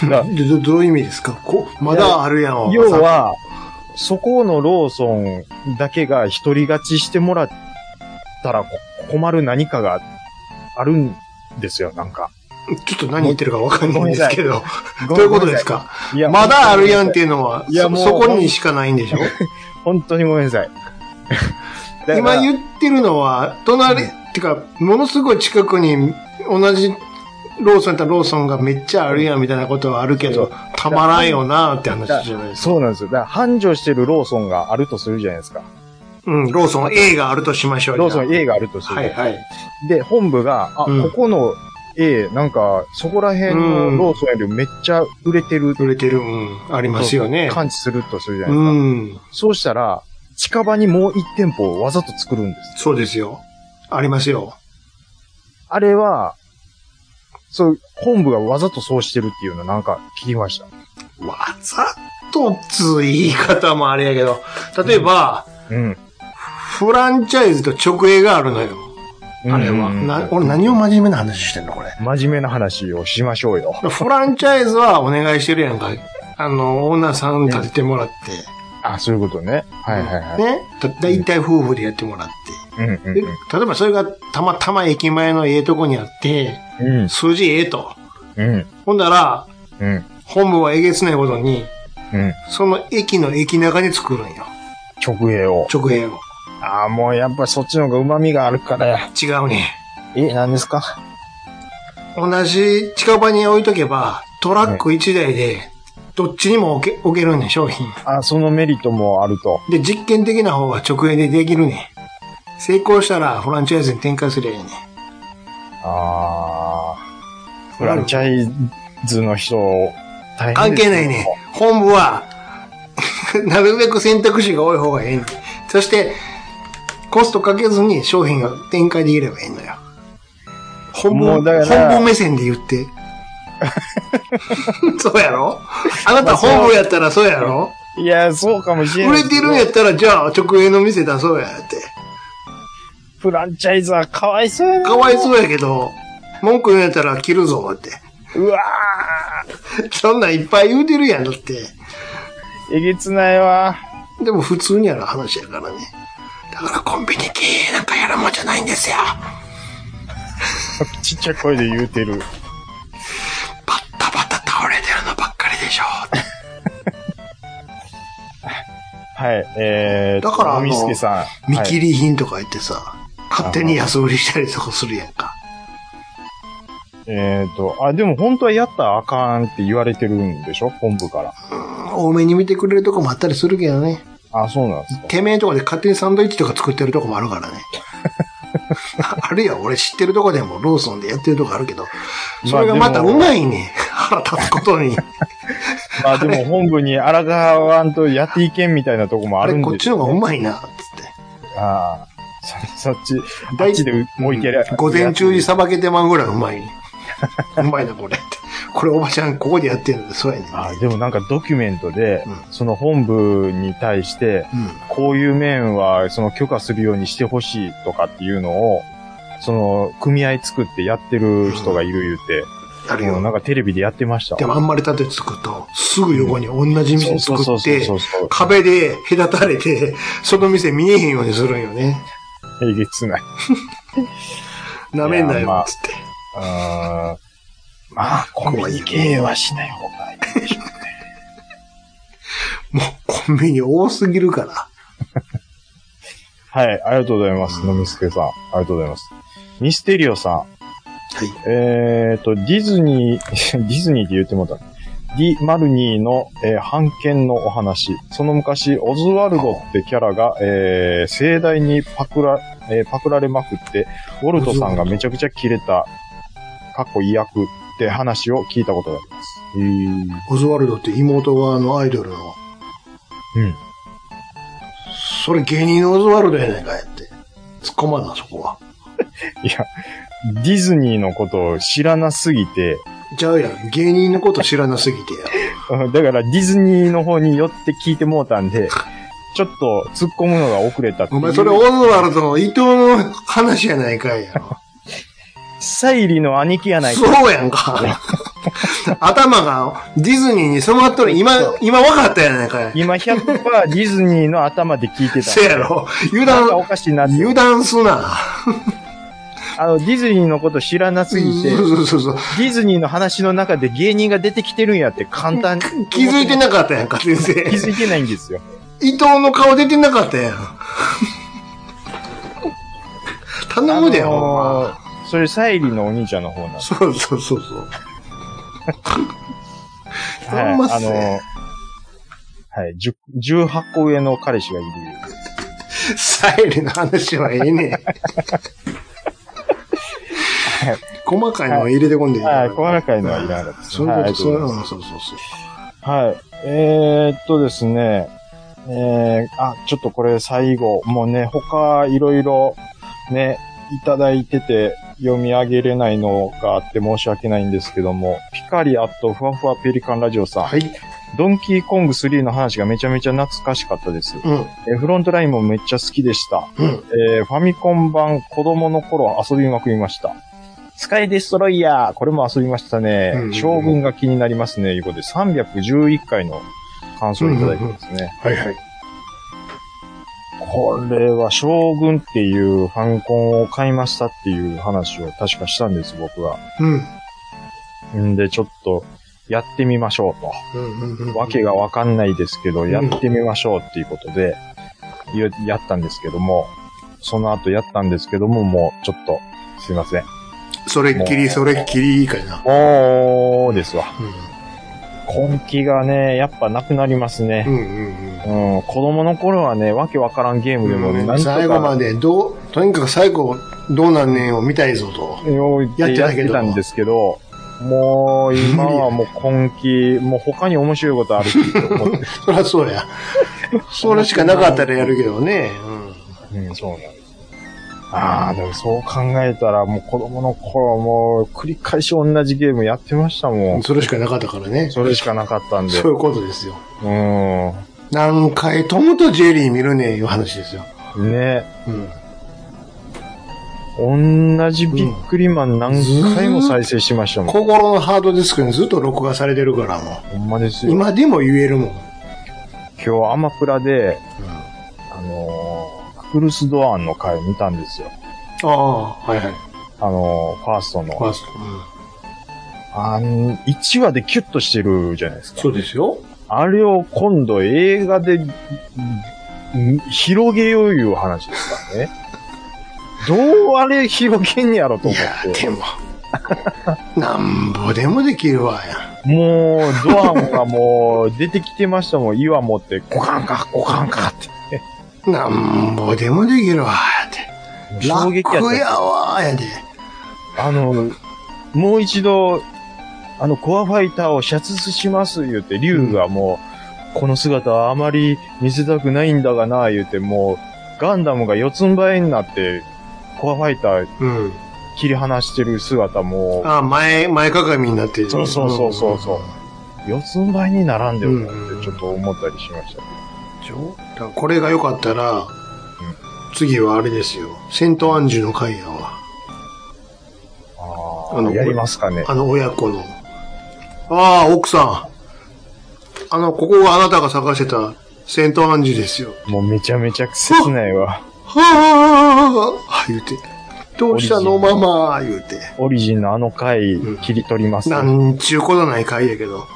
Speaker 4: だ
Speaker 5: でどどういう意味ですかこまだあるやん。
Speaker 4: 要は、そこのローソンだけが独り勝ちしてもらったらこ困る何かがあるんですよ、なんか。
Speaker 5: ちょっと何言ってるかわかんないんですけど。
Speaker 4: ど
Speaker 5: どういうことですか
Speaker 4: いや
Speaker 5: まだあるやんっていうのは、
Speaker 4: いや
Speaker 5: そ
Speaker 4: もう
Speaker 5: そこにしかないんでしょ
Speaker 4: 本当にごめんな
Speaker 5: (laughs)
Speaker 4: さい。だから
Speaker 5: 今言ってるのは、隣、
Speaker 4: うん
Speaker 5: てか、ものすごい近くに同じローソンやったらローソンがめっちゃあるやんみたいなことはあるけど、たまらんよなーって話じゃないですか。
Speaker 4: そうなんですよ。だから繁盛してるローソンがあるとするじゃないですか。
Speaker 5: うん、ローソン A があるとしましょう。
Speaker 4: ローソン
Speaker 5: じゃ
Speaker 4: A があるとす
Speaker 5: あ
Speaker 4: る。
Speaker 5: はいはい。
Speaker 4: で、本部が、あ、
Speaker 5: うん
Speaker 4: ここの A、なんか、そこら辺のローソンよりめっちゃ売れてる。
Speaker 5: 売れてる、うん、ありますよね。
Speaker 4: 感知するとするじゃな
Speaker 5: う
Speaker 4: いですか。
Speaker 5: ん、
Speaker 4: そうしたら、近場にもう一店舗をわざと作るんです。
Speaker 5: そうですよ。ありますよ。
Speaker 4: あれは、そう、本部がわざとそうしてるっていうのなんか聞きました。
Speaker 5: わざとつ言い方もあれやけど、例えば、
Speaker 4: うん。
Speaker 5: フランチャイズと直営があるのよ。あれは。
Speaker 4: うん
Speaker 5: な俺何を真面目な話してんのこれ。
Speaker 4: 真面目な話をしましょうよ。
Speaker 5: フランチャイズはお願いしてるやんか。あの、オーナーさん立ててもらって。
Speaker 4: あ、そういうことね。はいはいはい。
Speaker 5: ね。だだいたい夫婦でやってもらって。
Speaker 4: うんうん
Speaker 5: で例えばそれがたまたま駅前のええとこにあって、
Speaker 4: うん。うん
Speaker 5: 数字ええと。
Speaker 4: うん。
Speaker 5: ほんだら、
Speaker 4: うん。
Speaker 5: 本部はえげつないことに、
Speaker 4: うん。
Speaker 5: その駅の駅中に作るんよ。
Speaker 4: 直営を。
Speaker 5: 直営を。
Speaker 4: ああ、もうやっぱそっちの方が旨味があるからや。
Speaker 5: 違うね。
Speaker 4: え、何ですか
Speaker 5: 同じ近場に置いとけば、トラック1台で、どっちにも置け置けるね、商品。
Speaker 4: あそのメリットもあると。
Speaker 5: で、実験的な方は直営でできるね。成功したらフランチャイズに展開すりゃいいね。
Speaker 4: ああ。フランチャイズの人、大変です
Speaker 5: 関係ないね。本部は、 (laughs) なるべく選択肢が多い方がええね。そして、コストかけずに商品が展開できればええのよ。本部、
Speaker 4: もうだから
Speaker 5: 本部目線で
Speaker 4: (laughs)
Speaker 5: 言って。そうやろあなた本部やったらそうやろ
Speaker 4: いや、そうかもしれ
Speaker 5: 売
Speaker 4: ない。
Speaker 5: れてるんやったら、じゃあ直営の店出そうやって。
Speaker 4: フランチャイズはかわいそうやな。
Speaker 5: かわいそうやけど、文句言うんやったら切るぞって。 (laughs)
Speaker 4: うわ
Speaker 5: そんなんいっぱい言うてるやん、だって。
Speaker 4: ーえげつないわ。
Speaker 5: でも普通にある話やからね。だからコンビニ経営なんかやるもんじゃないんですよ。
Speaker 4: ちっちゃい声で言うてる。
Speaker 5: バッタバタ倒れてるのばっかりでしょ。
Speaker 4: (laughs) はい。えー、
Speaker 5: だからあの
Speaker 4: みすけさん。
Speaker 5: 見
Speaker 4: はい
Speaker 5: 切り品とか言ってさ、勝手に安売りしたりとかするやんか。
Speaker 4: えっ、と、あ、でも本当はやったらあかんって言われてるんでしょ本部から。
Speaker 5: 多めに見てくれるとこもあったりするけどね。
Speaker 4: あ、そうなんですか。
Speaker 5: てめえとかで勝手にサンドイッチとか作ってるとこもあるか
Speaker 4: (laughs)
Speaker 5: らね。ああるいは俺知ってるとこでもローソンでやってるとこあるけど、それがまたうまいね。腹立つことに。
Speaker 4: まあでも本部に荒川んとやっていけんみたいなとこも
Speaker 5: あ
Speaker 4: ある
Speaker 5: れ
Speaker 4: んで。
Speaker 5: こっちの方がうまいな、つって。
Speaker 4: ああ。そそっち、あ
Speaker 5: 大
Speaker 4: っちでもういける。
Speaker 5: 午前中にさばけてまうぐらいうまい。うまいな、これって。これおばちゃん、ここでやってるんだ、そうやねん。
Speaker 4: ああでもなんかドキュメントで、
Speaker 5: うん
Speaker 4: その本部に対して、
Speaker 5: う
Speaker 4: こういう面はその許可するようにしてほしいとかっていうのを、その組合作ってやってる人がいる言う
Speaker 5: ん。あ
Speaker 4: て、
Speaker 5: る
Speaker 4: もう
Speaker 5: よ。
Speaker 4: なんかテレビでやってましたわ。
Speaker 5: でもあんまり立てつくと、すぐ横に同じ
Speaker 4: そ
Speaker 5: 店
Speaker 4: うそう
Speaker 5: 作
Speaker 4: そう
Speaker 5: っ
Speaker 4: そう
Speaker 5: て
Speaker 4: そ、うそう。
Speaker 5: 壁で隔たれて、その店見えへんようにするんよね。
Speaker 4: えげつない。
Speaker 5: なめんない
Speaker 4: やま
Speaker 5: よ
Speaker 4: あ、
Speaker 5: つって。
Speaker 4: うーんまあ、コミュニケーはしない方がいいでしょうね。
Speaker 5: もうコンビニ多すぎるから。
Speaker 4: はい、ありがとうございます。のみすけさん、ありがとうございます。ミステリオさん。はいえっ、と、ディズニー、 (laughs) ディズニーって言ってもうた。ディ・マルニーの、えー、版権のお話。その昔、オズワルドってキャラが、えー、盛大にパクら、えーパクられまくって、ウォルトさんがめちゃくちゃキレた、かっこいい役って話を聞いたことがあります。えー
Speaker 5: オズワルドって妹があのアイドルの
Speaker 3: うん。
Speaker 5: それ芸人のオズワルドやないかいって。突っ込まな、そこは。
Speaker 4: いや、ディズニーのことを知らなすぎて、 (laughs)
Speaker 5: ちゃうやん。芸人のこと知らなすぎてや。
Speaker 4: うんだからディズニーの方に寄って聞いてもうたんで、ちょっと突っ込むのが遅れたってい
Speaker 5: お
Speaker 4: う
Speaker 5: 前それオズワルドの伊藤の話やないかいや。
Speaker 4: サイリの兄貴やないか。
Speaker 5: そうやん
Speaker 4: (laughs)
Speaker 5: か。頭がディズニーに染まっとる。今、今分かったやないかい。
Speaker 4: 今100%ディズニーの頭で聞いてた。
Speaker 5: せやろ。油
Speaker 4: なんかお
Speaker 5: 断、
Speaker 4: かしいなって。
Speaker 5: 油断すな。
Speaker 4: あの、ディズニーのこと知らなすぎて、デ
Speaker 5: そうそうそう。
Speaker 4: ィズニーの話の中で芸人が出てきてるんやって簡単に。
Speaker 5: 気づいてなかったやんか、先生。
Speaker 4: 気づいてないんですよ。
Speaker 5: 伊藤の顔出てなかったやん。 (laughs) 頼むでよ、
Speaker 4: あのー
Speaker 5: ほんま。
Speaker 4: それサイリのお兄ちゃんの方なんです。
Speaker 5: そうそうそうそう。
Speaker 4: はい。
Speaker 5: ほんまっす
Speaker 4: あのー
Speaker 5: ね
Speaker 4: はい。じゅ18個上の彼氏がいる。
Speaker 5: サイレの話はええ
Speaker 4: (laughs)
Speaker 5: ねん。細かいのは入れてこんでいい。
Speaker 4: はい。細かいのはいらなかったです。
Speaker 5: そういう
Speaker 4: は
Speaker 5: こ
Speaker 4: あ
Speaker 5: と、
Speaker 4: りがとござ
Speaker 5: そうういう
Speaker 4: います
Speaker 5: の、そうそうそう。
Speaker 4: はい。えー、っとですね。えー、あ、ちょっとこれ最後。もうね、他いろいろね、いただいてて読み上げれないのがあって申し訳ないんですけども、ピカリアットふわふわペリカンラジオさん、
Speaker 5: はい。
Speaker 4: ドンキーコング3の話がめちゃめちゃ懐かしかったです。
Speaker 5: う
Speaker 4: えーフロントラインもめっちゃ好きでした。
Speaker 5: ん。うん。
Speaker 4: えーファミコン版子供の頃遊びまくりました。スカイデストロイヤーこれも遊びましたね。
Speaker 5: うん
Speaker 4: 将軍が気になりますね。いうことで311回の感想をいただいてますね。
Speaker 5: はいはい。
Speaker 4: これは将軍っていうファミコンを買いましたっていう話を確かしたんです、僕は。
Speaker 5: うん。
Speaker 4: んで、ちょっとやってみましょうと。
Speaker 5: うんうんうん。
Speaker 4: わけがわかんないですけど、やってみましょうっていうことで、ややったんですけども、その後やったんですけども、もうちょっと、すいません。
Speaker 5: それっきり、それっきりいいかいな。
Speaker 4: おーですわ。
Speaker 5: う
Speaker 4: 根気がね、やっぱなくなりますね。
Speaker 5: ん。うんうん
Speaker 4: うん、子供の頃はね、わけわからんゲームでも、
Speaker 5: う
Speaker 4: なん
Speaker 5: ん。
Speaker 4: とか
Speaker 5: 最後まで、どう、とにかく最後、どうなんねんを見たいぞと。
Speaker 4: ようやってや
Speaker 5: やっ
Speaker 4: って
Speaker 5: たけど
Speaker 4: てたんですけど、もう今はもう根気、もう他に面白いことあるって思って、
Speaker 5: (laughs) そりゃそうや。それしかなかったらやるけどね。
Speaker 4: (laughs) うん、そうなんです。ああ、でもそう考えたら、もう子供の頃はもう繰り返し同じゲームやってました
Speaker 5: う
Speaker 4: も
Speaker 5: ん。
Speaker 4: ん。
Speaker 5: それしかなかったからね。
Speaker 4: それしかなかったんで。
Speaker 5: そういうことですよ。
Speaker 4: う
Speaker 5: 何回トムとジェリー見るねんいう話ですよ。
Speaker 4: ん。ね。
Speaker 5: うん。
Speaker 4: 同じビックリマン何回も再生しましたもん。
Speaker 5: 心のハードディスクにずっと録画されてるからも
Speaker 4: ほんまです
Speaker 5: う。
Speaker 4: よ。
Speaker 5: 今でも言えるもん。
Speaker 4: 今日アマプラで、あのー、クルスドアンの回見たんですよ。
Speaker 5: ああ、はいはい。
Speaker 4: あのー、ファースト
Speaker 5: ま
Speaker 4: の。
Speaker 5: あ、うん、
Speaker 4: あん、1話でキュッとしてるじゃないですか。
Speaker 5: そうですよ。
Speaker 4: あれを今度映画で、うん広げよういう話ですからね。どうあれ広げんやろと
Speaker 5: い
Speaker 4: 思
Speaker 5: や、
Speaker 4: って。
Speaker 5: でも。なんぼでもできるわや。
Speaker 4: もう、ドアンがもう出てきてましたもん。岩持って、コカンか、コカンかって。
Speaker 5: なんぼでもできるわって。
Speaker 4: 衝撃やった。
Speaker 5: 楽やわやで。
Speaker 4: あの、もう一度、あの、コアファイターを射出します、言うて、竜がもう、この姿はあまり見せたくないんだがな、言うて、もう、ガンダムが四つん這いになって、コアファイター
Speaker 5: うん。
Speaker 4: 切り離してる姿も、
Speaker 5: ああ、前、前かがみになってる。
Speaker 4: そうそうそうそうそう四つん這いに並んでるな
Speaker 5: うん
Speaker 4: って、ちょっと思ったりしましたけ
Speaker 5: でしょだからこれが良かったら、次はあれですよ。セントアンジュの会やわ。
Speaker 4: ど。
Speaker 5: あ
Speaker 4: あ
Speaker 5: の
Speaker 4: あ、やりますかね。
Speaker 5: あの親子の。ああ、奥さん。あの、ここがあなたが探してたセントアンジュですよ。
Speaker 4: もうめちゃめちゃ切ないわ。
Speaker 5: はあ、言うて。どうしたのママ、言うて。
Speaker 4: オリジンのあの回
Speaker 5: うん、
Speaker 4: 切り取ります。
Speaker 5: なんちゅうことない会やけど。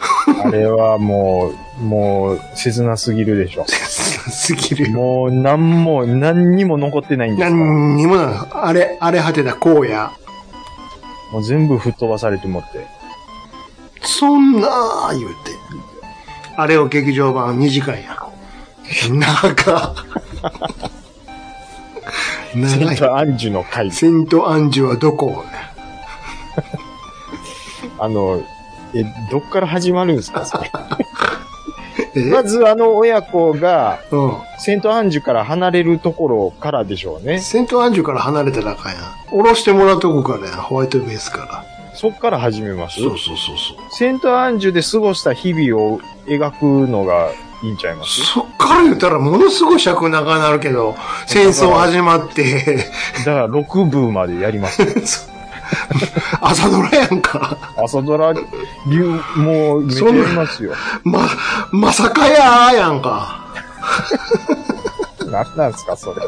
Speaker 5: (laughs)
Speaker 4: あれはもう、もう、切なすぎるでしょ。
Speaker 5: すぎるよ。
Speaker 4: もう、なんも、何にも残ってないんですから。も
Speaker 5: なんにもなの。あれ、あれ果てた荒野。
Speaker 4: う全部吹っ飛ばされてもって。
Speaker 5: そんな、言うて。あれを劇場版2時間や。長。
Speaker 4: セ
Speaker 5: 長
Speaker 4: ン
Speaker 5: い。
Speaker 4: トアンジュの回、
Speaker 5: セントアンジュはどこ
Speaker 4: あの、え、どっから始まるんですかそれ
Speaker 5: え
Speaker 4: まずあの親子が、
Speaker 5: う
Speaker 4: セントアンジュから離れるところからでしょうね
Speaker 5: ん。。セントアンジュから離れたらあかんやん。下ろしてもらうとこからやん。ホワイトベースから。
Speaker 4: そっから始めます。
Speaker 5: そうそうそうそう。
Speaker 4: セントアンジュで過ごした日々を描くのがいいんちゃいます
Speaker 5: そっから言ったらものすごい尺長くなるけど、戦争始まって、
Speaker 4: だ
Speaker 5: (laughs)
Speaker 4: から6部までやります。
Speaker 5: そう朝ドラやんか。
Speaker 4: 朝ドラ、流、もうめっちゃやりますよ。
Speaker 5: ま、まさかやーやんか。
Speaker 4: なんなんすか、それ。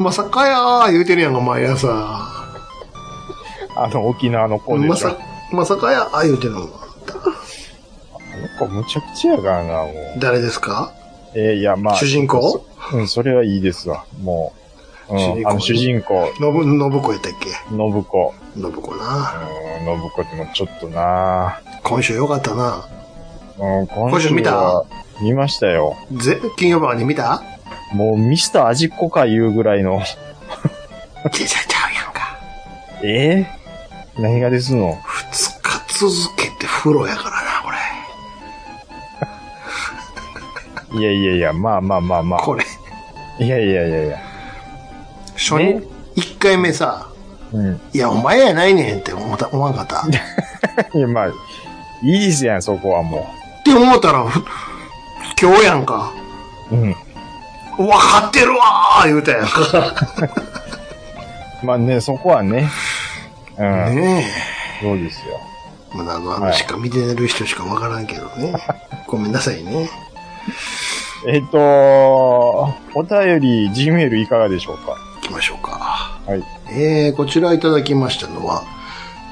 Speaker 5: まさかやー言うてるやんか、毎朝。
Speaker 4: あの、沖縄の子で
Speaker 5: ま
Speaker 4: しょ。
Speaker 5: さ、まさかやー言うてるの。
Speaker 4: あの子むちゃくちゃやからな、もう。
Speaker 5: 誰ですか
Speaker 4: えーいや、まあ。
Speaker 5: 主人公
Speaker 4: そうん、それはいいですわ、もう。うん
Speaker 5: 主人、公
Speaker 4: あの主人公、
Speaker 5: のぶ、のぶこやったっけ
Speaker 4: 信子。
Speaker 5: のぶこ
Speaker 4: う
Speaker 5: な。
Speaker 4: ん、信子ってもちょっとな
Speaker 5: 今週よかったな。
Speaker 4: うん、今
Speaker 5: 今週見た
Speaker 4: は見ましたよ。
Speaker 5: ぜ、金曜日に見た
Speaker 4: もうミスター味っ子か言うぐらいの。 (laughs)
Speaker 5: 出ちゃちゃうやんか。
Speaker 4: えー何がですの
Speaker 5: 二日続けて風呂やからな、これ。
Speaker 4: いやいやいや、まあまあまあま
Speaker 5: これ。
Speaker 4: あ。いやいやいやいや。
Speaker 5: 初
Speaker 4: ね
Speaker 5: 日、一回目さ、
Speaker 4: うん。 (laughs)
Speaker 5: いや、お前やないねんって思った、思わんかった。っ
Speaker 4: いや、まあ、いいですやん、そこはも
Speaker 5: て思ったら、ふ今日やんか。
Speaker 4: う。うん。
Speaker 5: わかってるわー言うたやんか。
Speaker 4: まあね、そこはね。うん。
Speaker 5: ね
Speaker 4: そうですよ。
Speaker 5: え。まあ、あの話しか見てる人しかわからんけど
Speaker 4: (laughs)
Speaker 5: ね。ごめんなさいね。
Speaker 4: えっ、とお便り、G メールいかがでしょうか
Speaker 5: 行きましょうか。
Speaker 4: はい。
Speaker 5: えー、こちらいただきましたのは、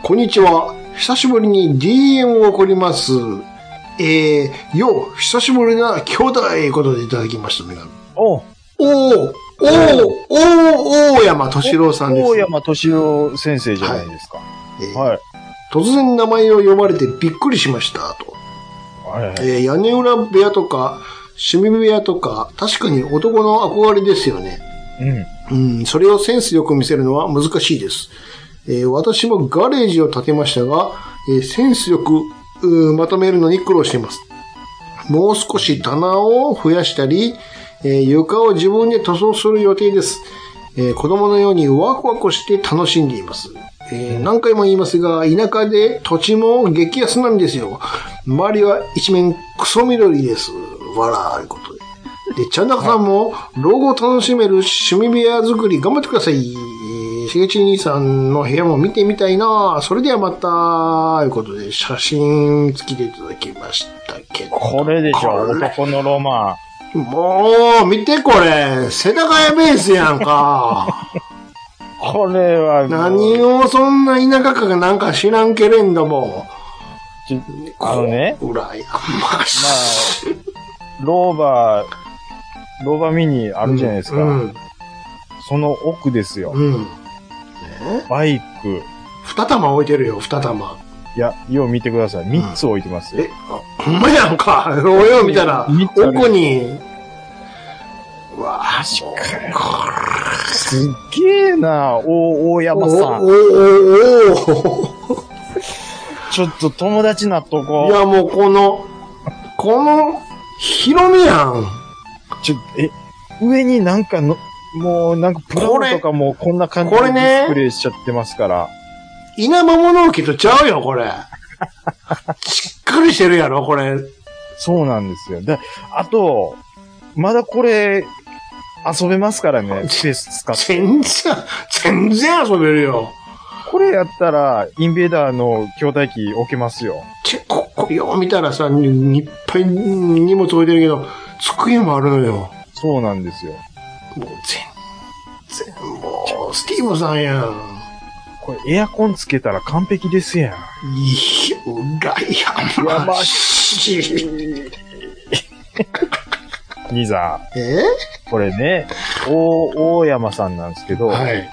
Speaker 5: こんにちは。久しぶりに DM を送ります。えー、よう、久しぶりな兄弟ということでいただきました、女神。
Speaker 4: お
Speaker 5: おー、おー、おー、大山敏郎さんです。
Speaker 4: 大山敏郎先生じゃないですか。
Speaker 5: えー
Speaker 4: はい。
Speaker 5: 突然名前を呼ばれてびっくりしました、と。
Speaker 4: はいはい
Speaker 5: えー屋根裏部屋とか、趣味部屋とか、確かに男の憧れですよね。
Speaker 4: うん。
Speaker 5: うん、それをセンスよく見せるのは難しいです。えー私もガレージを建てましたが、えーセンスよくうーまとめるのに苦労しています。もう少し棚を増やしたり、えー床を自分で塗装する予定です。えー子供のようにワクワクして楽しんでいます。えー何回も言いますが、田舎で土地も激安なんですよ。周りは一面クソ緑です。わらーいうことで。で、ちゃんなかさんも、老後を楽しめる趣味部屋作り頑張ってください。しげち兄さんの部屋も見てみたいなそれではまた、ということで、写真付きでいただきましたけど。
Speaker 4: これでしょ、
Speaker 5: これ
Speaker 4: 男のロマン。
Speaker 5: もう、見てこれ、世田谷ベースや
Speaker 4: (laughs)
Speaker 5: んか。
Speaker 4: これは、
Speaker 5: 何をそんな田舎かなんか知らんけれんども。
Speaker 4: ちあのね、
Speaker 5: うらやましい。
Speaker 4: ローバー、ローバーミニあるじゃないですか。
Speaker 5: うん。
Speaker 4: その奥ですよ。
Speaker 5: うん。
Speaker 4: バイク。
Speaker 5: 二玉置いてるよ、二玉。
Speaker 4: いや、よう見てください。3つ置いてますよ。
Speaker 5: え、あほんまやんか。俺を見たら
Speaker 4: 見、たね
Speaker 5: 奥に。うわあ、
Speaker 4: すっげえな、お大
Speaker 5: お
Speaker 4: 山
Speaker 5: お
Speaker 4: さん。
Speaker 5: おお
Speaker 4: ちょっと友達なっと
Speaker 5: お。い
Speaker 4: こ
Speaker 5: や、もうこの、この、広めやん。
Speaker 4: う。ちょ、え、上になんかの、もうなんかプラ
Speaker 5: こ
Speaker 4: モ
Speaker 5: れ
Speaker 4: とかもうこんな感じで
Speaker 5: これね
Speaker 4: ディスプレイしちゃってますから。
Speaker 5: 稲葉物置とちゃうよ、こ (laughs) れ。しっかりしてるやろ、これ。
Speaker 4: そうなんですよ。で、あと、まだこれ、遊べますからね、スペース使って。
Speaker 5: 全然、全然遊べるよ。
Speaker 4: これやったら、インベーダーの筐体機置けますよ。
Speaker 5: ちここよう見たらさ、ににいっぱい荷物置いてるけど、机もあるのよ。
Speaker 4: そうなんですよ。
Speaker 5: もう全然、もう、スティーブさんやん。
Speaker 4: これエアコンつけたら完璧ですやん。
Speaker 5: いや、羨ましい。
Speaker 4: 兄さ
Speaker 5: え
Speaker 4: ん、これね、大、大山さんなんですけど、
Speaker 5: はい。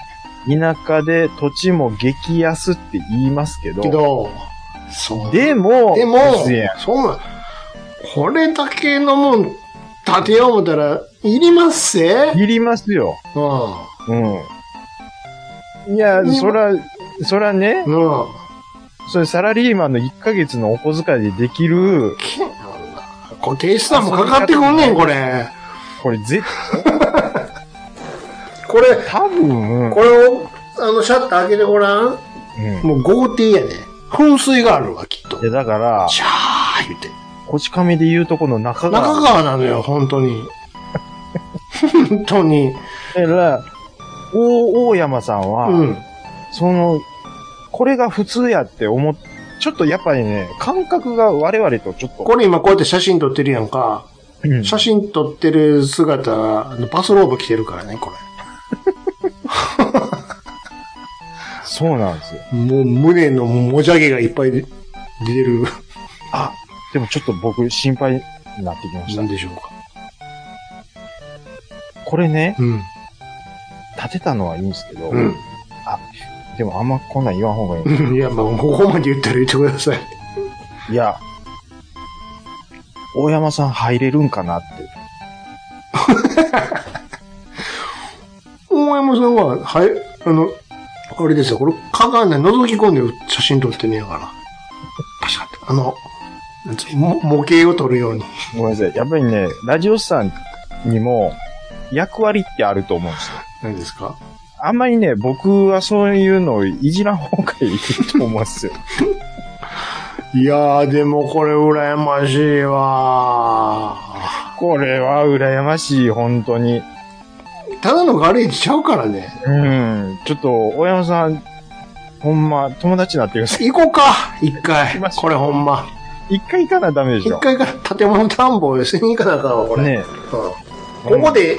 Speaker 4: 田舎で土地も激安って言いますけど、
Speaker 5: けど、そう。で
Speaker 4: でも、
Speaker 5: も
Speaker 4: すやん、
Speaker 5: そうなん。これだけのもん、建てよう思ったら、いりますせうん。
Speaker 4: いりますよ。うん。いや、
Speaker 5: ね
Speaker 4: そら、そらね、
Speaker 5: うん。
Speaker 4: それサラリーマンの1ヶ月のお小遣いでできる、
Speaker 5: けんな固定資産もかかってくんねん、これ。
Speaker 4: これ絶
Speaker 5: これ、
Speaker 4: 多分、うん
Speaker 5: これを、あの、シャッター開けてごらん。もう豪邸やね。噴水があるわ、きっと
Speaker 4: い。や、だから、
Speaker 5: シャー言って。
Speaker 4: こち亀で言うとこの中川。
Speaker 5: 中川なのよ、本当に。本当に。
Speaker 4: だから、大、大山さんは、
Speaker 5: うん。
Speaker 4: その、これが普通やって思っ、ちょっとやっぱりね、感覚が我々とちょっと、
Speaker 5: これ今こうやって写真撮ってるやんか。
Speaker 4: うん
Speaker 5: 写真撮ってる姿、あのバスローブ着てるからね、こ
Speaker 4: そうなんですよ。
Speaker 5: れ。もう胸のもじゃげがいっぱい出てる。
Speaker 4: あ、でもちょっと僕心配になってきました。
Speaker 5: なんでしょうか。
Speaker 4: これね、
Speaker 5: うん。
Speaker 4: 立てたのはいいんですけど、
Speaker 5: うん。
Speaker 4: でもあんまこんなん言わん方がいい。
Speaker 5: うんいや、まあ、ここまで言ったら言ってください。
Speaker 4: いや、大山さん入れるんかなって。
Speaker 5: 大山さんは、はい、あの、あれですよ、これ、かがね、覗き込んで写真撮ってねえから。パシャって、あの、なんつうも模型を撮るように。
Speaker 4: ごめんなさい。やっぱりね、ラジオさんにも役割ってあると思うんですよ。
Speaker 5: 何ですか
Speaker 4: あんまりね、僕はそういうのをいじらん方がいいと思うんですよ。
Speaker 5: (laughs) いやー、でもこれ羨ましいわ
Speaker 4: これは羨ましい、本当に。
Speaker 5: ーただのガレージちゃうからね。
Speaker 4: うん。ちょっと、大山さん、ほんま、友達になってください。
Speaker 5: 行こうか、一回
Speaker 4: きましょ。う
Speaker 5: これほんま。
Speaker 4: 一回行かなダメでし
Speaker 5: 一
Speaker 4: ょ。
Speaker 5: 回から建物探訪ですに行かなあかんわ、これ。
Speaker 4: ね
Speaker 5: うん、ここで、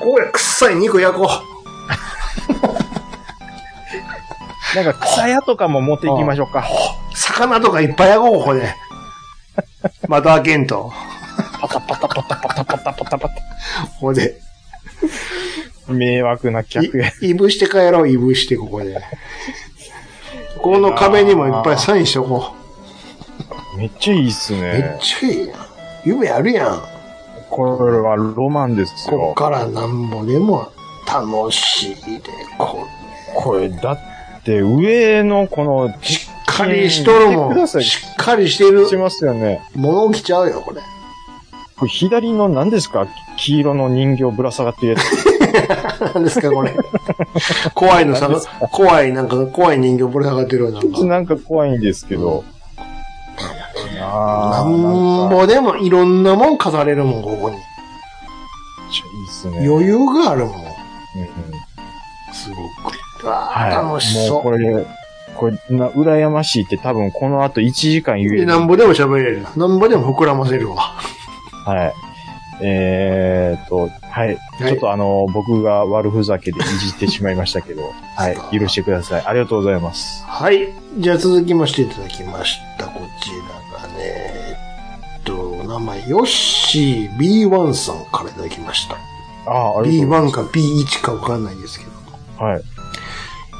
Speaker 5: ここで臭い肉焼こう。
Speaker 4: なんか草屋とかも持っていきましょうか。
Speaker 5: 魚とかいっぱい焼こう、ここで。 (laughs) 窓開けんと。
Speaker 4: パタパタパタパタパタパタパタ。
Speaker 5: ここで。
Speaker 4: 迷惑な客や。
Speaker 5: い、いぶして帰ろう、いぶして、ここで。この壁にもいっぱいサインしとこ
Speaker 4: めっちゃいいっす
Speaker 5: う。めっ
Speaker 4: ね。
Speaker 5: ちゃいいやん。夢あるやん。
Speaker 4: これはロマンです
Speaker 5: こっ
Speaker 4: よ。
Speaker 5: からなんぼでも楽しいで、こ
Speaker 4: これ、だって上のこの、
Speaker 5: しっかりしとるも
Speaker 4: 見てくだ
Speaker 5: ん。
Speaker 4: さい
Speaker 5: しっかりしてる
Speaker 4: し。ますよね。
Speaker 5: 物置きちゃうよ、これ。
Speaker 4: これ左の何ですか黄色の人形ぶら下がってるやつ。
Speaker 5: 何ですか、
Speaker 4: (laughs)
Speaker 5: これ。怖いのさ、怖い、なんか、怖い人形ぶら下がってるよ、なん
Speaker 4: ちょっと
Speaker 5: か。
Speaker 4: なんか怖いんですけど。
Speaker 5: な
Speaker 4: あ
Speaker 5: ん
Speaker 4: めっ
Speaker 5: ぼでもいろんなもん飾れるもん、ここに。
Speaker 4: ちゃいいっすね。
Speaker 5: 余裕があるもん。
Speaker 4: うんうん
Speaker 5: すごく。うわー
Speaker 4: はい。
Speaker 5: 楽しそ
Speaker 4: もうこ
Speaker 5: う。
Speaker 4: れ、これ、な、羨ましいって多分この後1時間言え
Speaker 5: で、
Speaker 4: る。
Speaker 5: なんぼでも喋れる。なんぼでも膨らませるわ。
Speaker 4: はい。えーっと、はい。
Speaker 5: はい
Speaker 4: ちょっとあの、僕が悪ふざけでいじってしまいましたけど、はい。許してください。ありがとうございます。
Speaker 5: はい。じゃあ続きましていただきました。こちらがね、えっと、名前、ヨッシー B1 さんからいただきました。
Speaker 4: ああ、ありがとう
Speaker 5: B1 か B1 かわかんないですけど。
Speaker 4: はい。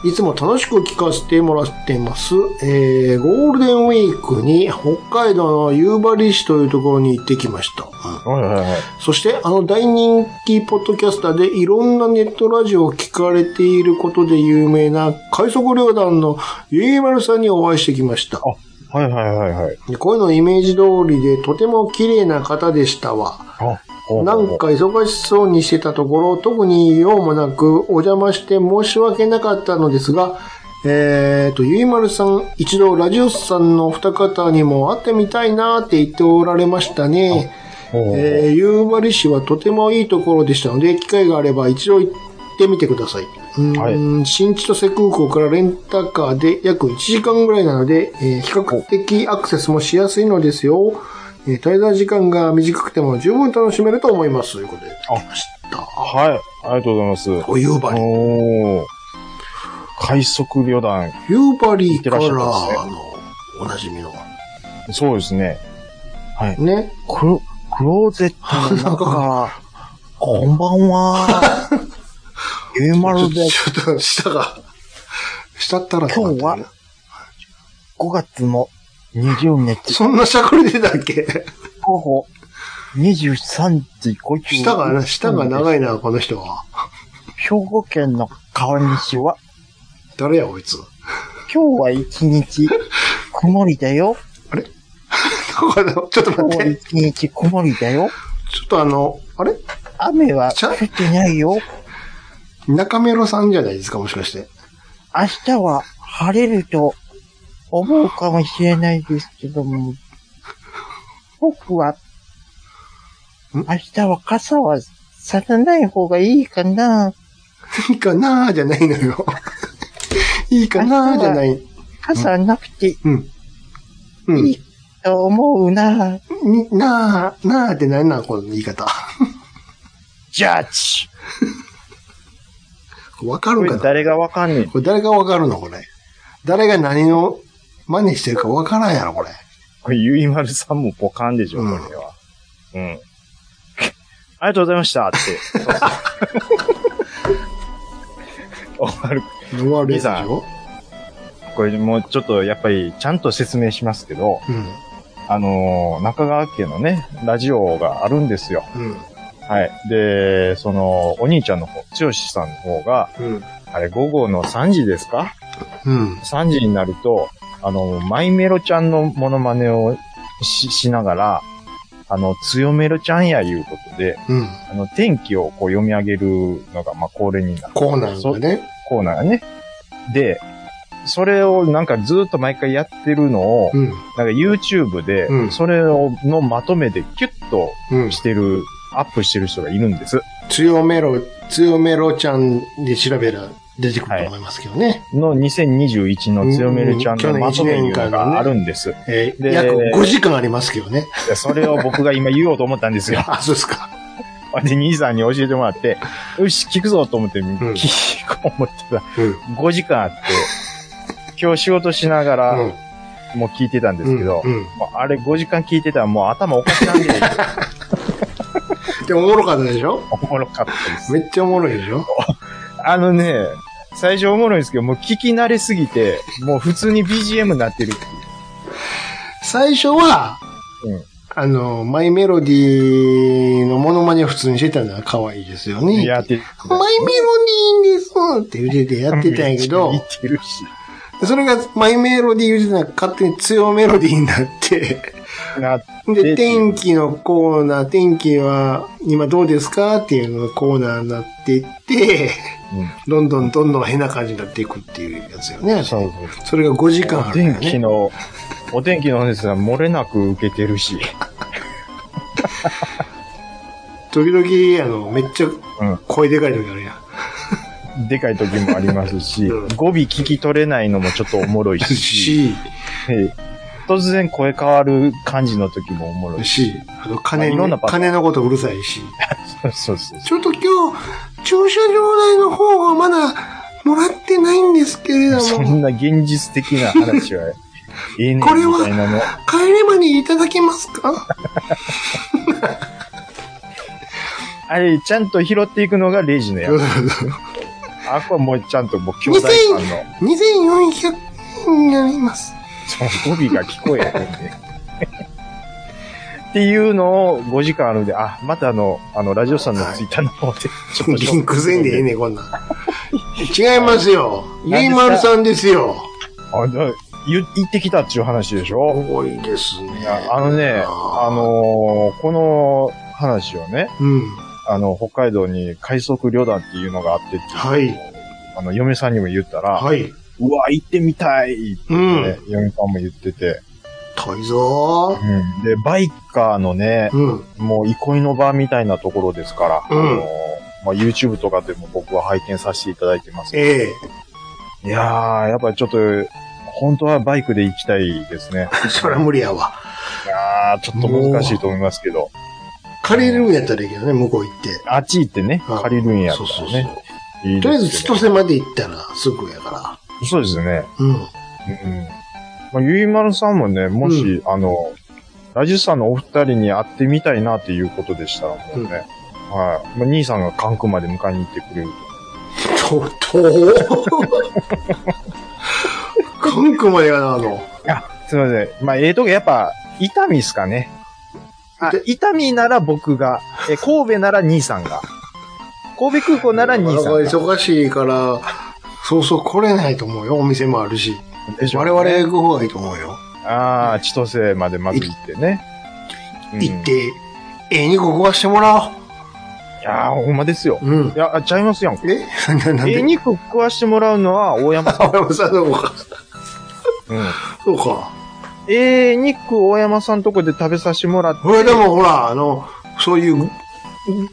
Speaker 5: いつも楽しく聞かせてもらってます。えー、ゴールデンウィークに北海道の夕張市というところに行ってきました。う
Speaker 4: は
Speaker 5: ん
Speaker 4: いはいはい。
Speaker 5: そして、あの大人気ポッドキャスターでいろんなネットラジオを聞かれていることで有名な快速旅団のゆいまるさんにお会いしてきました。
Speaker 4: はいはいはいはい。
Speaker 5: 声のイメージ通りでとても綺麗な方でしたわ。
Speaker 4: あ、ほうほうほう
Speaker 5: なんか忙しそうにしてたところ、特に用もなくお邪魔して申し訳なかったのですが、えーと、ゆいまるさん、一度ラジオスさんのお二方にも会ってみたいなって言っておられましたね。
Speaker 4: ほうほう
Speaker 5: えー、夕張市はとてもいいところでしたので、機会があれば一度行ってみてください。うーん新千歳空港からレンタカーで約1時間ぐらいなので、えー比較的アクセスもしやすいのですよ。えー滞在時間が短くても十分楽しめると思います。ということで、
Speaker 4: あ
Speaker 5: 来ました。
Speaker 4: はい。ありがとうございます。
Speaker 5: お夕張。
Speaker 4: おー。快速旅団。
Speaker 5: 夕張
Speaker 4: て
Speaker 5: からら
Speaker 4: っしゃったんですね
Speaker 5: の、おなじみの。
Speaker 4: そうですね。はい。
Speaker 5: ね。
Speaker 4: クロ、クローゼットの中、 (laughs) こんばんは。ゆうま
Speaker 5: ちょ
Speaker 4: る
Speaker 5: ちょ
Speaker 4: です。
Speaker 5: っと、下が、下ったらなかったな
Speaker 4: 今日は5月の20日、
Speaker 5: そんなしゃくり出たっけ
Speaker 4: 午後23時5時。
Speaker 5: 舌が、舌が長いな、この人は。
Speaker 4: 兵庫県の川西は、
Speaker 5: 誰や、こいつ。 (laughs)
Speaker 4: 今日は一日、曇りだよ。
Speaker 5: あれあのちょっと待って。
Speaker 4: 一日曇りだよ。
Speaker 5: ちょっとあの、あれ
Speaker 4: 雨は
Speaker 5: ちゃ
Speaker 4: 降ってないよ。
Speaker 5: 中メロさんじゃないですか、もしかして。
Speaker 4: 明日は晴れると思うかもしれないですけども、僕は、明日は傘はさらない方がいいかな。
Speaker 5: いいかなーじゃないの (laughs) よ。いいかなーじゃない。
Speaker 4: 傘なくてい
Speaker 5: うん。う
Speaker 4: い
Speaker 5: ん。
Speaker 4: と思うな。
Speaker 5: になー、なーって何なのこの言い方。
Speaker 4: ジャッジ
Speaker 5: わかるかなこれ
Speaker 4: がわかんねえ。
Speaker 5: 誰がわかるのこれ。誰が何の真似してるかわからんやろ、これ。
Speaker 4: これ、ゆいまるさんもポカンでしょ、こ
Speaker 5: う
Speaker 4: れ
Speaker 5: ん
Speaker 4: は。うん。ありがとうございました (laughs) って。終わる
Speaker 5: 終わるやつでし
Speaker 4: い
Speaker 5: ょ
Speaker 4: これもうちょっとやっぱりちゃんと説明しますけど、
Speaker 5: う
Speaker 4: あのー中川家のね、ラジオがあるんですよ。
Speaker 5: ん。うん。
Speaker 4: はい。で、その、お兄ちゃんの方、剛さんの方が、
Speaker 5: うん。
Speaker 4: あれ、午後の3時ですか
Speaker 5: うん。
Speaker 4: ?3 時になると、あの、マイメロちゃんのモノマネをし、しながら、あの、強メロちゃんやいうことで、
Speaker 5: うん。
Speaker 4: あの、天気をこう読み上げるのが、まあ、恒例になる。
Speaker 5: こうなん
Speaker 4: そ
Speaker 5: だね。
Speaker 4: コーナーがね。で、それをなんかずっと毎回やってるのを、
Speaker 5: うん。
Speaker 4: なんか YouTube で
Speaker 5: う、ん
Speaker 4: それを、のまとめでキュッと
Speaker 5: うん。
Speaker 4: してる、アップしてる人がいるんです。
Speaker 5: 強めろ、強めろちゃんで調べら出てくると思いますけどね。
Speaker 4: の2021の強めるちゃんのまとめいうのがあるんです。
Speaker 5: えー
Speaker 4: で
Speaker 5: 約5時間ありますけどね。
Speaker 4: でそれを僕が今言おうと思ったんですよ。
Speaker 5: (laughs) あ、そうですか。
Speaker 4: で、兄さんに教えてもらって、よし、聞くぞと思って、
Speaker 5: ん
Speaker 4: 聞こう思ってたら、
Speaker 5: うん。
Speaker 4: 5時間あって、今日仕事しながら、
Speaker 5: うん
Speaker 4: もう聞いてたんですけど、
Speaker 5: うん。
Speaker 4: もうあれ5時間聞いてたらもう頭おかしなんで、
Speaker 5: でもおもろかったでしょ
Speaker 4: おもろかったです。
Speaker 5: めっちゃおもろいでしょ
Speaker 4: あのね、最初おもろいんですけど、もう聞き慣れすぎて、もう普通に BGM になってるっていう。
Speaker 5: 最初は、
Speaker 4: うん
Speaker 5: あの、マイメロディーのモノマネを普通にしてたのは可愛いですよね。
Speaker 4: やってる。
Speaker 5: マイメロディーですって言っててやってたんやけど
Speaker 4: めっ、ちゃ似てるし。
Speaker 5: それがマイメロディー言ってたら勝手に強メロディーになって、
Speaker 4: な
Speaker 5: で、
Speaker 4: で
Speaker 5: 天気のコーナー、天気は今どうですかっていうのがコーナーになっていって、どんどんどんどん変な感じになっていくっていうやつよね。
Speaker 4: そうそう
Speaker 5: それが5時間あ
Speaker 4: お
Speaker 5: るん
Speaker 4: 天
Speaker 5: だ
Speaker 4: 気
Speaker 5: ね。
Speaker 4: の、お天気のですが、漏れなく受けてるし。
Speaker 5: 時々、あの、めっちゃ
Speaker 4: うん
Speaker 5: 声でかい時あるやん。
Speaker 4: でかい時もありますし、
Speaker 5: うん
Speaker 4: 語尾聞き取れないのもちょっとおもろいし、
Speaker 5: し、
Speaker 4: ええ突然声変わる感じの時もおもろいし。
Speaker 5: し、あの、金
Speaker 4: いろんな
Speaker 5: の、
Speaker 4: パター
Speaker 5: 金のことうるさいし。
Speaker 4: そうそうそう。
Speaker 5: ちょっと今日、駐車場代の方がまだもらってないんですけれど
Speaker 4: そ
Speaker 5: も、
Speaker 4: んな現実的な話は、ええねんみ
Speaker 5: これは
Speaker 4: たいなの。
Speaker 5: 帰ればにいただけますか
Speaker 4: あれ、ちゃんと拾っていくのがレジの
Speaker 5: (laughs)
Speaker 4: やつ。あ、これもうちゃんともう兄弟間の、
Speaker 5: ?2400 円になります。
Speaker 4: その語尾が聞こえへんで。っていうのを5時間あるんで、あ、またあの、あの、ラジオさんのツイッターの方で、ちょっと。
Speaker 5: (laughs) リンクせんでええねんこん (laughs) なん。違いますよ。ゆいまるさんですよ。
Speaker 4: あ、だ言行ってきたっていう話でしょ、
Speaker 5: 多いですね。
Speaker 4: いや、あのね、あのーこの話をね、
Speaker 5: うん。
Speaker 4: あの、北海道に快速旅団っていうのがあってって、
Speaker 5: はい。
Speaker 4: あの、嫁さんにも言ったら、
Speaker 5: はい。
Speaker 4: うわ、行ってみたいって、
Speaker 5: う
Speaker 4: ね
Speaker 5: ん。
Speaker 4: 嫁さんも言ってて、
Speaker 5: 遠いぞー
Speaker 4: で、バイカーのね、
Speaker 5: うん。
Speaker 4: もう憩いの場みたいなところですから、
Speaker 5: うん
Speaker 4: あのーまあ、YouTube とかでも僕は拝見させていただいてます。
Speaker 5: ええ。
Speaker 4: いやー、やっぱりちょっと、本当はバイクで行きたいです
Speaker 5: (laughs)
Speaker 4: ね。
Speaker 5: (laughs) そりゃ無理やわ。
Speaker 4: いやー、ちょっと難しいと思いますけど。
Speaker 5: 借りるんやったらいいけどね、向こう行って。
Speaker 4: あっち行ってね、
Speaker 5: うん
Speaker 4: 借りるんやった
Speaker 5: そうそう
Speaker 4: ら
Speaker 5: そう
Speaker 4: ね。。いい
Speaker 5: と
Speaker 4: で
Speaker 5: りあえず
Speaker 4: す
Speaker 5: 千
Speaker 4: けど
Speaker 5: 歳まで行ったらすぐやか
Speaker 4: そうですね。
Speaker 5: ら。うん。
Speaker 4: うん。まあ、ゆいまるさんもね、もし、あの、ラジオさんのお二人に会ってみたいなっていうことでしたらもうね、はい。まあ、兄さんが関空まで迎えに行ってくれる
Speaker 5: と、 (laughs) と、関空までやな、あの。
Speaker 4: と。あ、すいません。まあ、ええとこやっぱ、伊丹っすかね。あ
Speaker 5: で、
Speaker 4: 伊丹なら僕
Speaker 5: (laughs)
Speaker 4: が、え、神戸なら兄さんが。神戸空港なら兄さんが。
Speaker 5: 忙しいから、そうそう来れないと思うよ。お店もあるし。
Speaker 4: でしょ
Speaker 5: 我々が行く方がいいと思うよ。
Speaker 4: ああ、千歳までまず行ってね。うん
Speaker 5: 行っ。て、ええ肉食わしてもら
Speaker 4: いやーほんまですよ
Speaker 5: お。う。うん
Speaker 4: い。や、あちゃいますやん。
Speaker 5: え (laughs) ななん
Speaker 4: ええ
Speaker 5: で
Speaker 4: 肉食わしてもらうのは大山さ
Speaker 5: あ、俺もさ、そうか。
Speaker 4: ん。うん。
Speaker 5: そうか。
Speaker 4: ええ肉大山さんとこで食べさせてもらって。
Speaker 5: これでもほら、あの、そういう、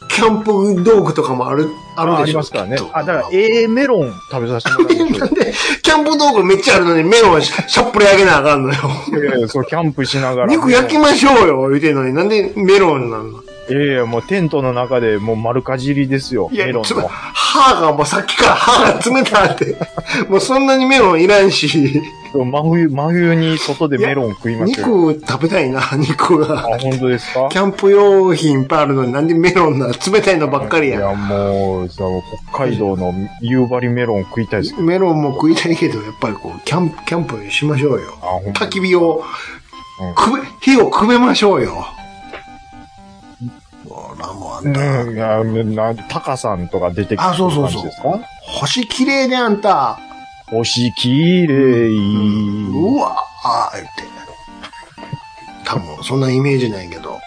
Speaker 5: キャンプ道具とかもある、ある
Speaker 4: ああ
Speaker 5: でしょ
Speaker 4: りますからね
Speaker 5: きっ。と
Speaker 4: あ、だから、ええメロン食べさせてもらうんです
Speaker 5: (laughs) な
Speaker 4: よ
Speaker 5: んで、キャンプ道具めっちゃあるのに、メロンししゃっぽりあげなあかんのよ。
Speaker 4: いやいや、そう、キャンプしながら。
Speaker 5: 肉焼きましょうよ、言うてんのに。なんでメロンなんの
Speaker 4: いやいや、もうテントの中でもう丸かじりですよ。
Speaker 5: いや
Speaker 4: メロ、ン
Speaker 5: つ
Speaker 4: の。
Speaker 5: 歯がもうさっきから歯が冷たって。もうそんなにメロンいらんし。
Speaker 4: 真冬、真冬に外でメロン食いますよ。
Speaker 5: 肉食べたいな、肉
Speaker 4: あ、
Speaker 5: が。
Speaker 4: 本当ですか
Speaker 5: キャンプ用品いっぱいあるのになんでメロンな (laughs) 冷たいのばっかり
Speaker 4: い
Speaker 5: や。
Speaker 4: や、もう、さ、北海道の夕張メロン食いたいですけど。
Speaker 5: メロンも食いたいけど、やっぱりこう、キャンプ、キャンプしましょうよ。
Speaker 4: あ、ほんと
Speaker 5: 焚き火を、くべ、火をくべましょうよ。ほら、もうあんた、
Speaker 4: うん、いや、な、タカさんとか出てきて
Speaker 5: あそうそうそう
Speaker 4: ですか
Speaker 5: 星綺麗ね、あんた。
Speaker 4: 星きれい。
Speaker 5: うわーって。多分、そんなイメージないけど。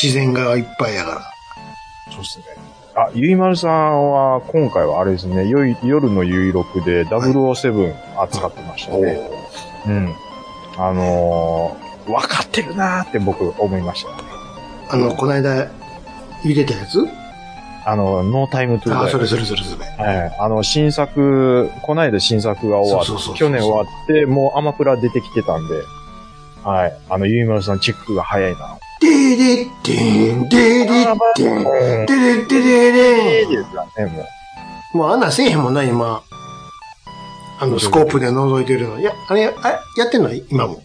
Speaker 5: 自然がいっぱいやから。
Speaker 4: そうっすね。あ、ゆいまるさんは、今回はあれですね、よい夜のゆいろくで007扱ってましたね。うん。あのー、分かってるなーって僕思いました。
Speaker 5: あの、こないだ、茹でたやつ
Speaker 4: あの、ノータイムトゥー
Speaker 5: あ、そ
Speaker 4: ダ
Speaker 5: れそれそれそれ。
Speaker 4: イ。はい。あの、新作、こないだ新作が終わ
Speaker 5: そうそう
Speaker 4: っ
Speaker 5: そうそ
Speaker 4: て、
Speaker 5: う
Speaker 4: 去年終わって、もうアマプラ出てきてたんで、はい。あの、ゆいまるさんチェックが早いな。
Speaker 5: でででん、でででん、
Speaker 4: え
Speaker 5: でででで
Speaker 4: え
Speaker 5: でん。
Speaker 4: ですよね、もう。
Speaker 5: もうあんなんせえへんもんな、今。あの、スコープで覗いてるの。いや、あれ、あやってんの今も。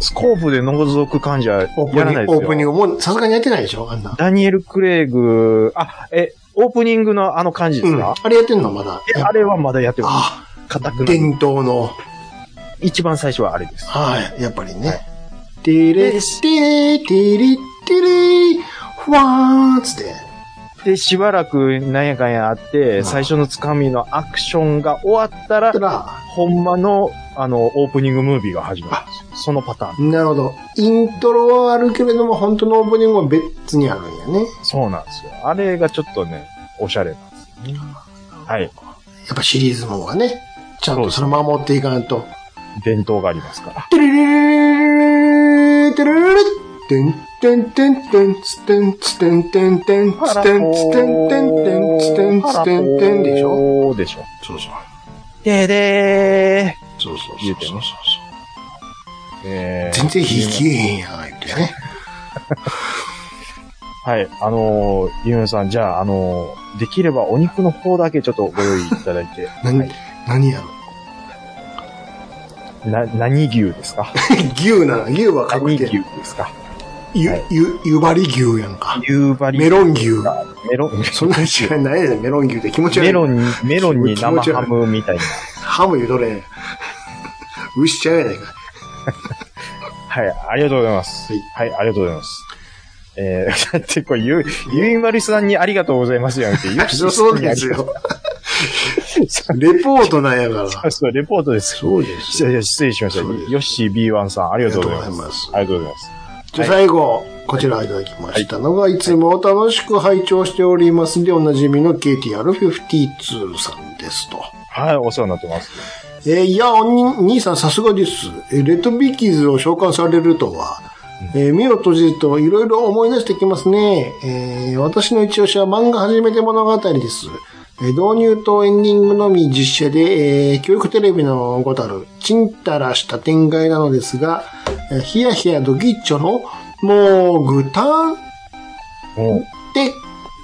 Speaker 4: スコープで覗く感じはや
Speaker 5: オープ
Speaker 4: ら
Speaker 5: ニ
Speaker 4: な
Speaker 5: ン
Speaker 4: い
Speaker 5: グ、
Speaker 4: で
Speaker 5: オ
Speaker 4: す
Speaker 5: ープニン
Speaker 4: よ。
Speaker 5: グ、もうさすがにやってないでしょあんな。
Speaker 4: ダニエル・クレイグ、あ、え、オープニングのあの感じで
Speaker 5: う
Speaker 4: す
Speaker 5: ん。あ
Speaker 4: か、
Speaker 5: れやってんのまだ。
Speaker 4: えあれはまだやってま
Speaker 5: あ、
Speaker 4: す。固くない。
Speaker 5: 伝統の。
Speaker 4: 一番最初はあれです。
Speaker 5: はい、やっぱりね。てれ、てれ、てれ、てれ、ふわーっつって。
Speaker 4: で、しばらくなんやかんやあって、
Speaker 5: うん
Speaker 4: 最初のつかみのアクションが終わったら
Speaker 5: た、ら、
Speaker 4: ほんまの、あの、オープニングムービーが始まるんですよ。そのパターン。
Speaker 5: なるほど。イントロはあるけれども、本当のオープニングは別にあるんやね。や
Speaker 4: そうなんですよ。あれがちょっとね、おしゃれなんですよね。はい。
Speaker 5: っぱシリーズもんはね、ちゃんとそれ守っていかないと。
Speaker 4: 伝統がありますから。
Speaker 5: てれれれれれれれれれてんてんてんてんつてんつてんてんてんつてんつてんてんてんつてんつてんてんでしょ
Speaker 4: ょでしょ。
Speaker 5: そうそう。
Speaker 4: ででー
Speaker 5: そうそう
Speaker 4: 言うてねえー
Speaker 5: 全然引きえへんやん、言ってね。
Speaker 4: はい。あのー、ゆめさん、じゃあ、あのー、できればお肉の方だけちょっとご用意いただいて。 (laughs)
Speaker 5: 何、
Speaker 4: はい
Speaker 5: 何やろ
Speaker 4: な、何牛です
Speaker 5: (laughs)
Speaker 4: か
Speaker 5: 牛な、牛は確
Speaker 4: 何牛
Speaker 5: 定。
Speaker 4: ですか
Speaker 5: ゆ
Speaker 4: はい、
Speaker 5: ゆ、ゆばり牛やんか。
Speaker 4: 夕張。
Speaker 5: メロン牛。
Speaker 4: メロン、
Speaker 5: そんな違いないねメロン牛って気持ち悪い。
Speaker 4: メロンに、メロンに
Speaker 5: 気持
Speaker 4: 生
Speaker 5: ち
Speaker 4: ハ
Speaker 5: 悪い
Speaker 4: ムみたいな。
Speaker 5: ハム言うとれん。牛ちゃうやないか。
Speaker 4: はい、ありがとうございます。はい、ありがとうございます。えー、 (laughs) だってこれ、ゆ、ゆいまるさんにありがとうございますじゃなくて、ゆ
Speaker 5: (laughs) そうそうです (laughs) よ。レポートなんやから。
Speaker 4: あそう、レポートです。
Speaker 5: そうです
Speaker 4: 失
Speaker 5: よ。
Speaker 4: 礼失礼しました。
Speaker 5: そうです
Speaker 4: ヨッシー B1 さん、ありがとうござい
Speaker 5: ありがとうござい
Speaker 4: ま
Speaker 5: ます
Speaker 4: す。ありがとうございます。
Speaker 5: じゃあ最後、こちらいただきましたのが、いつも楽しく拝聴しておりますで、おなじみの KTR52 さんですと。
Speaker 4: はい、お世話になってます。
Speaker 5: えーいや、おに兄さんさすがです。えーレッドビーキーズを召喚されるとは、えー目を閉じるといろいろ思い出してきますね。えー私の一押しは漫画初めて物語です。えー導入とエンディングのみ実写で、えー教育テレビのごたる、ちんたらした展開なのですが、えーヒヤヒヤドギッチョの、もう、ぐたん
Speaker 4: おう
Speaker 5: で、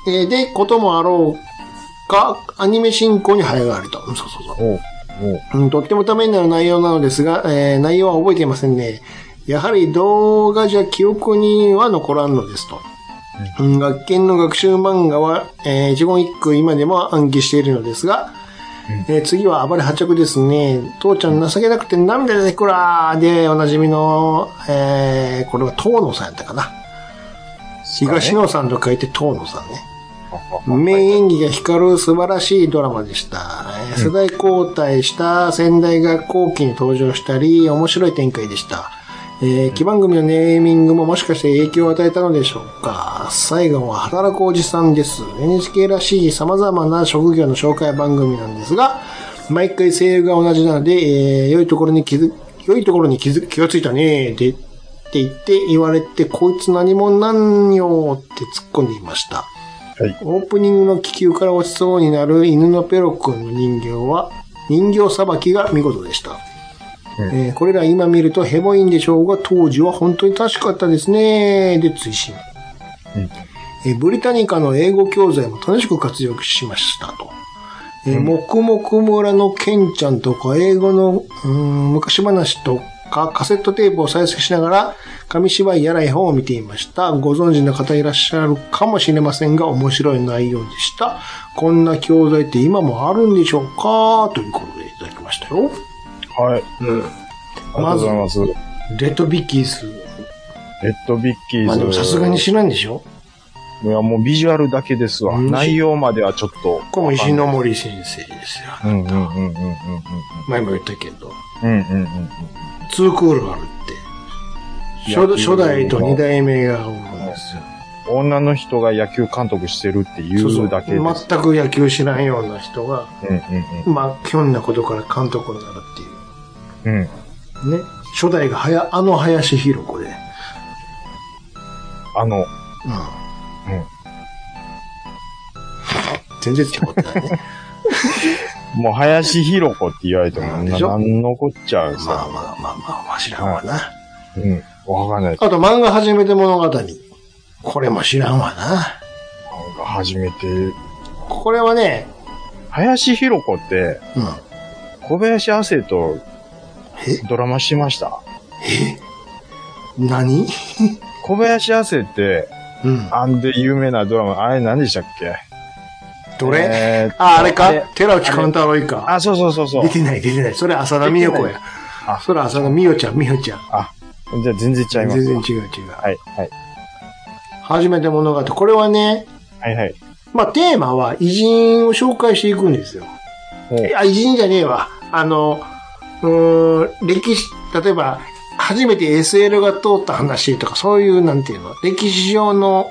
Speaker 5: えーで、こともあろうか、アニメ進行に早変わりと。うんそうそうそう。
Speaker 4: おうおう
Speaker 5: うん、とってもためになる内容なのですが、えー内容は覚えていませんね。やはり動画じゃ記憶には残らんのですと。うん、学研の学習漫画は、えー一言一句今でも暗記しているのですが、えー次は暴れ八着ですね。父ちゃん情けなくて涙出てくらーで、おなじみの、えーこれは東野さんやったかな。東野さんと書いて東野さんね。名演技が光る素晴らしいドラマでした。世代交代した仙台学校期に登場したり、面白い展開でした。えー、基番組のネーミングももしかして影響を与えたのでしょうか。最後は働くおじさんです。NHK らしい様々な職業の紹介番組なんですが、毎回声優が同じなので、えー、良いところに気づ、良いところに気づ、気がついたね、で、って言って言われて、こいつ何者なんよって突っ込んでいました。オープニングの気球から落ちそうになる犬のペロ君の人形は、人形さばきが見事でした。えーこれら今見るとヘボいんでしょうが、当時は本当に確かったですね。で、追伸。えーブリタニカの英語教材も楽しく活用しましたと。えー黙々村のケンちゃんとか、英語のうーん昔話とか、カセットテープを再生しながら、紙芝居やら絵本を見ていました。ご存知の方いらっしゃるかもしれませんが、面白い内容でした。こんな教材って今もあるんでしょうかということでいただきましたよ。
Speaker 4: はい。ありがとうございます。
Speaker 5: レッドビッキーズ。
Speaker 4: レッドビッキーズ。
Speaker 5: まあでもさすがに知らんでしょ
Speaker 4: いや、もうビジュアルだけですわ。
Speaker 5: うん
Speaker 4: 内容まではちょっと。
Speaker 5: これも石ノ森先生ですよ。
Speaker 4: うんうんうんうんうんうんうん。
Speaker 5: 前も言ったけど。
Speaker 4: うんうんうん
Speaker 5: ツークールあるって。初初代と二代目がおるんですよ。
Speaker 4: うん。女の人が野球監督してるってい
Speaker 5: そうそうう
Speaker 4: だけです。
Speaker 5: 全く野球知らんような人が、
Speaker 4: うん
Speaker 5: まあ、ひょんなことから監督になるってい
Speaker 4: うんうん。うん。
Speaker 5: う。ね。初代がはや、あの林博子で。うん。
Speaker 4: あの、
Speaker 5: 全然違う (laughs) ったね。
Speaker 4: もう林博子って言われても、
Speaker 5: うん
Speaker 4: な
Speaker 5: でしょ
Speaker 4: なんのこっちゃう
Speaker 5: まあ
Speaker 4: さ。
Speaker 5: まあまあまあまあ、知らんわな。
Speaker 4: うん。わかんない。
Speaker 5: あと、漫画初めて物語。これも知らんわな。
Speaker 4: なんか初めて。
Speaker 5: これはね、
Speaker 4: 林博子って、
Speaker 5: うん。
Speaker 4: 小林亜生と
Speaker 5: え
Speaker 4: ドラマしてました。
Speaker 5: 何
Speaker 4: 小林亜生って、
Speaker 5: うん。
Speaker 4: あんで有名なドラマ、あれ何でしたっけ
Speaker 5: どれ、
Speaker 4: えーっと
Speaker 5: あ、あれか寺内勘太郎か。
Speaker 4: あ、そうそうそうそう
Speaker 5: 出。てない、出てない。それ浅田美代子
Speaker 4: 出て
Speaker 5: や。
Speaker 4: あ
Speaker 5: それ浅田美代ちゃん、美代ちゃん。
Speaker 4: じゃあ全然ちゃいます。
Speaker 5: 全然違う違う。
Speaker 4: はい、はい。
Speaker 5: 初めて物語。これはね、
Speaker 4: はい、はい。
Speaker 5: まあ、テーマは偉人を紹介していくんですよ。
Speaker 4: ほ
Speaker 5: いや、偉人じゃねえわ。あの、うーん、歴史、例えば、初めて SL が通った話とか、そういう、なんていうの、歴史上の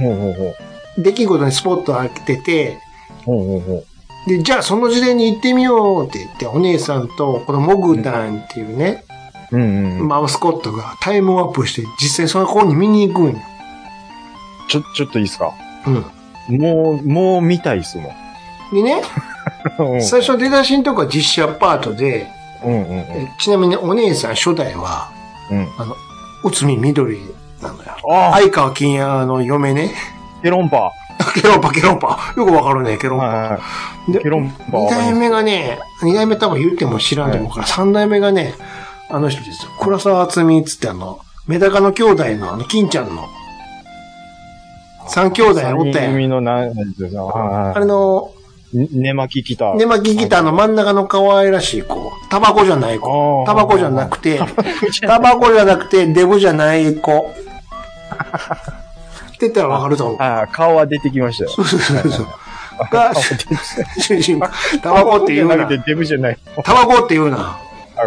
Speaker 4: うほうほう
Speaker 5: 出来事にスポット当てて、
Speaker 4: ほうほうほう。
Speaker 5: で、じゃあその時代に行ってみようって言って、お姉さんと、このモグダンっていうね、
Speaker 4: うんうん。
Speaker 5: マウスコットがタイムアップして、実際その子に見に行くんよ。
Speaker 4: ちょ、ちょっといいですか
Speaker 5: うん。
Speaker 4: もう、もう見たいっすもん。
Speaker 5: でね、
Speaker 4: うん
Speaker 5: 最初出だしんとこは実写パートで、
Speaker 4: うんうんうん。
Speaker 5: えちなみにお姉さん初代は、
Speaker 4: うん。
Speaker 5: あの、内海緑なのよ。
Speaker 4: ああ、
Speaker 5: 相川金也の嫁ね。 (laughs)
Speaker 4: ケロンパ。
Speaker 5: ケロンパ、ケロンパ。よくわかるね、ケロンパ。
Speaker 4: はい
Speaker 5: で
Speaker 4: ケロンパ。
Speaker 5: 二代目がね、二代目多分言っても知らんと思うから、三代目がね、あの人ですよ。黒沢厚美っつってあの、メダカの兄弟の、あの、金ちゃんの、三兄弟おったやん。
Speaker 4: 海のな、なんていうのはい
Speaker 5: あれの、
Speaker 4: ね寝巻きギター。
Speaker 5: 寝巻きギターの真ん中の可愛らしい子。タバコじゃない子。
Speaker 4: あー
Speaker 5: タバコじゃなくて、タバコじゃなくて、デブじゃない子。って言ったらわかると思う。
Speaker 4: ああ、顔は出てきましたよ。
Speaker 5: そうそうそうそう。が、タバコって言う
Speaker 4: じゃ
Speaker 5: な
Speaker 4: な。くてデブじゃない。
Speaker 5: タバコって言うな。
Speaker 4: あ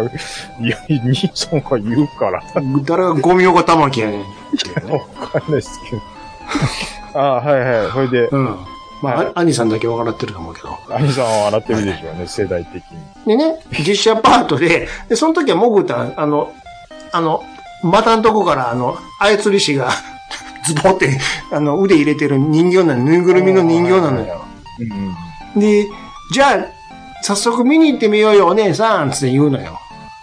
Speaker 4: いや、兄さんが言うから。
Speaker 5: 誰がゴミ横玉木やねん。
Speaker 4: わかんないですけど。ああ、はいはい。それで、
Speaker 5: うん。まあ、あ兄さんだけ分からってると思うけど。
Speaker 4: 兄さんは笑ってるでしょうね、世代的に。
Speaker 5: でね、実写パートで、で、その時はモグタン、あの、あの、股のとこから、あの、操り師が、 (laughs) ズボって、あの、腕入れてる人形なの、ぬいぐるみの人形なのよ。
Speaker 4: うんうん。
Speaker 5: で、じゃあ、早速見に行ってみようよ、お姉さんつって言うのよ。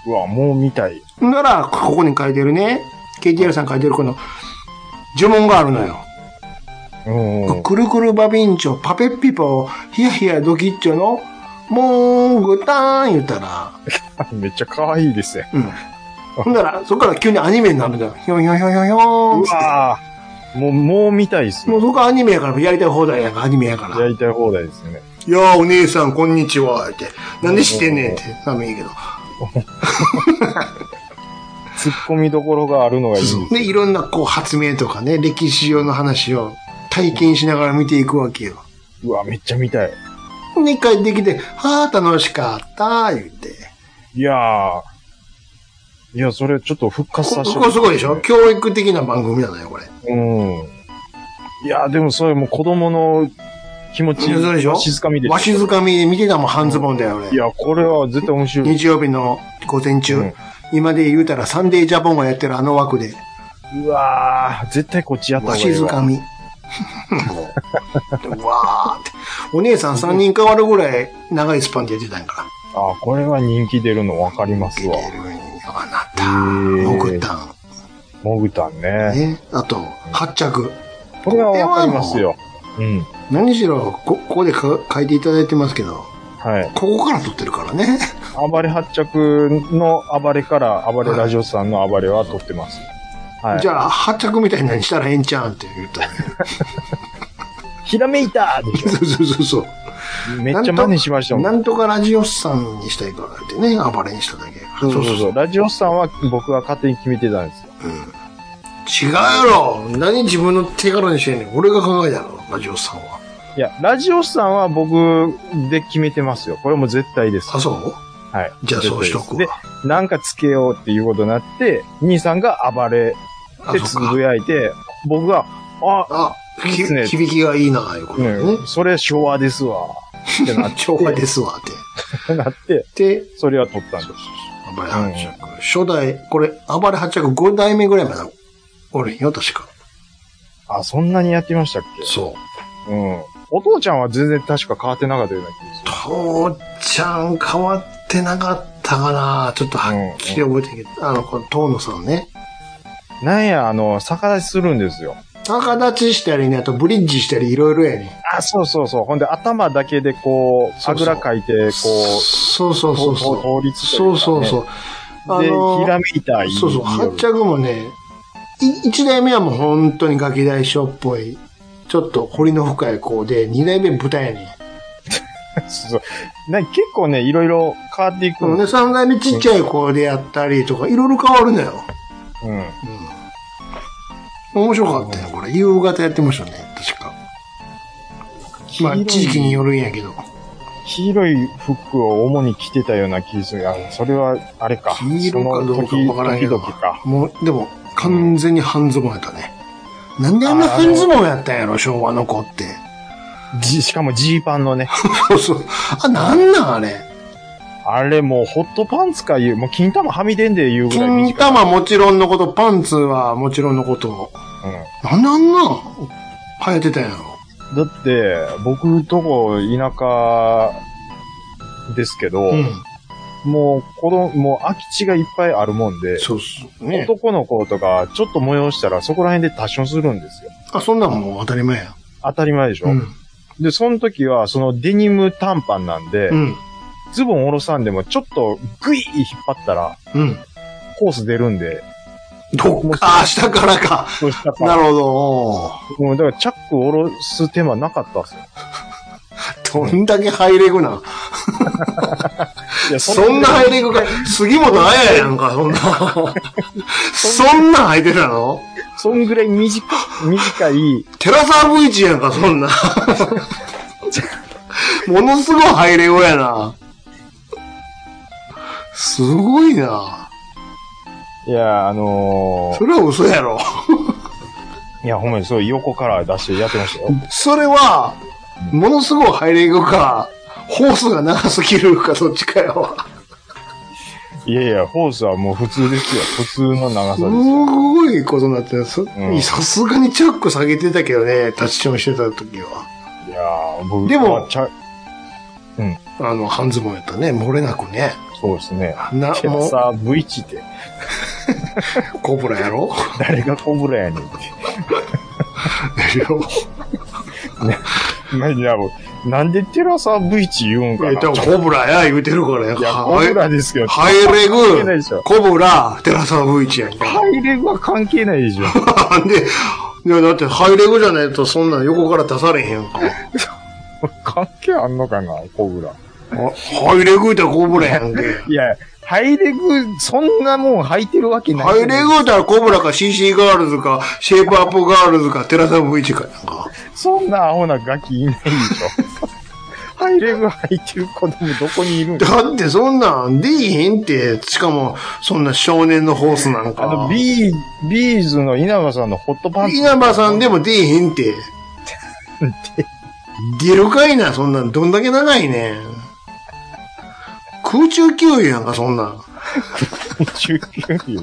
Speaker 4: うわ、もう見たい。
Speaker 5: なら、ここに書いてるね、KTR さん書いてるこの、呪文があるのよ。
Speaker 4: うんうん。
Speaker 5: くるくるバビンチョ、パペッピポ、ヒヤヒヤドキッチョの、モーグターン言ったら、
Speaker 4: めっちゃ可愛いですね。
Speaker 5: うん。ほんだら、そこから急にアニメになるんだよ。ひょんひょんひょんひょんひょん
Speaker 4: う
Speaker 5: つっ
Speaker 4: わーもう、もう見たいっす
Speaker 5: て。もう
Speaker 4: ね。
Speaker 5: そこはアニメやから、やりたい放題やから、アニメやから。
Speaker 4: や
Speaker 5: い
Speaker 4: りたい放題ですね。
Speaker 5: やー、お姉さん、こんにちは、って。なんで知ってんねんって。多分いいけど。
Speaker 4: 突っ込みどころがあるのがいい。
Speaker 5: で、いろんな、こう、発明とかね、歴史上の話を体験しながら見ていくわけよ。
Speaker 4: うわ、めっちゃ見たい。
Speaker 5: で、帰ってきて、はあ、楽しかった、言って。
Speaker 4: いやー。いや、それちょっと復活
Speaker 5: こ
Speaker 4: させて
Speaker 5: ここすごいでしょ教育的な番組なのよ、これ。
Speaker 4: うん。いや、でもそれもう子供の気持ち、
Speaker 5: いやそうでしょ
Speaker 4: わしづかみで
Speaker 5: わしづかみで見てたもん、半ズボンだよ、
Speaker 4: い
Speaker 5: 俺。
Speaker 4: や、これは絶対面白い。
Speaker 5: 日曜日の午前中、
Speaker 4: うん
Speaker 5: 今で言うたらサンデージャポンがやってるあの枠で、
Speaker 4: うわー、絶対こっちやった方
Speaker 5: わ
Speaker 4: がいい
Speaker 5: しづかみ。 (laughs) もう、でわーって。お姉さん3人変わるぐらい長いスパンでやってたんやから。
Speaker 4: あ、これは人気出るの分かりますわ。
Speaker 5: あな
Speaker 4: へ
Speaker 5: た、
Speaker 4: ー
Speaker 5: モグタン。
Speaker 4: モグタンね。
Speaker 5: ね。あと、発着。
Speaker 4: これは分かりますよ。うん。
Speaker 5: 何しろ、こ、ここでか書いていただいてますけど、
Speaker 4: はい。
Speaker 5: ここから撮ってるからね。
Speaker 4: 暴れ発着の暴れから、暴れラジオさんの暴れは撮ってます。はい。
Speaker 5: じ
Speaker 4: じゃ
Speaker 5: ゃあ、発着みたいなのにしたらええんちゃうんって言った (laughs) のよ。
Speaker 4: ひらめいたでし
Speaker 5: そうそうそうそう。 (laughs)
Speaker 4: ょめっちゃ真似しましたもん。
Speaker 5: なんとかラジオスさんにしたいからってね、暴れにしただけ。
Speaker 4: そうそうそう。ラジオさんは僕が勝手に決めてたんですよ。
Speaker 5: 違うやろ何自分の手柄にしてんねん。俺が考えたの、ラジオスさんは。
Speaker 4: いや、ラジオさんは僕で決めてますよ。これも絶対です。
Speaker 5: あ、
Speaker 4: は
Speaker 5: そう
Speaker 4: い。
Speaker 5: じゃあそうしとく
Speaker 4: で
Speaker 5: わ。、
Speaker 4: なんかつけようっていうことになって、兄さんが暴れ
Speaker 5: あ
Speaker 4: って、つ
Speaker 5: そう
Speaker 4: ぶ
Speaker 5: か。
Speaker 4: やいて、僕が、あ、
Speaker 5: あ、
Speaker 4: いい
Speaker 5: き
Speaker 4: っすね
Speaker 5: 響きがいいな、いうことでね。
Speaker 4: うん、それ昭和ですわ。ってなっ
Speaker 5: (laughs) 昭和ですわ、っ
Speaker 4: て、 (laughs)
Speaker 5: て。
Speaker 4: なって、
Speaker 5: で、
Speaker 4: それは取ったんです。
Speaker 5: 暴れ八着。初代、これ、暴れ八着5代目ぐらいまでおるんよ、確か。
Speaker 4: あ、そんなにやってましたっ
Speaker 5: そう。
Speaker 4: けうん。お父ちゃんは全然確か変わってなかったような気がする。
Speaker 5: 父ちゃん変わってなかったかなちょっとはっきり覚えてるけど、あの、この遠野さんね。
Speaker 4: なんや、あの、逆立ちするんですよ。
Speaker 5: 逆立ちしたりね、あとブリッジしたりいろいろやね。
Speaker 4: あ、そうそうそう。ほんで、頭だけでこう、
Speaker 5: そ
Speaker 4: あ
Speaker 5: うそ
Speaker 4: ぐ
Speaker 5: う
Speaker 4: らかいて、こう、
Speaker 5: そうそうそ
Speaker 4: とと
Speaker 5: うそう。
Speaker 4: 倒立とい
Speaker 5: そ
Speaker 4: か
Speaker 5: う
Speaker 4: ね
Speaker 5: そうそう。あ
Speaker 4: で、
Speaker 5: の
Speaker 4: ひらめいたい。
Speaker 5: そうそう、八着もね、い一代目はもう本当にガキ大将っぽい、ちょっと彫りの深い子で、二代目豚やね。
Speaker 4: そうそうなんか結構ね、いろいろ変わっていく
Speaker 5: うんん、で、
Speaker 4: です。
Speaker 5: 三代目ちっちゃい子でやったりとか、いろいろ変わるのよ。
Speaker 4: うん。
Speaker 5: うん。面白かったよ、これ。夕方やってましたね、確か。まあ、地域によるんやけど。
Speaker 4: 黄色い服を主に着てたような気がする。あそれは、あれか。
Speaker 5: 黄色かどうか
Speaker 4: その時
Speaker 5: わからんけど
Speaker 4: 時々か。
Speaker 5: もう、でも、完全に半ズボンやったね。なんであんな半ズボンやったんやろ、昭和の子って。 (laughs)
Speaker 4: じしかもジーパンのね。
Speaker 5: そうそう。あ、なんなんあれ。
Speaker 4: あれもうホットパンツかいう、もう金玉はみ出んで言うぐらい短い。
Speaker 5: 金玉もちろんのこと、パンツはもちろんのこと。なんであんな、流行ってたんやろ。
Speaker 4: うん。だって、僕とこ田舎ですけど、
Speaker 5: うん。
Speaker 4: もう子供、もう空き地がいっぱいあるもんで、
Speaker 5: そうっす。ね。
Speaker 4: 男の子とかちょっと催したらそこら辺で多少するんですよ。
Speaker 5: あ、そんなんもう当たり前や。
Speaker 4: 当たり前でしょ、
Speaker 5: うん。
Speaker 4: で、その時は、そのデニム短パンなんで、
Speaker 5: うん。
Speaker 4: ズボン下ろさんでも、ちょっとグイ引っ張ったら、
Speaker 5: うん。
Speaker 4: コース出るんで、
Speaker 5: どっか、あ下からか。
Speaker 4: そうしたか
Speaker 5: な
Speaker 4: ら、
Speaker 5: るほど。
Speaker 4: うんだからチャック下ろす手間なかったっすよ。
Speaker 5: どんだけハイレグな。
Speaker 4: いや
Speaker 5: そんなハイレグか。杉本彩やんか、そん (laughs) な。そんなん履いてたの
Speaker 4: そんぐらい短
Speaker 5: (laughs)
Speaker 4: い、短い、
Speaker 5: テラサーブイチやんか、
Speaker 4: (laughs)
Speaker 5: そんな。ものすごいハイレグやな。すごいな。
Speaker 4: いや、あの
Speaker 5: それは嘘やろ。
Speaker 4: ー、いや、ほんまにそう、横から出してやってましたよ。
Speaker 5: それは、ものすごいハイレグか、ホースが長すぎるか、どっちかよ。
Speaker 4: いやいや、ホースはもう普通ですよ。普通の長
Speaker 5: す
Speaker 4: さです。
Speaker 5: ごいことになってる。そ
Speaker 4: ん
Speaker 5: さすがにチャック下げてたけどね、タッチションしてた時は。
Speaker 4: いやー僕
Speaker 5: でも
Speaker 4: まあちゃ
Speaker 5: あの、半ズボンやったね、漏れなくね。
Speaker 4: そうですね。
Speaker 5: な、
Speaker 4: テラ
Speaker 5: もう、
Speaker 4: サー V 値って、
Speaker 5: コブラ
Speaker 4: (laughs)
Speaker 5: やろ
Speaker 4: 誰がコブラやねんって。
Speaker 5: いや (laughs)
Speaker 4: な、いや、もうなんでテラサ V 値言うんかな。
Speaker 5: えっと、
Speaker 4: い
Speaker 5: コブラや言うてるからやん
Speaker 4: や、
Speaker 5: か。
Speaker 4: コブラですけど、
Speaker 5: ハイレ
Speaker 4: 関係ないでし
Speaker 5: グ
Speaker 4: ょ、
Speaker 5: コブラ、テラサブイチやんか。 (laughs)
Speaker 4: ハイレグは関係ないでしょ。
Speaker 5: で、いや、だってハイレグじゃないとそんなん横から出されへんやんか。
Speaker 4: 関係あんのかな、コブラ。
Speaker 5: ハイレグってコブラやん (laughs) け。
Speaker 4: いや、ハイレグ、そんなもん履いてるわけない。
Speaker 5: ハイレグったらコブラか CC ガールズか、シェイプアップガールズか、テラサブイチかやんか。
Speaker 4: そんなアホなガキい (laughs) ないでしょ。ハイレグ履いてる子供どこにいるんだ
Speaker 5: だってそんなんでいへんって、しかも、そんな少年のホースなん
Speaker 4: (laughs) あ
Speaker 5: か
Speaker 4: の、。ビー、ビーズの稲葉さんのホットパンツ。
Speaker 5: 稲葉さんでも出えへん (laughs) って。出るかいな、そんなん。どんだけ長いねん。空中給油やんか、そんなん。
Speaker 4: 19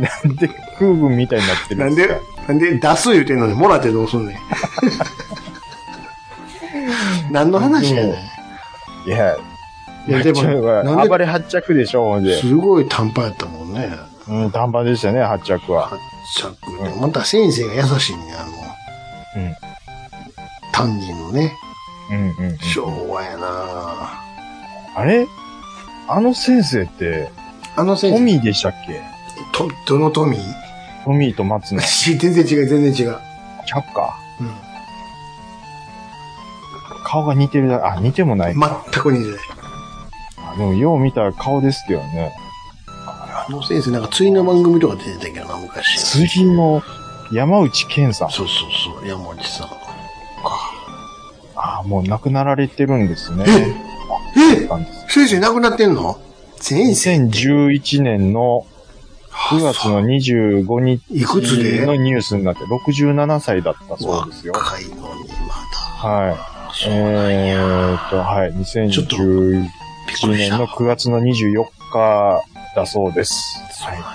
Speaker 4: なんで空軍みたいになって
Speaker 5: な
Speaker 4: る
Speaker 5: ん
Speaker 4: んです
Speaker 5: で
Speaker 4: か、
Speaker 5: なんで出す言うてんのに、もらってどうす (laughs) んねん。何の話やねん。
Speaker 4: いや、
Speaker 5: いやでも
Speaker 4: ちょっと
Speaker 5: なんで
Speaker 4: 暴れ発着でしょ、ほんで。
Speaker 5: すごい短パンやったもんね。
Speaker 4: うん、短パンでしたね、発着は。
Speaker 5: 発着で。また先生が優しいね、あの、
Speaker 4: うん
Speaker 5: 担任のね。
Speaker 4: うんうんうん。
Speaker 5: 昭和やな
Speaker 4: あれあの先生って、
Speaker 5: あの先
Speaker 4: ト
Speaker 5: 生、
Speaker 4: ミーでしたっけ
Speaker 5: と、どのトミー
Speaker 4: トミーと松野。
Speaker 5: し全然違う、全然違う。
Speaker 4: ちゃうか。
Speaker 5: うん
Speaker 4: 顔が似てるだあ、似てもないか。
Speaker 5: 全く似てない。
Speaker 4: でも、よう見たら顔ですけどね。
Speaker 5: あの先生、なんか、ついの番組とか出てたけどな、昔。
Speaker 4: 次の山内健さん。
Speaker 5: そうそうそう、山内さん。
Speaker 4: ああ、もう亡くなられてるんですね。
Speaker 5: ええ
Speaker 4: なんです
Speaker 5: 先生亡くなってんの先生
Speaker 4: 2011年の9月の25日
Speaker 5: いくつで
Speaker 4: のニュースになって67歳だったそうですよ。
Speaker 5: 若いのに、ま
Speaker 4: はい。えーっと、はい。
Speaker 5: ちょっと
Speaker 4: 2011
Speaker 5: だ。びっくりし
Speaker 4: 年
Speaker 5: た。
Speaker 4: の9月の24日だそうです。
Speaker 5: そう
Speaker 4: は
Speaker 5: なん
Speaker 4: い
Speaker 5: や。。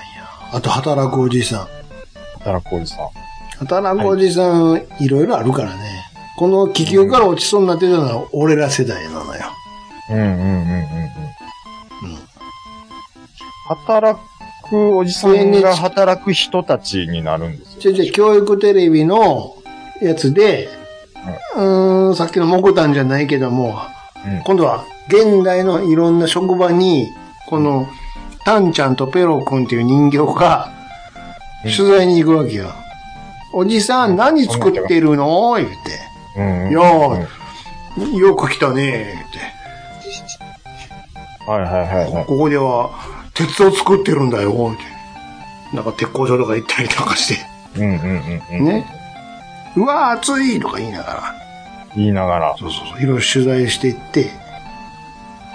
Speaker 5: あと、働くおじさん。。
Speaker 4: たらこうじさん。
Speaker 5: 働くおじさん、いろいろあるからね。この気球から落ちそうになってたのは、俺ら世代なのよ。
Speaker 4: うんうんうんうんうん。
Speaker 5: うん。
Speaker 4: 働くおじさんが働く人たちになるんですよ。
Speaker 5: じゃじゃ教育テレビのやつで、うーん、さっきの木炭じゃないけども、
Speaker 4: うん
Speaker 5: 今度は現代のいろんな職場に、この、タンちゃんとペロ君っていう人形が、
Speaker 4: うん
Speaker 5: 取材に行くわけよ。おじさん、何作ってるの言って。
Speaker 4: うんうん
Speaker 5: よ
Speaker 4: う
Speaker 5: ー
Speaker 4: ん
Speaker 5: よく来たねって。
Speaker 4: はいはいはいはい。
Speaker 5: ここでは、鉄を作ってるんだよって。なんか鉄工所とか行ったりとかして。
Speaker 4: うんうんうんうん。
Speaker 5: ね。うわー、暑いとか言いながら。
Speaker 4: 言いながら。
Speaker 5: そうそうそう。いろいろ取材していって、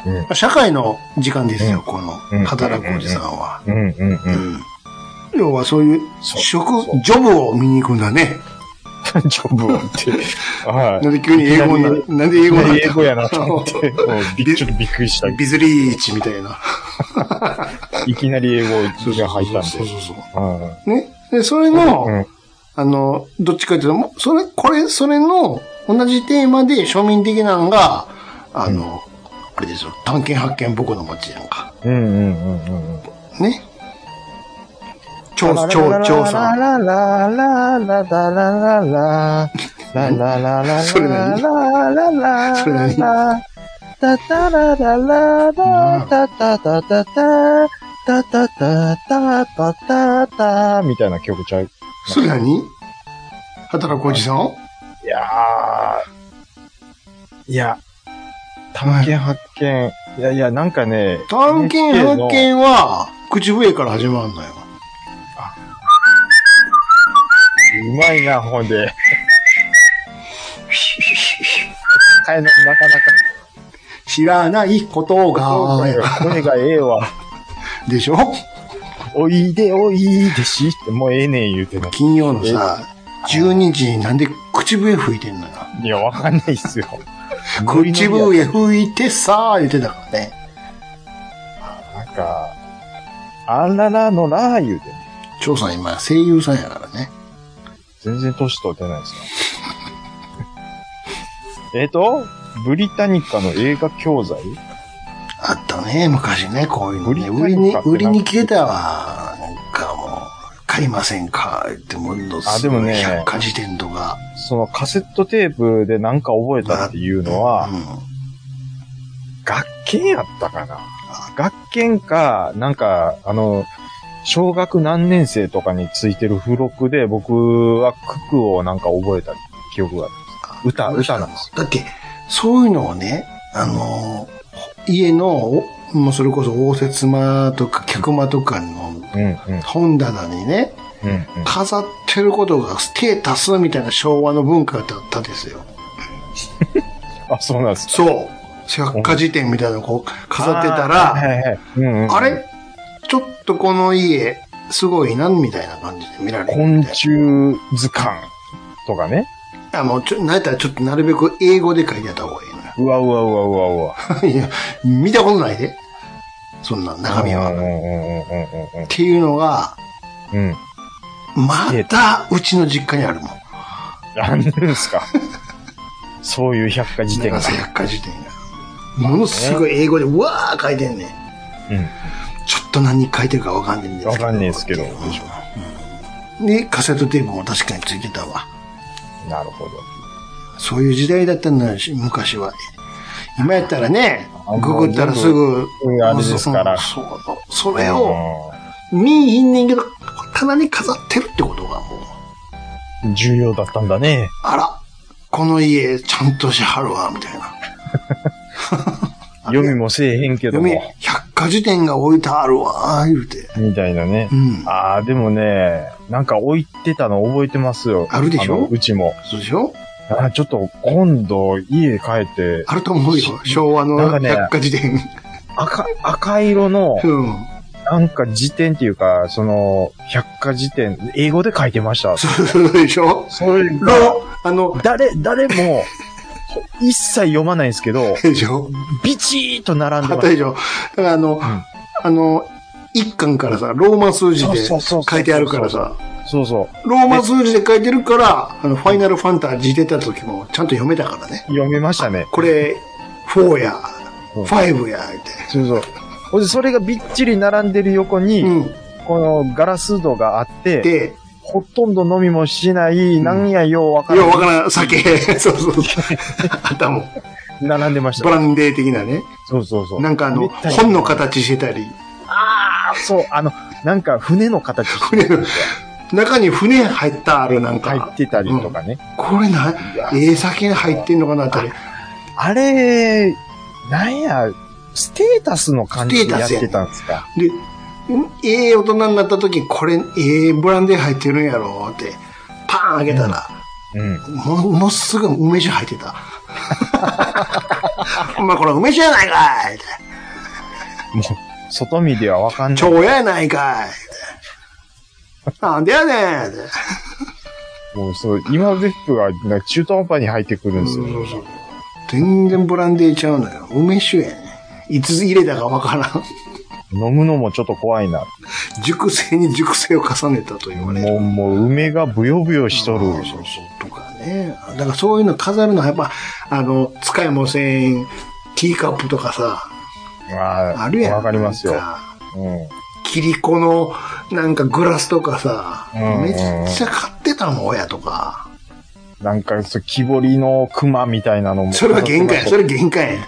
Speaker 4: うん
Speaker 5: 社会の時間ですよ、
Speaker 4: うん
Speaker 5: この
Speaker 4: うん
Speaker 5: 働くおじさんは。
Speaker 4: うんうんうん。
Speaker 5: うん要はそういう
Speaker 4: そう
Speaker 5: 職
Speaker 4: そう、
Speaker 5: ジョブを見に行くんだね。
Speaker 4: ジョ
Speaker 5: (laughs)
Speaker 4: ブをって。は
Speaker 5: なんで急に英語にな、なんで英
Speaker 4: い。
Speaker 5: 語になっ
Speaker 4: 英語やなと思って、もうびっちょっとびっくりした
Speaker 5: た。ビズリーチみたいな。
Speaker 4: いきなり英語が入ったん
Speaker 5: そう
Speaker 4: で。
Speaker 5: そうそう。
Speaker 4: うん
Speaker 5: ね。で、それの、
Speaker 4: うん
Speaker 5: あの、どっちかというともう、それ、これ、それの、同じテーマで庶民的なのが、あの、あれですよ、探検発見僕の街やんか。
Speaker 4: うんうんうんうんうん。
Speaker 5: ね。調査、調調査。
Speaker 4: ラララララララララララララ
Speaker 5: それ何
Speaker 4: ラララ
Speaker 5: それ何
Speaker 4: タタララララタタタタタタタタタタタタみたいな曲ちゃう
Speaker 5: それ何働くおじさん
Speaker 4: いやー。いや、探検発見。いやいや、なんかね。
Speaker 5: 探検
Speaker 4: NHK
Speaker 5: 発
Speaker 4: の
Speaker 5: 見は、口笛から始まるのよ。
Speaker 4: うまいな、ほん
Speaker 5: (laughs)
Speaker 4: で。使えない、なかなか。
Speaker 5: 知らないことが、
Speaker 4: 声がええわ。
Speaker 5: でしょ
Speaker 4: おいでおいでしって、もうええねん言うてな。
Speaker 5: 金曜のさ、12時になんで口笛吹いてんのよ。
Speaker 4: いや、わかんないっすよ。
Speaker 5: (laughs) 口笛吹いてさ、言ってたからね。
Speaker 4: なんか、あららのら言うてね。
Speaker 5: 張さん今声優さんやからね。
Speaker 4: 全然年取ってないですよ。 (laughs) えっと、ブリタニカの映画教材
Speaker 5: あったね、昔ね、こういうのね。売
Speaker 4: 売
Speaker 5: り
Speaker 4: りた
Speaker 5: に
Speaker 4: いのか、
Speaker 5: 売りに来てたわ。なんかもう、買いませんかって、もう、
Speaker 4: あでもね
Speaker 5: 百科事典とか。
Speaker 4: そのカセットテープでなんか覚えたっていうのは
Speaker 5: う、ん。
Speaker 4: 学研やったかな学研か、なんか、あの、小学何年生とかについてる付録で、僕は九九をなんか覚えた記憶があるんです。歌、歌なんですよ。
Speaker 5: だって、そういうのをね、あのー、家の、おもうそれこそ応接間とか客間とかの
Speaker 4: うん、うん。
Speaker 5: 本棚にね、
Speaker 4: うんうん。
Speaker 5: 飾ってることが手足すみたいな昭和の文化だったんですよ。
Speaker 4: あ、そうなんです。
Speaker 5: そう。百科事典みたいなのをこう飾ってた
Speaker 4: あー
Speaker 5: ら、
Speaker 4: はいはい。うんうん
Speaker 5: あれちょっとこの家、すごいな、みたいな感じで見られる
Speaker 4: 昆
Speaker 5: みたいな。
Speaker 4: 虫図鑑とかね。
Speaker 5: あ、もうちょ、なんやったらちょっとなるべく英語で書いてあった方がいいな。
Speaker 4: うわうわうわうわうわ。
Speaker 5: (laughs) いや、見たことないで。そんな中身は。
Speaker 4: うんうん
Speaker 5: っ
Speaker 4: うんうんうん
Speaker 5: ていうのが、
Speaker 4: うん。うん。
Speaker 5: またうちの実家にあるもん。
Speaker 4: なんでですかそういう百科事典
Speaker 5: 長
Speaker 4: が。
Speaker 5: 瀬百科事典が。ものすごい英語で、うわー書いてんねん。ちょっと何書いてるかわかんないんですけど。
Speaker 4: わかんないですけど
Speaker 5: うんで、カセットテープも確かについてたわ。
Speaker 4: うん。なるほど。
Speaker 5: そういう時代だったんだし、昔は。今やったらね
Speaker 4: あ、
Speaker 5: ググったらすぐ
Speaker 4: うん。あれですから
Speaker 5: そうそう。それを、見いひんねんけど、棚に飾ってるってことがもう。
Speaker 4: うん重要だったんだね。
Speaker 5: あら、この家ちゃんとしはるわ、みたい
Speaker 4: (laughs)
Speaker 5: な。 (laughs)
Speaker 4: 読みもせえへんけど
Speaker 5: 読
Speaker 4: も
Speaker 5: み。、百科事典が置いてあるわ、言うて。
Speaker 4: みたいなね
Speaker 5: う。ん。
Speaker 4: ああ、でもね、なんか置いてたの覚えてますよ。
Speaker 5: あるでしょ
Speaker 4: のうちも。
Speaker 5: そうでしょ
Speaker 4: あーちょっと今度家帰って、
Speaker 5: あると思うよ。昭和
Speaker 4: なん
Speaker 5: の
Speaker 4: かね
Speaker 5: 百科事典。
Speaker 4: 赤、赤色の、
Speaker 5: うん。
Speaker 4: なんか辞典っていうか、その、百科辞典、英語で書いてました。
Speaker 5: そうでしょ
Speaker 4: それ
Speaker 5: の
Speaker 4: が、、
Speaker 5: あの、
Speaker 4: 誰、誰も、一切読まないんですけど、
Speaker 5: でしょ
Speaker 4: ビチーと並んでま
Speaker 5: あった
Speaker 4: す。
Speaker 5: でしょだからあの、あの、一巻からさ、ローマ数字
Speaker 4: そ
Speaker 5: で
Speaker 4: うそうそうそう
Speaker 5: 書いてあるからさ、
Speaker 4: そうそう。
Speaker 5: ローマ数字で書いてるから、あの、ファイナルファンタジー出た時もちゃんと読めたからね。
Speaker 4: 読めましたね。
Speaker 5: これ、4や、
Speaker 4: うん
Speaker 5: 5や、って。
Speaker 4: そうそう。ほんでそれがびっちり並んでる横に、
Speaker 5: うん。
Speaker 4: このガラス戸があって、
Speaker 5: で、
Speaker 4: ほとんど飲みもしない、なんやようわか
Speaker 5: よう
Speaker 4: ら
Speaker 5: わからん、酒。 (laughs) そうそう
Speaker 4: (laughs)
Speaker 5: そう。あったもん。
Speaker 4: ん。並んでまし
Speaker 5: ブ
Speaker 4: た。
Speaker 5: ランデー的なね。
Speaker 4: そうそうそう。
Speaker 5: なんかあ
Speaker 4: め
Speaker 5: の、
Speaker 4: ったに
Speaker 5: 本の形してたり。
Speaker 4: あそう、あの、なんか船の形して
Speaker 5: 船の中に船入ったあるなん
Speaker 4: 入
Speaker 5: か
Speaker 4: っ。てたりとかね。
Speaker 5: これな、ええ酒入ってんのかなって。
Speaker 4: あれ、なんや、ステータスの感じでやってたんですか。
Speaker 5: で、んええ大人になった時、これ、ええブランデー入ってるんやろって、パーン開けたら、
Speaker 4: うん。
Speaker 5: も、もうすぐ梅酒入って
Speaker 4: (laughs)
Speaker 5: た。お前これ梅酒やないかいって
Speaker 4: 外見ではわかんない。
Speaker 5: 蝶やないかいってなんでやねんって
Speaker 4: もうそう、今別府がなんか中途半端に入ってくるんですよ。
Speaker 5: そうそうそう全然ブランデーちゃうのよ。梅酒やねいつ入れたかわからん。 (laughs)
Speaker 4: 飲むのもちょっと怖いな。
Speaker 5: 熟成に熟成を重ねたと言われる。
Speaker 4: もう、もう梅がブヨブヨしとる。
Speaker 5: そうそうそう。とかね。だからそういうの飾るのはやっぱ、あの、使いもせん、ティーカップとかさ、
Speaker 4: あ
Speaker 5: あるやん。
Speaker 4: わかりますよ
Speaker 5: なん。か
Speaker 4: うん。
Speaker 5: キリコの、なんかグラスとかさ、
Speaker 4: うん
Speaker 5: めっちゃ買ってたもん、親とか。
Speaker 4: なんか、そう、木彫りの熊みたいなのも。
Speaker 5: それは限界や。それ限界や。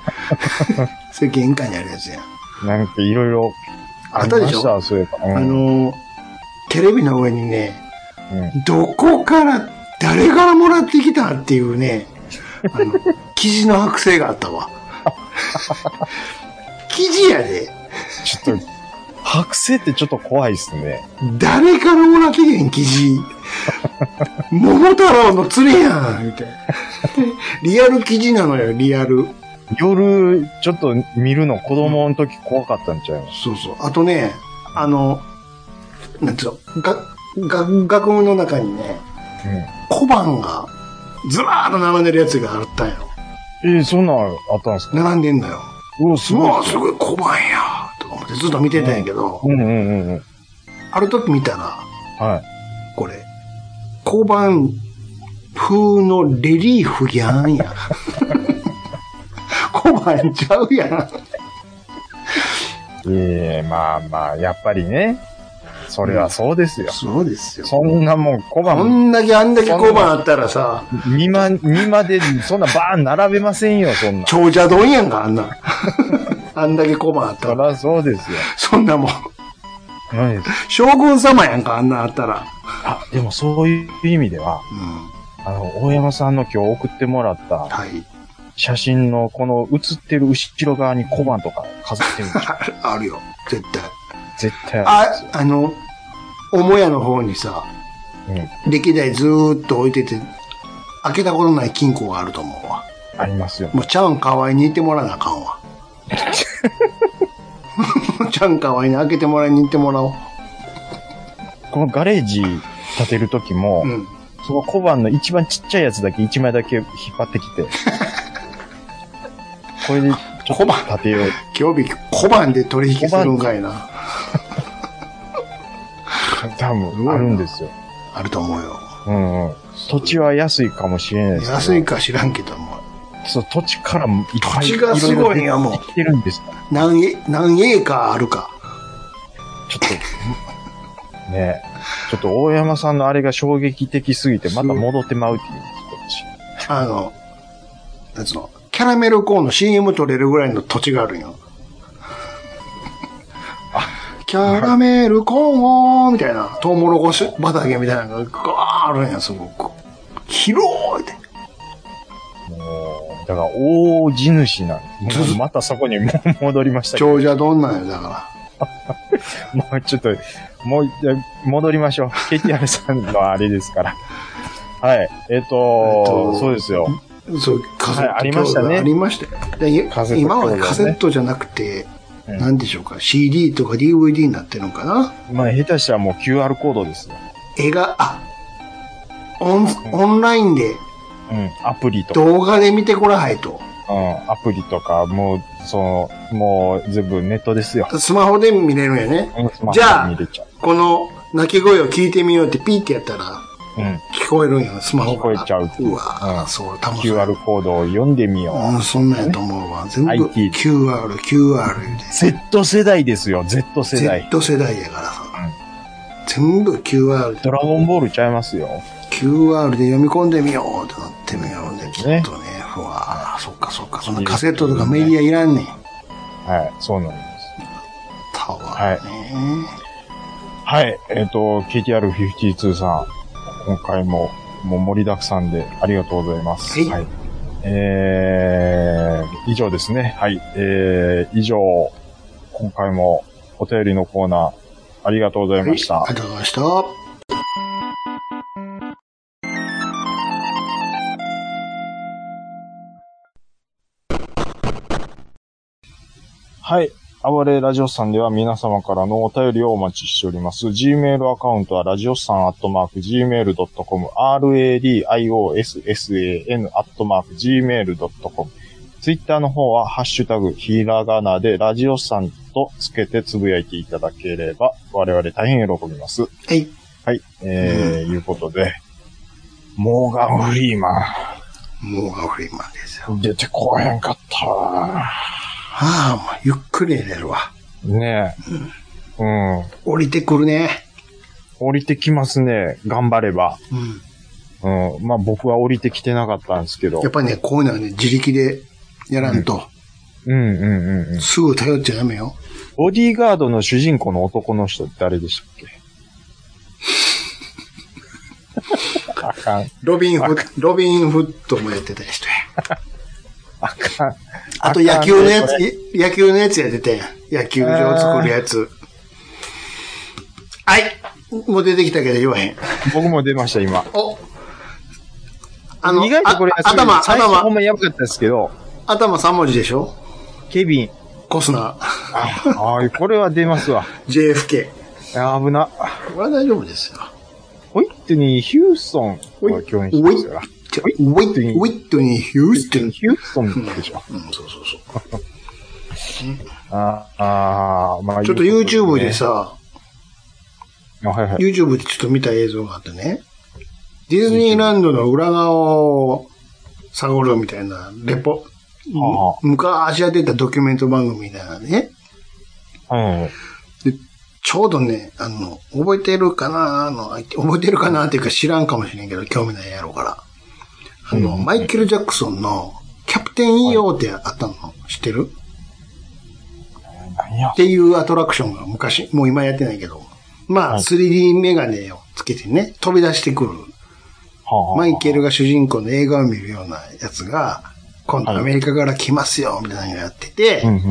Speaker 5: (laughs) それ限界にあるやつや。
Speaker 4: (laughs) なんかいろいろ。
Speaker 5: あったでしょ
Speaker 4: ありまたそういえば。うん
Speaker 5: あの、テレビの上にね、
Speaker 4: うん
Speaker 5: どこから、誰からもらってきたっていうね、あ
Speaker 4: (laughs)
Speaker 5: の、記事の剥製があったわ。記事やで。
Speaker 4: ちょっと、剥製ってちょっと怖いですね。
Speaker 5: 誰からもらってきへん記
Speaker 4: (laughs)
Speaker 5: 事。桃太郎の釣りやんみたいな。リアル記事なのよ、リアル。
Speaker 4: 夜、ちょっと見るの子供の時怖かったんちゃいます
Speaker 5: そうそう。あとね、あの、なんつうの、が、が、学部の中にね、小判が、ずらーっと並んでるやつがあったんよ。
Speaker 4: えー、そんなんあったんですか
Speaker 5: 並んでんのよ。
Speaker 4: うわ、す
Speaker 5: う
Speaker 4: ご
Speaker 5: わ
Speaker 4: い。
Speaker 5: すごい小判やとか思ってずっと見てたんやけど、
Speaker 4: うんうんうんうん。
Speaker 5: ある時見たら、
Speaker 4: はい。
Speaker 5: これ、小判風のレリーフやん
Speaker 4: (laughs)
Speaker 5: や。小判ちゃうやん。
Speaker 4: ええまあまあ、やっぱりね。それはそうですよ。
Speaker 5: そうですよ。
Speaker 4: そんなもん、小
Speaker 5: あ
Speaker 4: 判、
Speaker 5: んだけあんだけ小判あったらさ、
Speaker 4: 見ま、見まで、そんなバーン並べませんよ、そんな。
Speaker 5: 長者丼やんか、あんなん。 (laughs) あんだけ小判あった
Speaker 4: そ
Speaker 5: ら。
Speaker 4: らそうですよ。
Speaker 5: そんなもん。
Speaker 4: ないです
Speaker 5: 将軍様やんか、あんなんあったら。
Speaker 4: あ、でもそういう意味では、
Speaker 5: うん。
Speaker 4: あの、大山さんの今日送ってもらった
Speaker 5: はい。
Speaker 4: 写真のこの写ってる後ろ側に小 (laughs) 判とか飾ってるんですよ。
Speaker 5: あるあるよ、絶対。
Speaker 4: 絶対あるんですよ
Speaker 5: あ、あの、母屋の方にさ、歴代ずーっと置いてて、開けたことない金庫があると思うわ。
Speaker 4: ありますよ。
Speaker 5: もう、ちゃんかわいに行ってもらわなあかん (laughs) わ。ちゃんかわいに開けてもらいに行ってもらおう。
Speaker 4: このガレージ建てる時も、
Speaker 5: うん。
Speaker 4: その小判の一番ちっちゃいやつだけ一枚だけ引っ張って
Speaker 5: (laughs)
Speaker 4: きて、これでちょっと建てよう。
Speaker 5: 今日日小判で取引するんかいな。
Speaker 4: 多分あるんですよ。
Speaker 5: あると思うよ。
Speaker 4: うんうん。土地は安いかもしれないですけど。
Speaker 5: 安いか知らんけども。
Speaker 4: そう、土地からもいっぱい
Speaker 5: 土地がすごいんやもう
Speaker 4: ろろ出てきてるんですよ
Speaker 5: 何エ、何エーカーあるか。
Speaker 4: ちょっと、ねちょっと大山さんのあれが衝撃的すぎて、また戻ってまうっていう。
Speaker 5: あの、なんつうの、キャラメルコーンの CM 取れるぐらいの土地があるんよ。キャラメルコーンみたいな、トウモロコシ畑みたいなのがガーあるんや、すごく。広いって。
Speaker 4: もう、だから、大地主なんです。もうまたそこにもう戻りましたけど、
Speaker 5: 長者どんなんよ、だか
Speaker 4: もうちょっと、もう、じゃあ戻りま (laughs) しょう。KTR さんのあれですから。はい。えっ、
Speaker 5: えっ
Speaker 4: と
Speaker 5: と
Speaker 4: そうですよ。
Speaker 5: ら。そう、カセッ
Speaker 4: は
Speaker 5: ト、
Speaker 4: いありましたね
Speaker 5: ありましたよでい
Speaker 4: カセット
Speaker 5: 今は
Speaker 4: そうだね
Speaker 5: カセットじゃなくて、
Speaker 4: うん
Speaker 5: なんでしょうか、CD とか DVD になってるのかな
Speaker 4: まあ、下手したらもう QR コードですよ。
Speaker 5: 絵が、あ、オン、オンラインで
Speaker 4: うん。アプリとか、
Speaker 5: 動画で見てこらはいと。
Speaker 4: うん。アプリとか、もう、その、もう、全部ネットですよ。
Speaker 5: スマホで見れるんやね。
Speaker 4: うんスマホ
Speaker 5: じゃあ
Speaker 4: に入れちゃう。
Speaker 5: この鳴き声を聞いてみようってピーってやったら
Speaker 4: うん。
Speaker 5: 聞こえるんや、スマホから。
Speaker 4: 聞こえちゃうっていう
Speaker 5: うわぁ、
Speaker 4: うん
Speaker 5: そう、多分そう
Speaker 4: QR コードを読んでみよう。
Speaker 5: うん、そんなんやと思うわ。全部
Speaker 4: IT
Speaker 5: QR、QR 言うて。
Speaker 4: Z 世代ですよ、Z 世代。
Speaker 5: Z 世代やからさ。全部 QR で、
Speaker 4: ドラゴンボールちゃいますよ。
Speaker 5: QR で読み込んでみようってなってみようね、きっとね
Speaker 4: ね。
Speaker 5: うわぁ、そっかそっか。そんなカセットとかメディアいらんねん。
Speaker 4: はい、そうなんです。
Speaker 5: タワーね。
Speaker 4: はい、えっ、と、KTR52 さん、今回も、もう盛りだくさんでありがとうございます。
Speaker 5: はい
Speaker 4: えー、以上ですね。はい、えー、以上、今回もお便りのコーナー、ありがとうございました。
Speaker 5: ありがとうございました。
Speaker 4: はい。暴れラジオスさんでは皆様からのお便りをお待ちしております。Gmail アカウントは、ラジオスさんアットマーク Gmail.com、radiossan アットマーク Gmail.com。Twitter の方は、ハッシュタグ、ひらがなで、ラジオスさんとつけてつぶやいていただければ、我々大変喜びます。
Speaker 5: はい。
Speaker 4: はい。えー、いうことで、モーガン・フリーマ
Speaker 5: もうガフリーマンですよ。
Speaker 4: ン、出てこへんかったわ
Speaker 5: ああ、もうゆっくり寝れるわ。
Speaker 4: ねえ。うん。
Speaker 5: 降りてくるね。
Speaker 4: 降りてきますね。頑張れば。
Speaker 5: うん。
Speaker 4: うん。まあ僕は降りてきてなかったんですけど
Speaker 5: やっ。ぱりね、こういうのはね、自力でやらんと、
Speaker 4: うんうんうんうん。
Speaker 5: すぐ頼っちゃダメよ。
Speaker 4: ボディーガードの主人公の男の人って誰でしたっ
Speaker 5: (laughs)
Speaker 4: けあかん。
Speaker 5: ロビンフット、ロビンフットもやってた人や。
Speaker 4: (laughs) あかん。
Speaker 5: あと野球のやつ
Speaker 4: あかんね、
Speaker 5: い野球のやつやってたやん。野球場を作るやつ。はい。もう出てきたけど言わへん。
Speaker 4: 僕も出ました、今。
Speaker 5: おあの、
Speaker 4: 意外とこれ
Speaker 5: あ頭、
Speaker 4: 最初ほん
Speaker 5: 頭、
Speaker 4: まやばかったですけど、
Speaker 5: 頭3文字でしょ
Speaker 4: ケビン。
Speaker 5: コスナ (laughs)
Speaker 4: あ、あーこれは出ますわ。
Speaker 5: ー、JFK。
Speaker 4: あー危な。
Speaker 5: これは大丈夫ですよ。
Speaker 4: ホイットニー・ヒューソン
Speaker 5: ウ
Speaker 4: が共演してますから。
Speaker 5: ウィットニー、ウィットニー、ヒューストン。
Speaker 4: ヒューソンでしょ。
Speaker 5: うん、そうそうそう。
Speaker 4: あーあー、まあ
Speaker 5: ちょっと
Speaker 4: いうこ
Speaker 5: YouTube
Speaker 4: ね
Speaker 5: でさ、
Speaker 4: あはいはい。
Speaker 5: YouTube でちょっと見た映像があってね、ディズニーランドの裏側を探るみたいな、レポ、
Speaker 4: あ
Speaker 5: 昔やってたドキュメント番組みたいなね、
Speaker 4: うん。
Speaker 5: ちょうどね、あの、覚えてるかなあの、覚えてるかなっていうか知らんかもしれんけど、興味ないやろうから。あの、
Speaker 4: うん
Speaker 5: マイケル・ジャクソンのキャプテン EO ってあったの、知ってる
Speaker 4: 何や
Speaker 5: っ。ていうアトラクションが昔、もう今やってないけど、まあ、
Speaker 4: はい
Speaker 5: 3D メガネをつけてね、飛び出してくる。
Speaker 4: はあ
Speaker 5: マイケルが主人公の映画を見るようなやつが、今度アメリカから来ますよ、みたいなのやってて
Speaker 4: うん、うん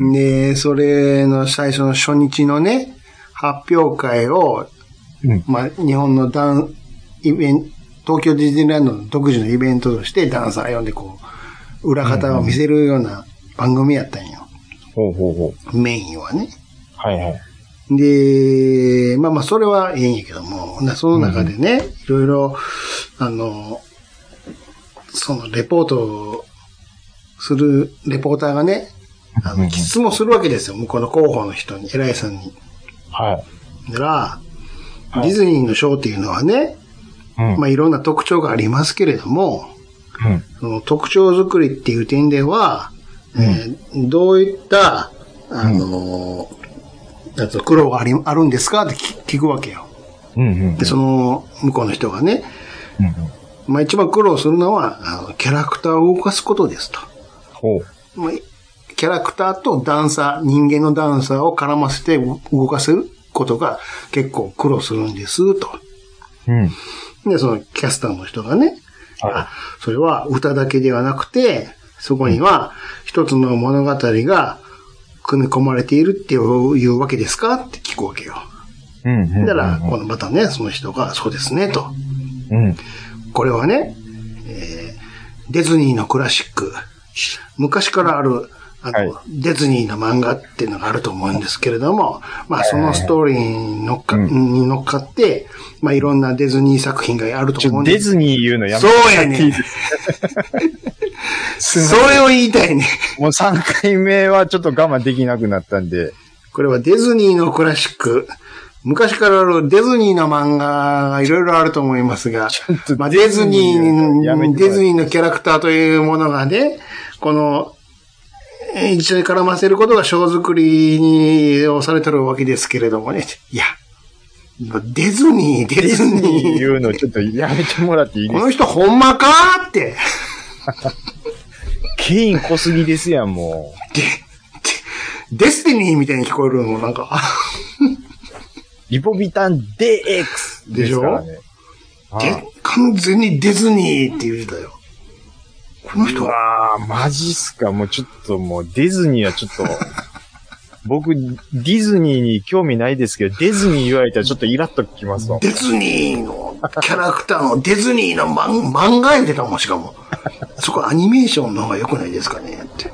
Speaker 4: うんうん。
Speaker 5: で、それの最初の初日のね、発表会を、
Speaker 4: うん
Speaker 5: まあ、日本のダン、イベント、東京ディズニーランドの独自のイベントとしてダンサー呼んでこう、裏方を見せるような番組やったんよ。
Speaker 4: ほうほうほう。
Speaker 5: メインはね。
Speaker 4: はいはい。
Speaker 5: で、まあまあ、それはいいんやけども、なその中でね、いろいろ、あの、そのレポートをするレポーターがね、あ
Speaker 4: うんう
Speaker 5: の、
Speaker 4: ん
Speaker 5: 質問するわけですよ。向こうの広報の人に、偉いさんに。
Speaker 4: はい。
Speaker 5: なら、
Speaker 4: はい
Speaker 5: ディズニーのショーっていうのはね、
Speaker 4: うん。
Speaker 5: まあいろんな特徴がありますけれども、
Speaker 4: うん。
Speaker 5: その特徴作りっていう点では、えーどういった、あのー、あと苦労がありあるんですかって聞聞くわけよ。
Speaker 4: うんうん。
Speaker 5: で、その向こうの人がね、
Speaker 4: うんうん。
Speaker 5: まあ一番苦労するのは、あのキャラクターを動かすことですと。
Speaker 4: ほう。
Speaker 5: まあキャラクターとダンサー、人間のダンサーを絡ませて動かせることが結構苦労するんですと。
Speaker 4: うん。
Speaker 5: で、そのキャスターの人がね、
Speaker 4: は
Speaker 5: あそれは歌だけではなくて、そこには一つの物語が組み込まれているっていうわけですかって聞くわけよ。
Speaker 4: い。うんうん。
Speaker 5: だから、このまたね、その人が、そうですね、と。
Speaker 4: うん。
Speaker 5: これはね、えーディズニーのクラシック、昔からある、あの、
Speaker 4: はい
Speaker 5: ディズニーの漫画っていうのがあると思うんですけれども、まあそのストーリーに乗っか,、
Speaker 4: うん
Speaker 5: に乗っかって、まあいろんなディズニー作品があると
Speaker 4: ち
Speaker 5: 思う
Speaker 4: ょ、
Speaker 5: ん
Speaker 4: ディ
Speaker 5: です
Speaker 4: ズニー言うのやめ
Speaker 5: そ
Speaker 4: て。
Speaker 5: うやねん。
Speaker 4: (laughs)
Speaker 5: それを言いたいね。
Speaker 4: もう3回目はちょっと我慢できなくなったんで。
Speaker 5: これはディズニーのクラシック。昔からあるディズニーの漫画がいろいろあると思いますが
Speaker 4: っと、
Speaker 5: まあ、ディズニ
Speaker 4: やめてもらっ
Speaker 5: ー、
Speaker 4: て
Speaker 5: ディズニーのキャラクターというものがね、この、えー一緒に絡ませることがショー作りにをされてるわけですけれどもね。いや、ディズニー、
Speaker 4: デ
Speaker 5: ディ
Speaker 4: ィズ
Speaker 5: ズ
Speaker 4: ニー
Speaker 5: ニー。
Speaker 4: 言うのちょっとやめてもらっていいで
Speaker 5: こ
Speaker 4: すか
Speaker 5: の人ほんまかって。
Speaker 4: ケイン濃すぎですやん、もう。
Speaker 5: ででデスティニーみたいに聞こえるのもなんか、
Speaker 4: リポビタン DX ですからね。
Speaker 5: で完全にディズニーって言う人だよ。この人
Speaker 4: あ
Speaker 5: は、
Speaker 4: あ、マジっすか。もうちょっともうディズニーはちょっと、僕、ディズニーに興味ないですけど、ディズニー言われたらちょっとイラっときますわ。
Speaker 5: ディズニーのキャラクターのディズニーの漫漫画やってたもん、しかも。そこアニメーションの方が良くないですかねって。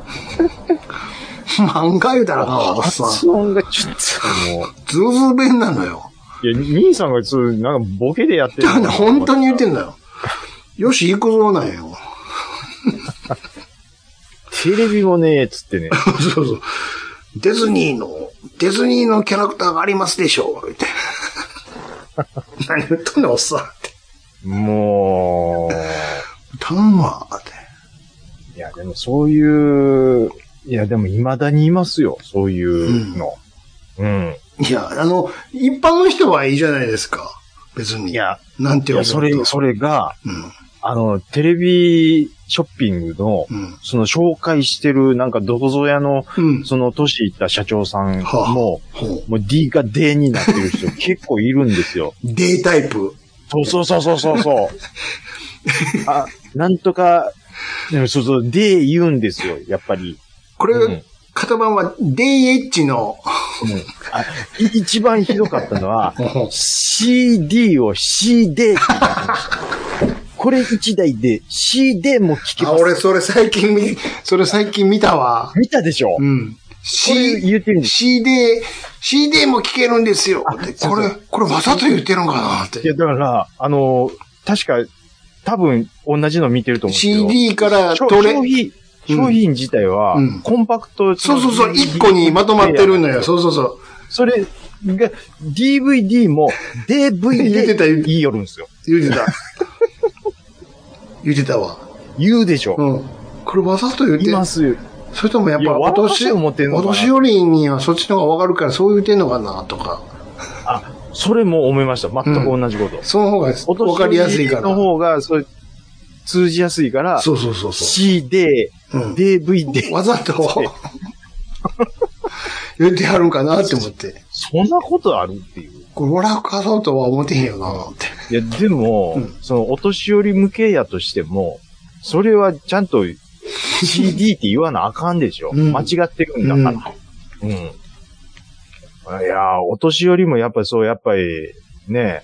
Speaker 5: (laughs) 漫画言うたらあかんわおっさん。
Speaker 4: 発音がちょっとも
Speaker 5: ズルズル弁なのよ。
Speaker 4: う、いや、兄さんがそう、なんかボケでやってる
Speaker 5: だから
Speaker 4: の
Speaker 5: ね
Speaker 4: かな。
Speaker 5: 本当に言ってんだよ。よし、行くぞなんよ。 (laughs)
Speaker 4: テレビもねえ、つってね。
Speaker 5: そうそう。ディズニーの、ディズニーのキャラクターがありますでしょうって。 (laughs) 何言っとんねん、おっさんって。
Speaker 4: も
Speaker 5: 頼むわ、って。
Speaker 4: う、いや、でもそういう、いや、でも未だにいますよ、そういうの。うん。
Speaker 5: いや、あの、一般の人はいいじゃないですか。別に。
Speaker 4: いや、
Speaker 5: なんて
Speaker 4: い
Speaker 5: 言
Speaker 4: や、それ、それ
Speaker 5: れ。
Speaker 4: が、
Speaker 5: うん。
Speaker 4: あの、テレビショッピングの、
Speaker 5: うん。
Speaker 4: その紹介してる、なんか、どこぞやの、
Speaker 5: うん。
Speaker 4: その年行った社長さん
Speaker 5: はあ
Speaker 4: も、
Speaker 5: ほう。
Speaker 4: もう D が D になってる人結構いるんですよ。
Speaker 5: データイプ。
Speaker 4: そうそうそうそうそう
Speaker 5: (laughs)
Speaker 4: そう。あ、なんとか、でもそうそう、D 言うんですよ、やっぱり。
Speaker 5: これ、
Speaker 4: うん
Speaker 5: 型番は DH の、
Speaker 4: あい一番ひどかったのは、
Speaker 5: ほう
Speaker 4: CD を CD って言ってましたこれ一台で CD も聞け
Speaker 5: あ、
Speaker 4: ま
Speaker 5: 俺
Speaker 4: す。
Speaker 5: それ最近見、それ最近見たわ。
Speaker 4: 見たでしょこ
Speaker 5: うん。
Speaker 4: れ
Speaker 5: C、
Speaker 4: 言ってるんです。
Speaker 5: CD、CD も聴けるんですよ。って
Speaker 4: そう
Speaker 5: これ、これわざと言ってるのかなっ
Speaker 4: い
Speaker 5: て。
Speaker 4: や、だから、あの、確か、多分、同じの見てると思うんですよ。
Speaker 5: CD から
Speaker 4: 商
Speaker 5: どれ、
Speaker 4: 商品、
Speaker 5: うん
Speaker 4: 商品自体は
Speaker 5: うん、
Speaker 4: コンパクト、
Speaker 5: そうそうそう、一個にまとまってるのよ。
Speaker 4: そ
Speaker 5: そうそうそう。
Speaker 4: れが、DVD も DVD
Speaker 5: (laughs) 言ってた言って
Speaker 4: 言いよるんですよ。
Speaker 5: 言
Speaker 4: (laughs)
Speaker 5: うてた。言うてたわ。
Speaker 4: 言うでしょ。
Speaker 5: うん。これわざと言っ
Speaker 4: い
Speaker 5: て
Speaker 4: ますよ。
Speaker 5: それともやっ
Speaker 4: いや
Speaker 5: ぱ、お
Speaker 4: 笑わせ
Speaker 5: 年、
Speaker 4: よう思ってんの
Speaker 5: お
Speaker 4: かな
Speaker 5: 年寄りにはそっちの方がわかるから、そう言ってんのかな、とか。
Speaker 4: あ、それも思いました。全く同じこと。
Speaker 5: その方が
Speaker 4: お年
Speaker 5: わかりやすいか
Speaker 4: 寄りの
Speaker 5: ら。
Speaker 4: 方が、それ、通じやすいから、
Speaker 5: そうそうそうそ
Speaker 4: CD、
Speaker 5: う。うん、
Speaker 4: DVD。
Speaker 5: わざと、 (laughs) 言ってやるんかなって思って。
Speaker 4: そんなことあるっていう。
Speaker 5: これ、笑かそうとは思ってへんよな、って。
Speaker 4: いや、でも、
Speaker 5: うん
Speaker 4: その、お年寄り向けやとしても、それはちゃんと CD って言わなあかんでしょ。
Speaker 5: うん
Speaker 4: 間違ってるんだから。うん。いやー、お年寄りもやっぱりそう、やっぱり、ね、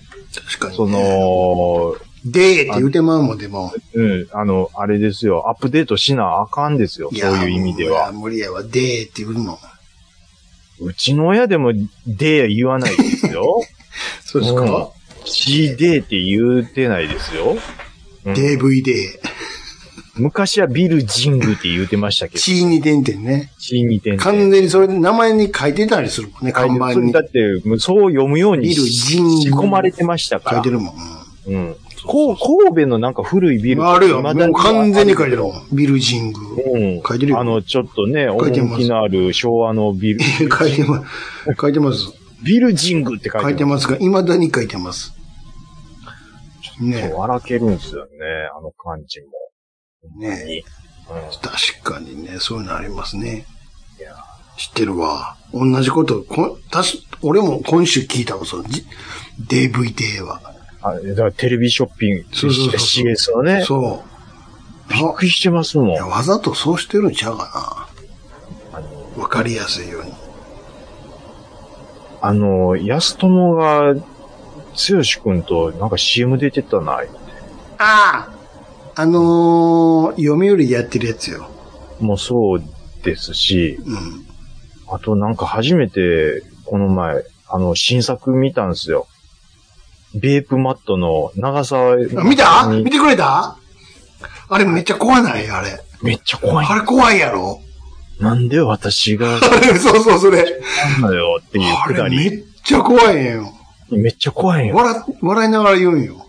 Speaker 5: 確かに。
Speaker 4: そ、の、
Speaker 5: でーって言うてまうもん、でも。
Speaker 4: うん、あの、あれですよ、アップデートしなあかんですよ、そういう意味で
Speaker 5: いや
Speaker 4: は。
Speaker 5: 無理やわ、でーって言うもん。
Speaker 4: うちの親でも、で言わないですよ。
Speaker 5: (laughs) そうですか、
Speaker 4: C でって言うてないですよ。うん
Speaker 5: ?DVD。
Speaker 4: 昔はビルジングって言うてましたけど、
Speaker 5: チーニ点々ね。
Speaker 4: C に点
Speaker 5: 完全にそれで名前に書いてたりするもんね、看板に
Speaker 4: だ。って、もうそう読むように
Speaker 5: ビル
Speaker 4: 仕
Speaker 5: ジング
Speaker 4: 込まれてましたか
Speaker 5: 書い
Speaker 4: ら
Speaker 5: て。るもん。
Speaker 4: うん。こう神戸のなんか古いビ
Speaker 5: うん
Speaker 4: ル
Speaker 5: あるよ、も
Speaker 4: 未だ
Speaker 5: う完全に書いてる
Speaker 4: あ
Speaker 5: もん。ビルジング。
Speaker 4: うん。
Speaker 5: 書いてるよ
Speaker 4: あの、ちょっとね、
Speaker 5: 書いてます
Speaker 4: 趣のある昭和の
Speaker 5: (laughs)
Speaker 4: ビル、
Speaker 5: 書いてます。書いてます。
Speaker 4: ビルジングって書いて
Speaker 5: 書いて
Speaker 4: ま
Speaker 5: ますが、未だに書いてます。
Speaker 4: す。
Speaker 5: ね
Speaker 4: そう笑けるんですよね、あの感じも。
Speaker 5: ね
Speaker 4: うん
Speaker 5: 確かにね、そういうのありますね。知ってるわ。同じこと、こたし俺も今週聞いたわ、そのじ DVD は。
Speaker 4: あだからテレビショッピング、
Speaker 5: そうそうそうそう
Speaker 4: CS はね、
Speaker 5: そう。
Speaker 4: びっくりしてますも
Speaker 5: い
Speaker 4: ん
Speaker 5: や。わざとそうしてるんちゃうか
Speaker 4: あの
Speaker 5: な。わかりやすいように。
Speaker 4: あの、安友が、剛君となんか CM 出てたな、
Speaker 5: あああのー、読売でやってるやつよ。
Speaker 4: もうそうですし、
Speaker 5: うん。
Speaker 4: あとなんか初めて、この前、あの、新作見たんですよ。ベープマットの長澤
Speaker 5: あ見た
Speaker 4: に
Speaker 5: 見てくれたあれめっちゃ怖ないあれ。
Speaker 4: めっちゃ怖い。
Speaker 5: あれ怖いやろ (laughs)
Speaker 4: なんで私が、
Speaker 5: あれ、そうそう、それ。
Speaker 4: なんだよっていう
Speaker 5: あ
Speaker 4: くだ
Speaker 5: れめ
Speaker 4: り。
Speaker 5: っちゃ怖いんよ。
Speaker 4: めっちゃ怖いよ。
Speaker 5: 笑、笑いながら言うんよ。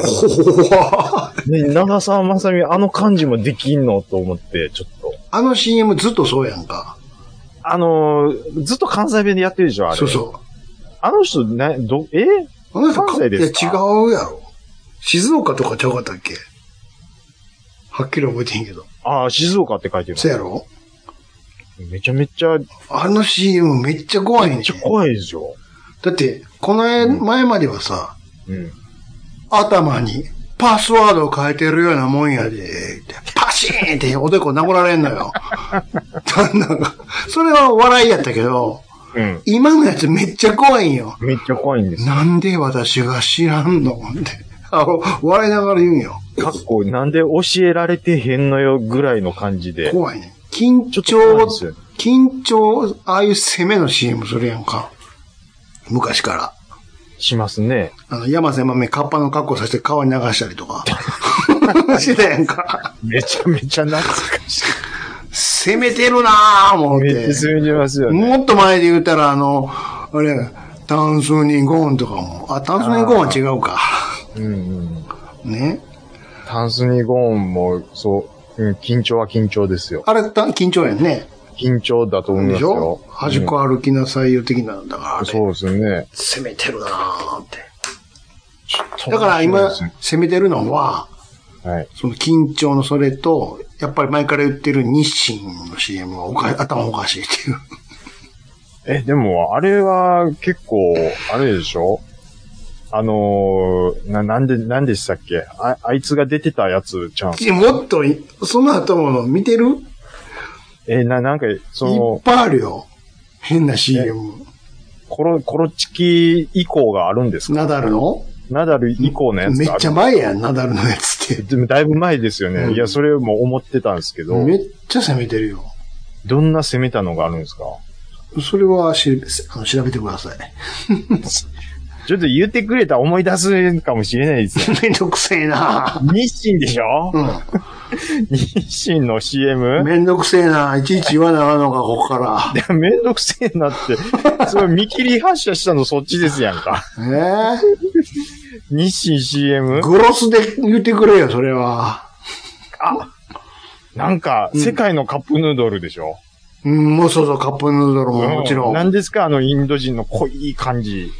Speaker 5: 怖い
Speaker 4: ね、長澤まさみ、あの感じもできんのと思って、ちょっと。
Speaker 5: あの CM ずっとそうやんか。
Speaker 4: あのーずっと関西弁でやってるでしょ、あれ。
Speaker 5: そうそう。
Speaker 4: あの人、ね、ど、え
Speaker 5: あの人
Speaker 4: 関西ですか
Speaker 5: いや、違うやろ。静岡とかちゃうかったっけはっきり覚えてへんけど。
Speaker 4: ああ、静岡って書いてる。
Speaker 5: そうやろ
Speaker 4: めちゃめちゃ、め
Speaker 5: あの CM めっちゃ怖いねん
Speaker 4: っちゃ怖いですよ。
Speaker 5: だって、この前前まではさ、
Speaker 4: うん。
Speaker 5: 頭にパスワードを変えてるようなもんやで、ってパシーンっておでこ殴られん
Speaker 4: (laughs)
Speaker 5: のよ。なんかそれは笑いやったけど、
Speaker 4: うん。
Speaker 5: 今のやつめっちゃ怖いんよ。
Speaker 4: めっちゃ怖いんですよ。
Speaker 5: なんで私が知らんのって。あの笑いながら言うんよ。
Speaker 4: かっこ、なんで教えられてへんのよぐらいの感じで。
Speaker 5: 怖いね。緊
Speaker 4: ちょっと怖い
Speaker 5: 張
Speaker 4: ですよね。
Speaker 5: 緊張、ああいう攻めの CM するやんか。昔から。
Speaker 4: しますね。
Speaker 5: あの、山瀬豆、カッパの格好させて川に流したり
Speaker 4: (laughs)
Speaker 5: とか。 (laughs) してたやんか。
Speaker 4: めちゃめちゃ懐かしい。
Speaker 5: 攻めてるなぁ、思っ
Speaker 4: めってちゃ。攻めてますよね。
Speaker 5: もっと前で言うたら、あの、あれ、タンスニゴーンとかも。あ、タンスニゴーンは違うか。
Speaker 4: うんうん。
Speaker 5: ね。
Speaker 4: タンスニゴーンも、そう、うん、緊張は緊張ですよ。
Speaker 5: あれ、た緊張やんね。
Speaker 4: 緊張だと思いま
Speaker 5: ですしょ
Speaker 4: よ。
Speaker 5: 端っこ歩きなさいよ的なんだから、
Speaker 4: う
Speaker 5: あ
Speaker 4: ん
Speaker 5: れ
Speaker 4: そうですね。
Speaker 5: 攻めてるなぁって。
Speaker 4: ちょっと
Speaker 5: だから今
Speaker 4: 面白いで、
Speaker 5: 攻めてるのは、
Speaker 4: すねはい。
Speaker 5: その緊張のそれと、やっぱり前から言ってる日清の CM はおか頭おかしいっていう。
Speaker 4: え、でも、あれは結構、あれでしょあのー、な、なんで、なんでしたっけあ、あいつが出てたやつちゃん。
Speaker 5: いやもっとい、その後もの見てるいっ
Speaker 4: え、な、なんか、その、
Speaker 5: ぱいあるよ。変な CM。
Speaker 4: コロ、コロチキ以降があるんですか
Speaker 5: ナダルの
Speaker 4: ナダル以降のやつ
Speaker 5: め
Speaker 4: があ
Speaker 5: っ
Speaker 4: る
Speaker 5: ちゃ前やん、ナダルのやつって。
Speaker 4: でもだいぶ前ですよね。
Speaker 5: うん
Speaker 4: いや、それも思ってたんですけど、
Speaker 5: めっちゃ攻めてるよ。
Speaker 4: どんな攻めたのがあるんですか
Speaker 5: それはしあの調べてください。 (laughs)
Speaker 4: ちょっと言ってくれたら思い出すかもしれないですよ。
Speaker 5: めんどくせえな
Speaker 4: 日清でしょ
Speaker 5: う
Speaker 4: 日清の CM?
Speaker 5: ん。めんどくせえないちいち言わなあかんのか、ここから。
Speaker 4: いやめんどくせえなって。それ見切り発車したのそっちですやんか。
Speaker 5: え
Speaker 4: 日清 CM?
Speaker 5: ー、グロスで言ってくれよ、それは。
Speaker 4: あなんか、世界のカップヌードルでしょ、
Speaker 5: うん、もうそうそう、カップヌード
Speaker 4: う
Speaker 5: ルももちろん。
Speaker 4: 何ですかあのインド人の濃い感じ。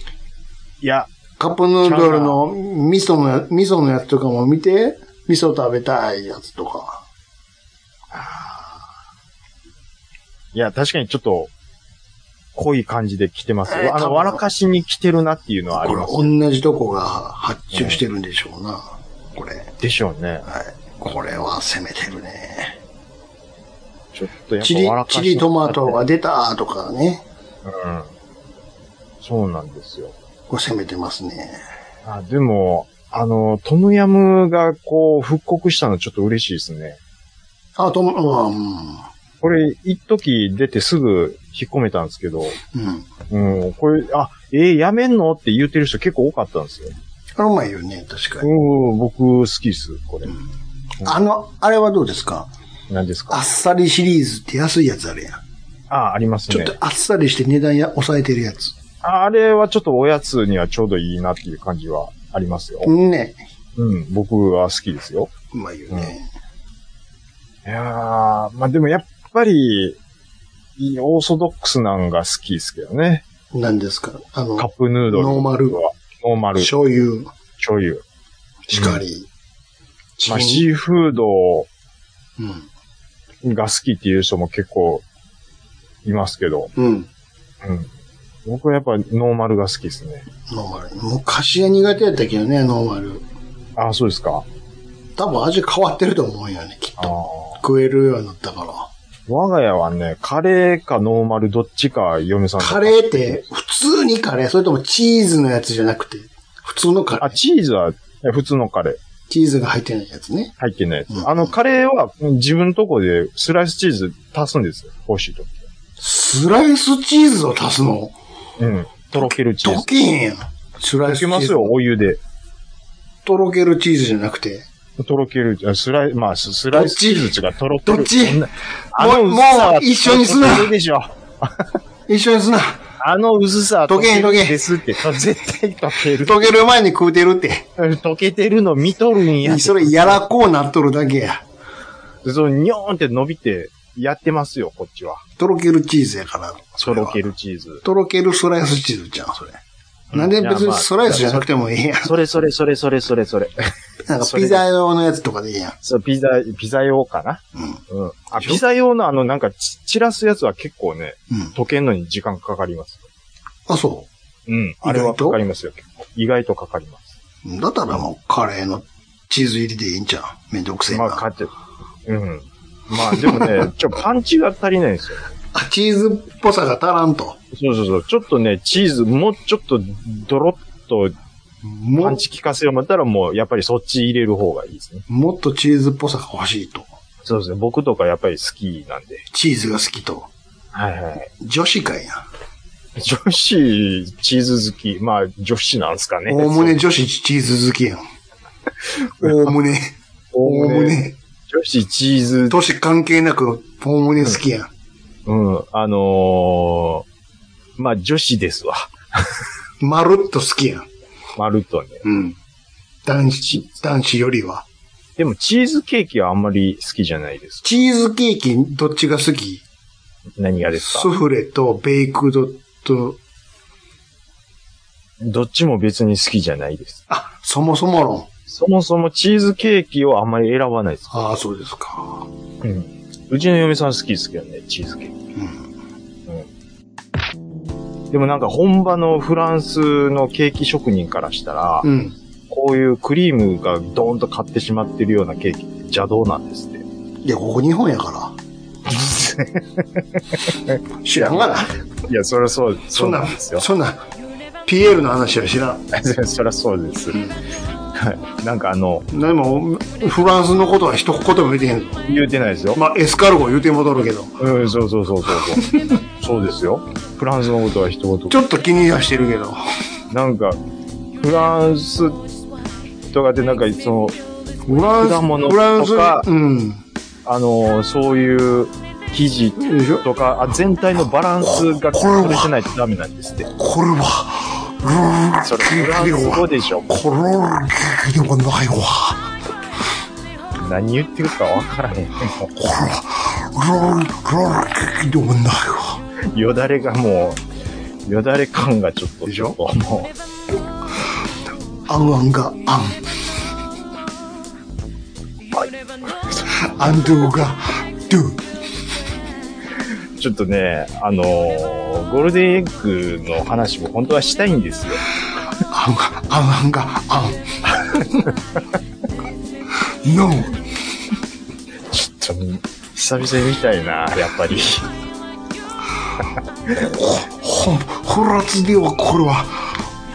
Speaker 4: いや、
Speaker 5: カップヌードルの味噌のや、味噌のやつとかも見て、味噌食べたいやつとか。
Speaker 4: いや、確かにちょっと、濃い感じで来てます
Speaker 5: えー
Speaker 4: よ。あ
Speaker 5: 多
Speaker 4: の、
Speaker 5: 分
Speaker 4: わらかしに来てるなっていうのはあ
Speaker 5: こ
Speaker 4: り
Speaker 5: れ
Speaker 4: ます。
Speaker 5: 同じとこが発注してるんでしょうな。これ。
Speaker 4: でしょうね。
Speaker 5: はい。これは攻めてるね。
Speaker 4: ちょっとや
Speaker 5: チ
Speaker 4: っぱ
Speaker 5: リ
Speaker 4: わら、かし。
Speaker 5: チリトマトが出たとかね。
Speaker 4: うん。そうなんですよ。
Speaker 5: こう攻めてますね。
Speaker 4: あ、でも、あの、トムヤムがこう、復刻したのちょっと嬉しいですね。
Speaker 5: あと、うん。
Speaker 4: これ、一時出てすぐ引っ込めたんですけど、
Speaker 5: うん。
Speaker 4: うん、これ、あ、えーやめんのって言ってる人結構多かったんですよ。
Speaker 5: あれうまいよね、確かに。
Speaker 4: うん、僕好きです、これ。
Speaker 5: あの、あれはどうですか
Speaker 4: 何ですか
Speaker 5: あっさりシリーズって安いやつあるやん。
Speaker 4: あ、あります
Speaker 5: ちょ
Speaker 4: ね
Speaker 5: っ。とあっさりして値段や抑えてるやつ。
Speaker 4: ああれはちょっとおやつにはちょうどいいなっていう感じはありますよ。
Speaker 5: ね。
Speaker 4: うん、僕は好きですよ。
Speaker 5: うまいよね。
Speaker 4: いやー、まあでもやっぱり、いいオーソドックスなんが好きですけどね。
Speaker 5: 何ですかあの
Speaker 4: カ、ップヌードル。
Speaker 5: ノーマル
Speaker 4: は。ノーマル。
Speaker 5: 醤油、
Speaker 4: 醤油。
Speaker 5: しかり、チ
Speaker 4: まあ
Speaker 5: キン
Speaker 4: シーフード
Speaker 5: うん。
Speaker 4: が好きっていう人も結構いますけど。
Speaker 5: うん。
Speaker 4: うん。僕はやっぱノーマルが好きですね。
Speaker 5: ノーマル。昔は苦手やったけどね、ノーマル。
Speaker 4: ああ、そうですか。
Speaker 5: 多分味変わってると思うんよね、きっ
Speaker 4: あ
Speaker 5: と。
Speaker 4: ー
Speaker 5: 食えるようになったから。
Speaker 4: 我が家はね、カレーかノーマルどっちか嫁さんと
Speaker 5: カレーって、普通にカレーそれともチーズのやつじゃなくて、普通のカレ
Speaker 4: あ、
Speaker 5: ー。
Speaker 4: チーズはえ普通のカレー。
Speaker 5: チーズが入ってないやつね。
Speaker 4: 入ってないやつ
Speaker 5: うん
Speaker 4: あの、カレーは自分のとこでスライスチーズ足すんですよ。欲しいとき。
Speaker 5: スライスチーズを足すの
Speaker 4: うん。とろけるチー
Speaker 5: 溶
Speaker 4: ズ。
Speaker 5: けへんやん。スライ
Speaker 4: 溶
Speaker 5: スチ
Speaker 4: け
Speaker 5: ー
Speaker 4: ま
Speaker 5: ズ。
Speaker 4: すよ、お湯で。
Speaker 5: とろけるチーズじゃなくて。
Speaker 4: とろける、あスライ、まあ、ススライスチーズがとろける。
Speaker 5: どっち
Speaker 4: そんなあの
Speaker 5: もう
Speaker 4: 薄さは
Speaker 5: もう一緒にすな
Speaker 4: とろけるでしょ。
Speaker 5: 一緒にすな。
Speaker 4: あの薄さは
Speaker 5: 溶けん
Speaker 4: るですって、絶対溶ける。
Speaker 5: 溶ける前に食うてるって。
Speaker 4: 溶けてるの見とるんや。
Speaker 5: それやらこうなっとるだけや。
Speaker 4: その、にょーんって伸びて、やってますよ、こっちは。
Speaker 5: とろけるチーズやから。
Speaker 4: と
Speaker 5: それ
Speaker 4: ろ
Speaker 5: は
Speaker 4: け。るチーズ。
Speaker 5: とろけるスライスチーズじゃん、それ。
Speaker 4: うん
Speaker 5: なんで
Speaker 4: い
Speaker 5: 別
Speaker 4: や
Speaker 5: に
Speaker 4: まあ
Speaker 5: スライスじゃなくてもいいやん。
Speaker 4: それそれそれそれそれそれ。
Speaker 5: なんか
Speaker 4: それ
Speaker 5: ピザ用のやつとかでいいやん。
Speaker 4: そう、ピザ、ピザ用かな
Speaker 5: うん。
Speaker 4: うん。あ、
Speaker 5: でしょ
Speaker 4: ピザ用のあの、なんかち、散らすやつは結構ね、
Speaker 5: うん。
Speaker 4: 溶けんのに時間かかります。
Speaker 5: あ、そ
Speaker 4: うん。あれはかかりますよ、結構。意外とかかります。
Speaker 5: う。だったらもうカレーのチーズ入りでいいんじゃん。めんどくせえな。
Speaker 4: まあ、かって、うん。まあ、でもね、 (laughs) ちょ、パンチが足りないんですよ。
Speaker 5: あ、チーズっぽさが足らんと。
Speaker 4: そうそうそう。ちょっとね、チーズ、もうちょっと、ドロッと、パ
Speaker 5: も
Speaker 4: ンチ効かせよう思ったら、もう、やっぱりそっち入れる方がいいですね。
Speaker 5: もっとチーズっぽさが欲しいと。
Speaker 4: そうですね。僕とかやっぱり好きなんで。
Speaker 5: チーズが好きと。
Speaker 4: はいはい。
Speaker 5: 女子かいな。
Speaker 4: 女子、チーズ好き。まあ、女子なんですかね。
Speaker 5: おおむね女子チーズ好き
Speaker 4: (laughs)
Speaker 5: やん。おおむね、
Speaker 4: お
Speaker 5: おお
Speaker 4: お
Speaker 5: む
Speaker 4: むね。
Speaker 5: ね、
Speaker 4: 女子チーズ
Speaker 5: 年関係なく、おおむね好きやん。
Speaker 4: うん、あのー、まあ、女子ですわ。 (laughs)
Speaker 5: まるっと好きやん。
Speaker 4: まるっとね。
Speaker 5: うん。男子、男子よりは。
Speaker 4: でも、チーズケーキはあんまり好きじゃないです。
Speaker 5: チーズケーキ、どっちが好き
Speaker 4: 何がです
Speaker 5: ス
Speaker 4: か
Speaker 5: フレとベイクドと、
Speaker 4: どっちも別に好きじゃないです。
Speaker 5: あ、そもそも論。
Speaker 4: そもそもチーズケーキをあんまり選ばないです。
Speaker 5: ああ、そうですか。
Speaker 4: うん。うちの嫁さん好きですけどね、チーズケー
Speaker 5: うん。
Speaker 4: キ。でもなんか本場のフランスのケーキ職人からしたら、
Speaker 5: うん。
Speaker 4: こういうクリームがドーンと買ってしまってるようなケーキって邪道なんです (laughs) って。
Speaker 5: いや、ここ日本やから。知らんがな。
Speaker 4: いや、そりゃそう、
Speaker 5: そ
Speaker 4: そうんな
Speaker 5: なん
Speaker 4: ですよ、。
Speaker 5: そんな、ピエールの話は知らん。
Speaker 4: (laughs) そりゃそうです。はい。なんかあの、
Speaker 5: でも、フランスのことは一言も言ってへん。
Speaker 4: 言うてないですよ。
Speaker 5: まあ、エスカルゴ言うて戻るけど、
Speaker 4: うん、そうそうそうそうそう。そうですよ。フランスのことは一言。
Speaker 5: ちょっと気にはしてるけど、
Speaker 4: なんか、フランスとかでなんか、その、
Speaker 5: フランス、
Speaker 4: 果物
Speaker 5: フラン
Speaker 4: とか
Speaker 5: ス、うん。
Speaker 4: あのーそういう生地
Speaker 5: でしょ
Speaker 4: とか、あ全体のバランスが取れてないとダメなんですって。
Speaker 5: これは、
Speaker 4: それ、フランス語でしょ。
Speaker 5: これは、聞でもないわ。
Speaker 4: 何言ってるかわからへん。も
Speaker 5: これは、ロール、ロール、聞でもないわ。
Speaker 4: うよだれがもう、よだれ感がちょっと、
Speaker 5: でしょ
Speaker 4: ちょっとも
Speaker 5: あんあんが、あん。アンドゥが、ドゥ。
Speaker 4: う、ちょっとね、あのーゴールデンエッグの話も本当はしたいんですよ。
Speaker 5: あんが、あんあんが、あ (laughs) ん。ノー。
Speaker 4: ちょっと、 (laughs) 久々に見たいな、やっぱり。
Speaker 5: ほこホラツではこれは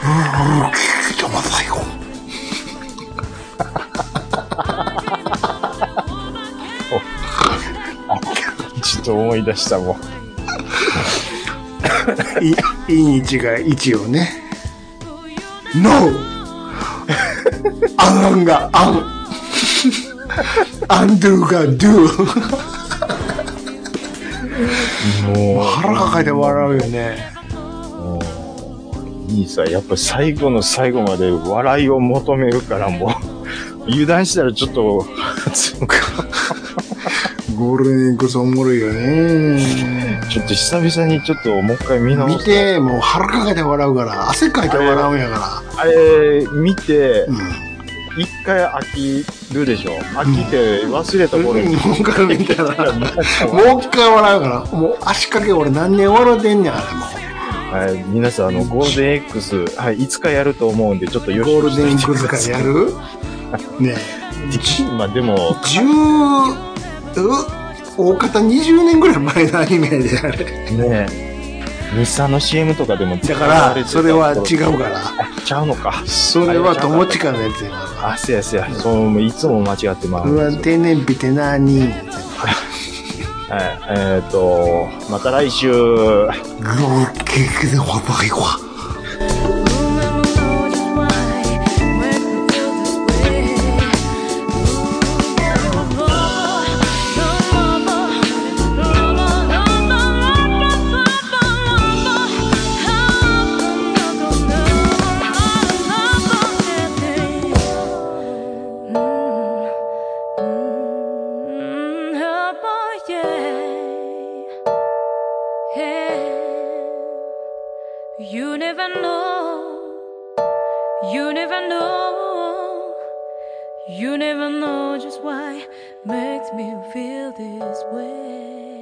Speaker 5: うんうん聞いてまだよ
Speaker 4: ちょっと思い出したもん。
Speaker 5: いい位置が1をね (laughs) NO アンがア (laughs) ンアンドゥがドゥ
Speaker 4: も
Speaker 5: 腹抱えて笑うよね
Speaker 4: う、もう兄さん、やっぱ最後の最後まで笑いを求めるからもう、油断したらちょっと、
Speaker 5: ゴールデンウィークそおもろいよね
Speaker 4: ちょっと久々にちょっともう一回見直
Speaker 5: 見
Speaker 4: す。
Speaker 5: てもう腹抱えて笑うから汗かいて笑うんやか
Speaker 4: あれ、見て
Speaker 5: ら、、うん
Speaker 4: 一回飽きるでしょ飽きて忘れた頃 (laughs) に。
Speaker 5: もう一回見たら、もう一回笑うから、もう足掛け俺何年笑うてんねん、あれもう。
Speaker 4: はい、皆さん、あの、ゴールデン X、はい、いつかやると思うんで、ちょっとよろし
Speaker 5: ゴ
Speaker 4: く
Speaker 5: ールデンウィーク使いやるね
Speaker 4: まあでも、
Speaker 5: え、十、う大方20年ぐらい前のアニメであれ。
Speaker 4: ね日産の CM とかでも
Speaker 5: だから、それは違うから。
Speaker 4: ちゃうのか。
Speaker 5: それは友近のやつやか
Speaker 4: あ、せやせや。そう、もういつも間違ってま
Speaker 5: ら。
Speaker 4: す。
Speaker 5: う
Speaker 4: は
Speaker 5: わ、
Speaker 4: い。
Speaker 5: 定年日って何
Speaker 4: えっ、と、また来週。
Speaker 5: ローケーキで若いわ。
Speaker 6: You never know. You never know. You never know just why makes me feel this way.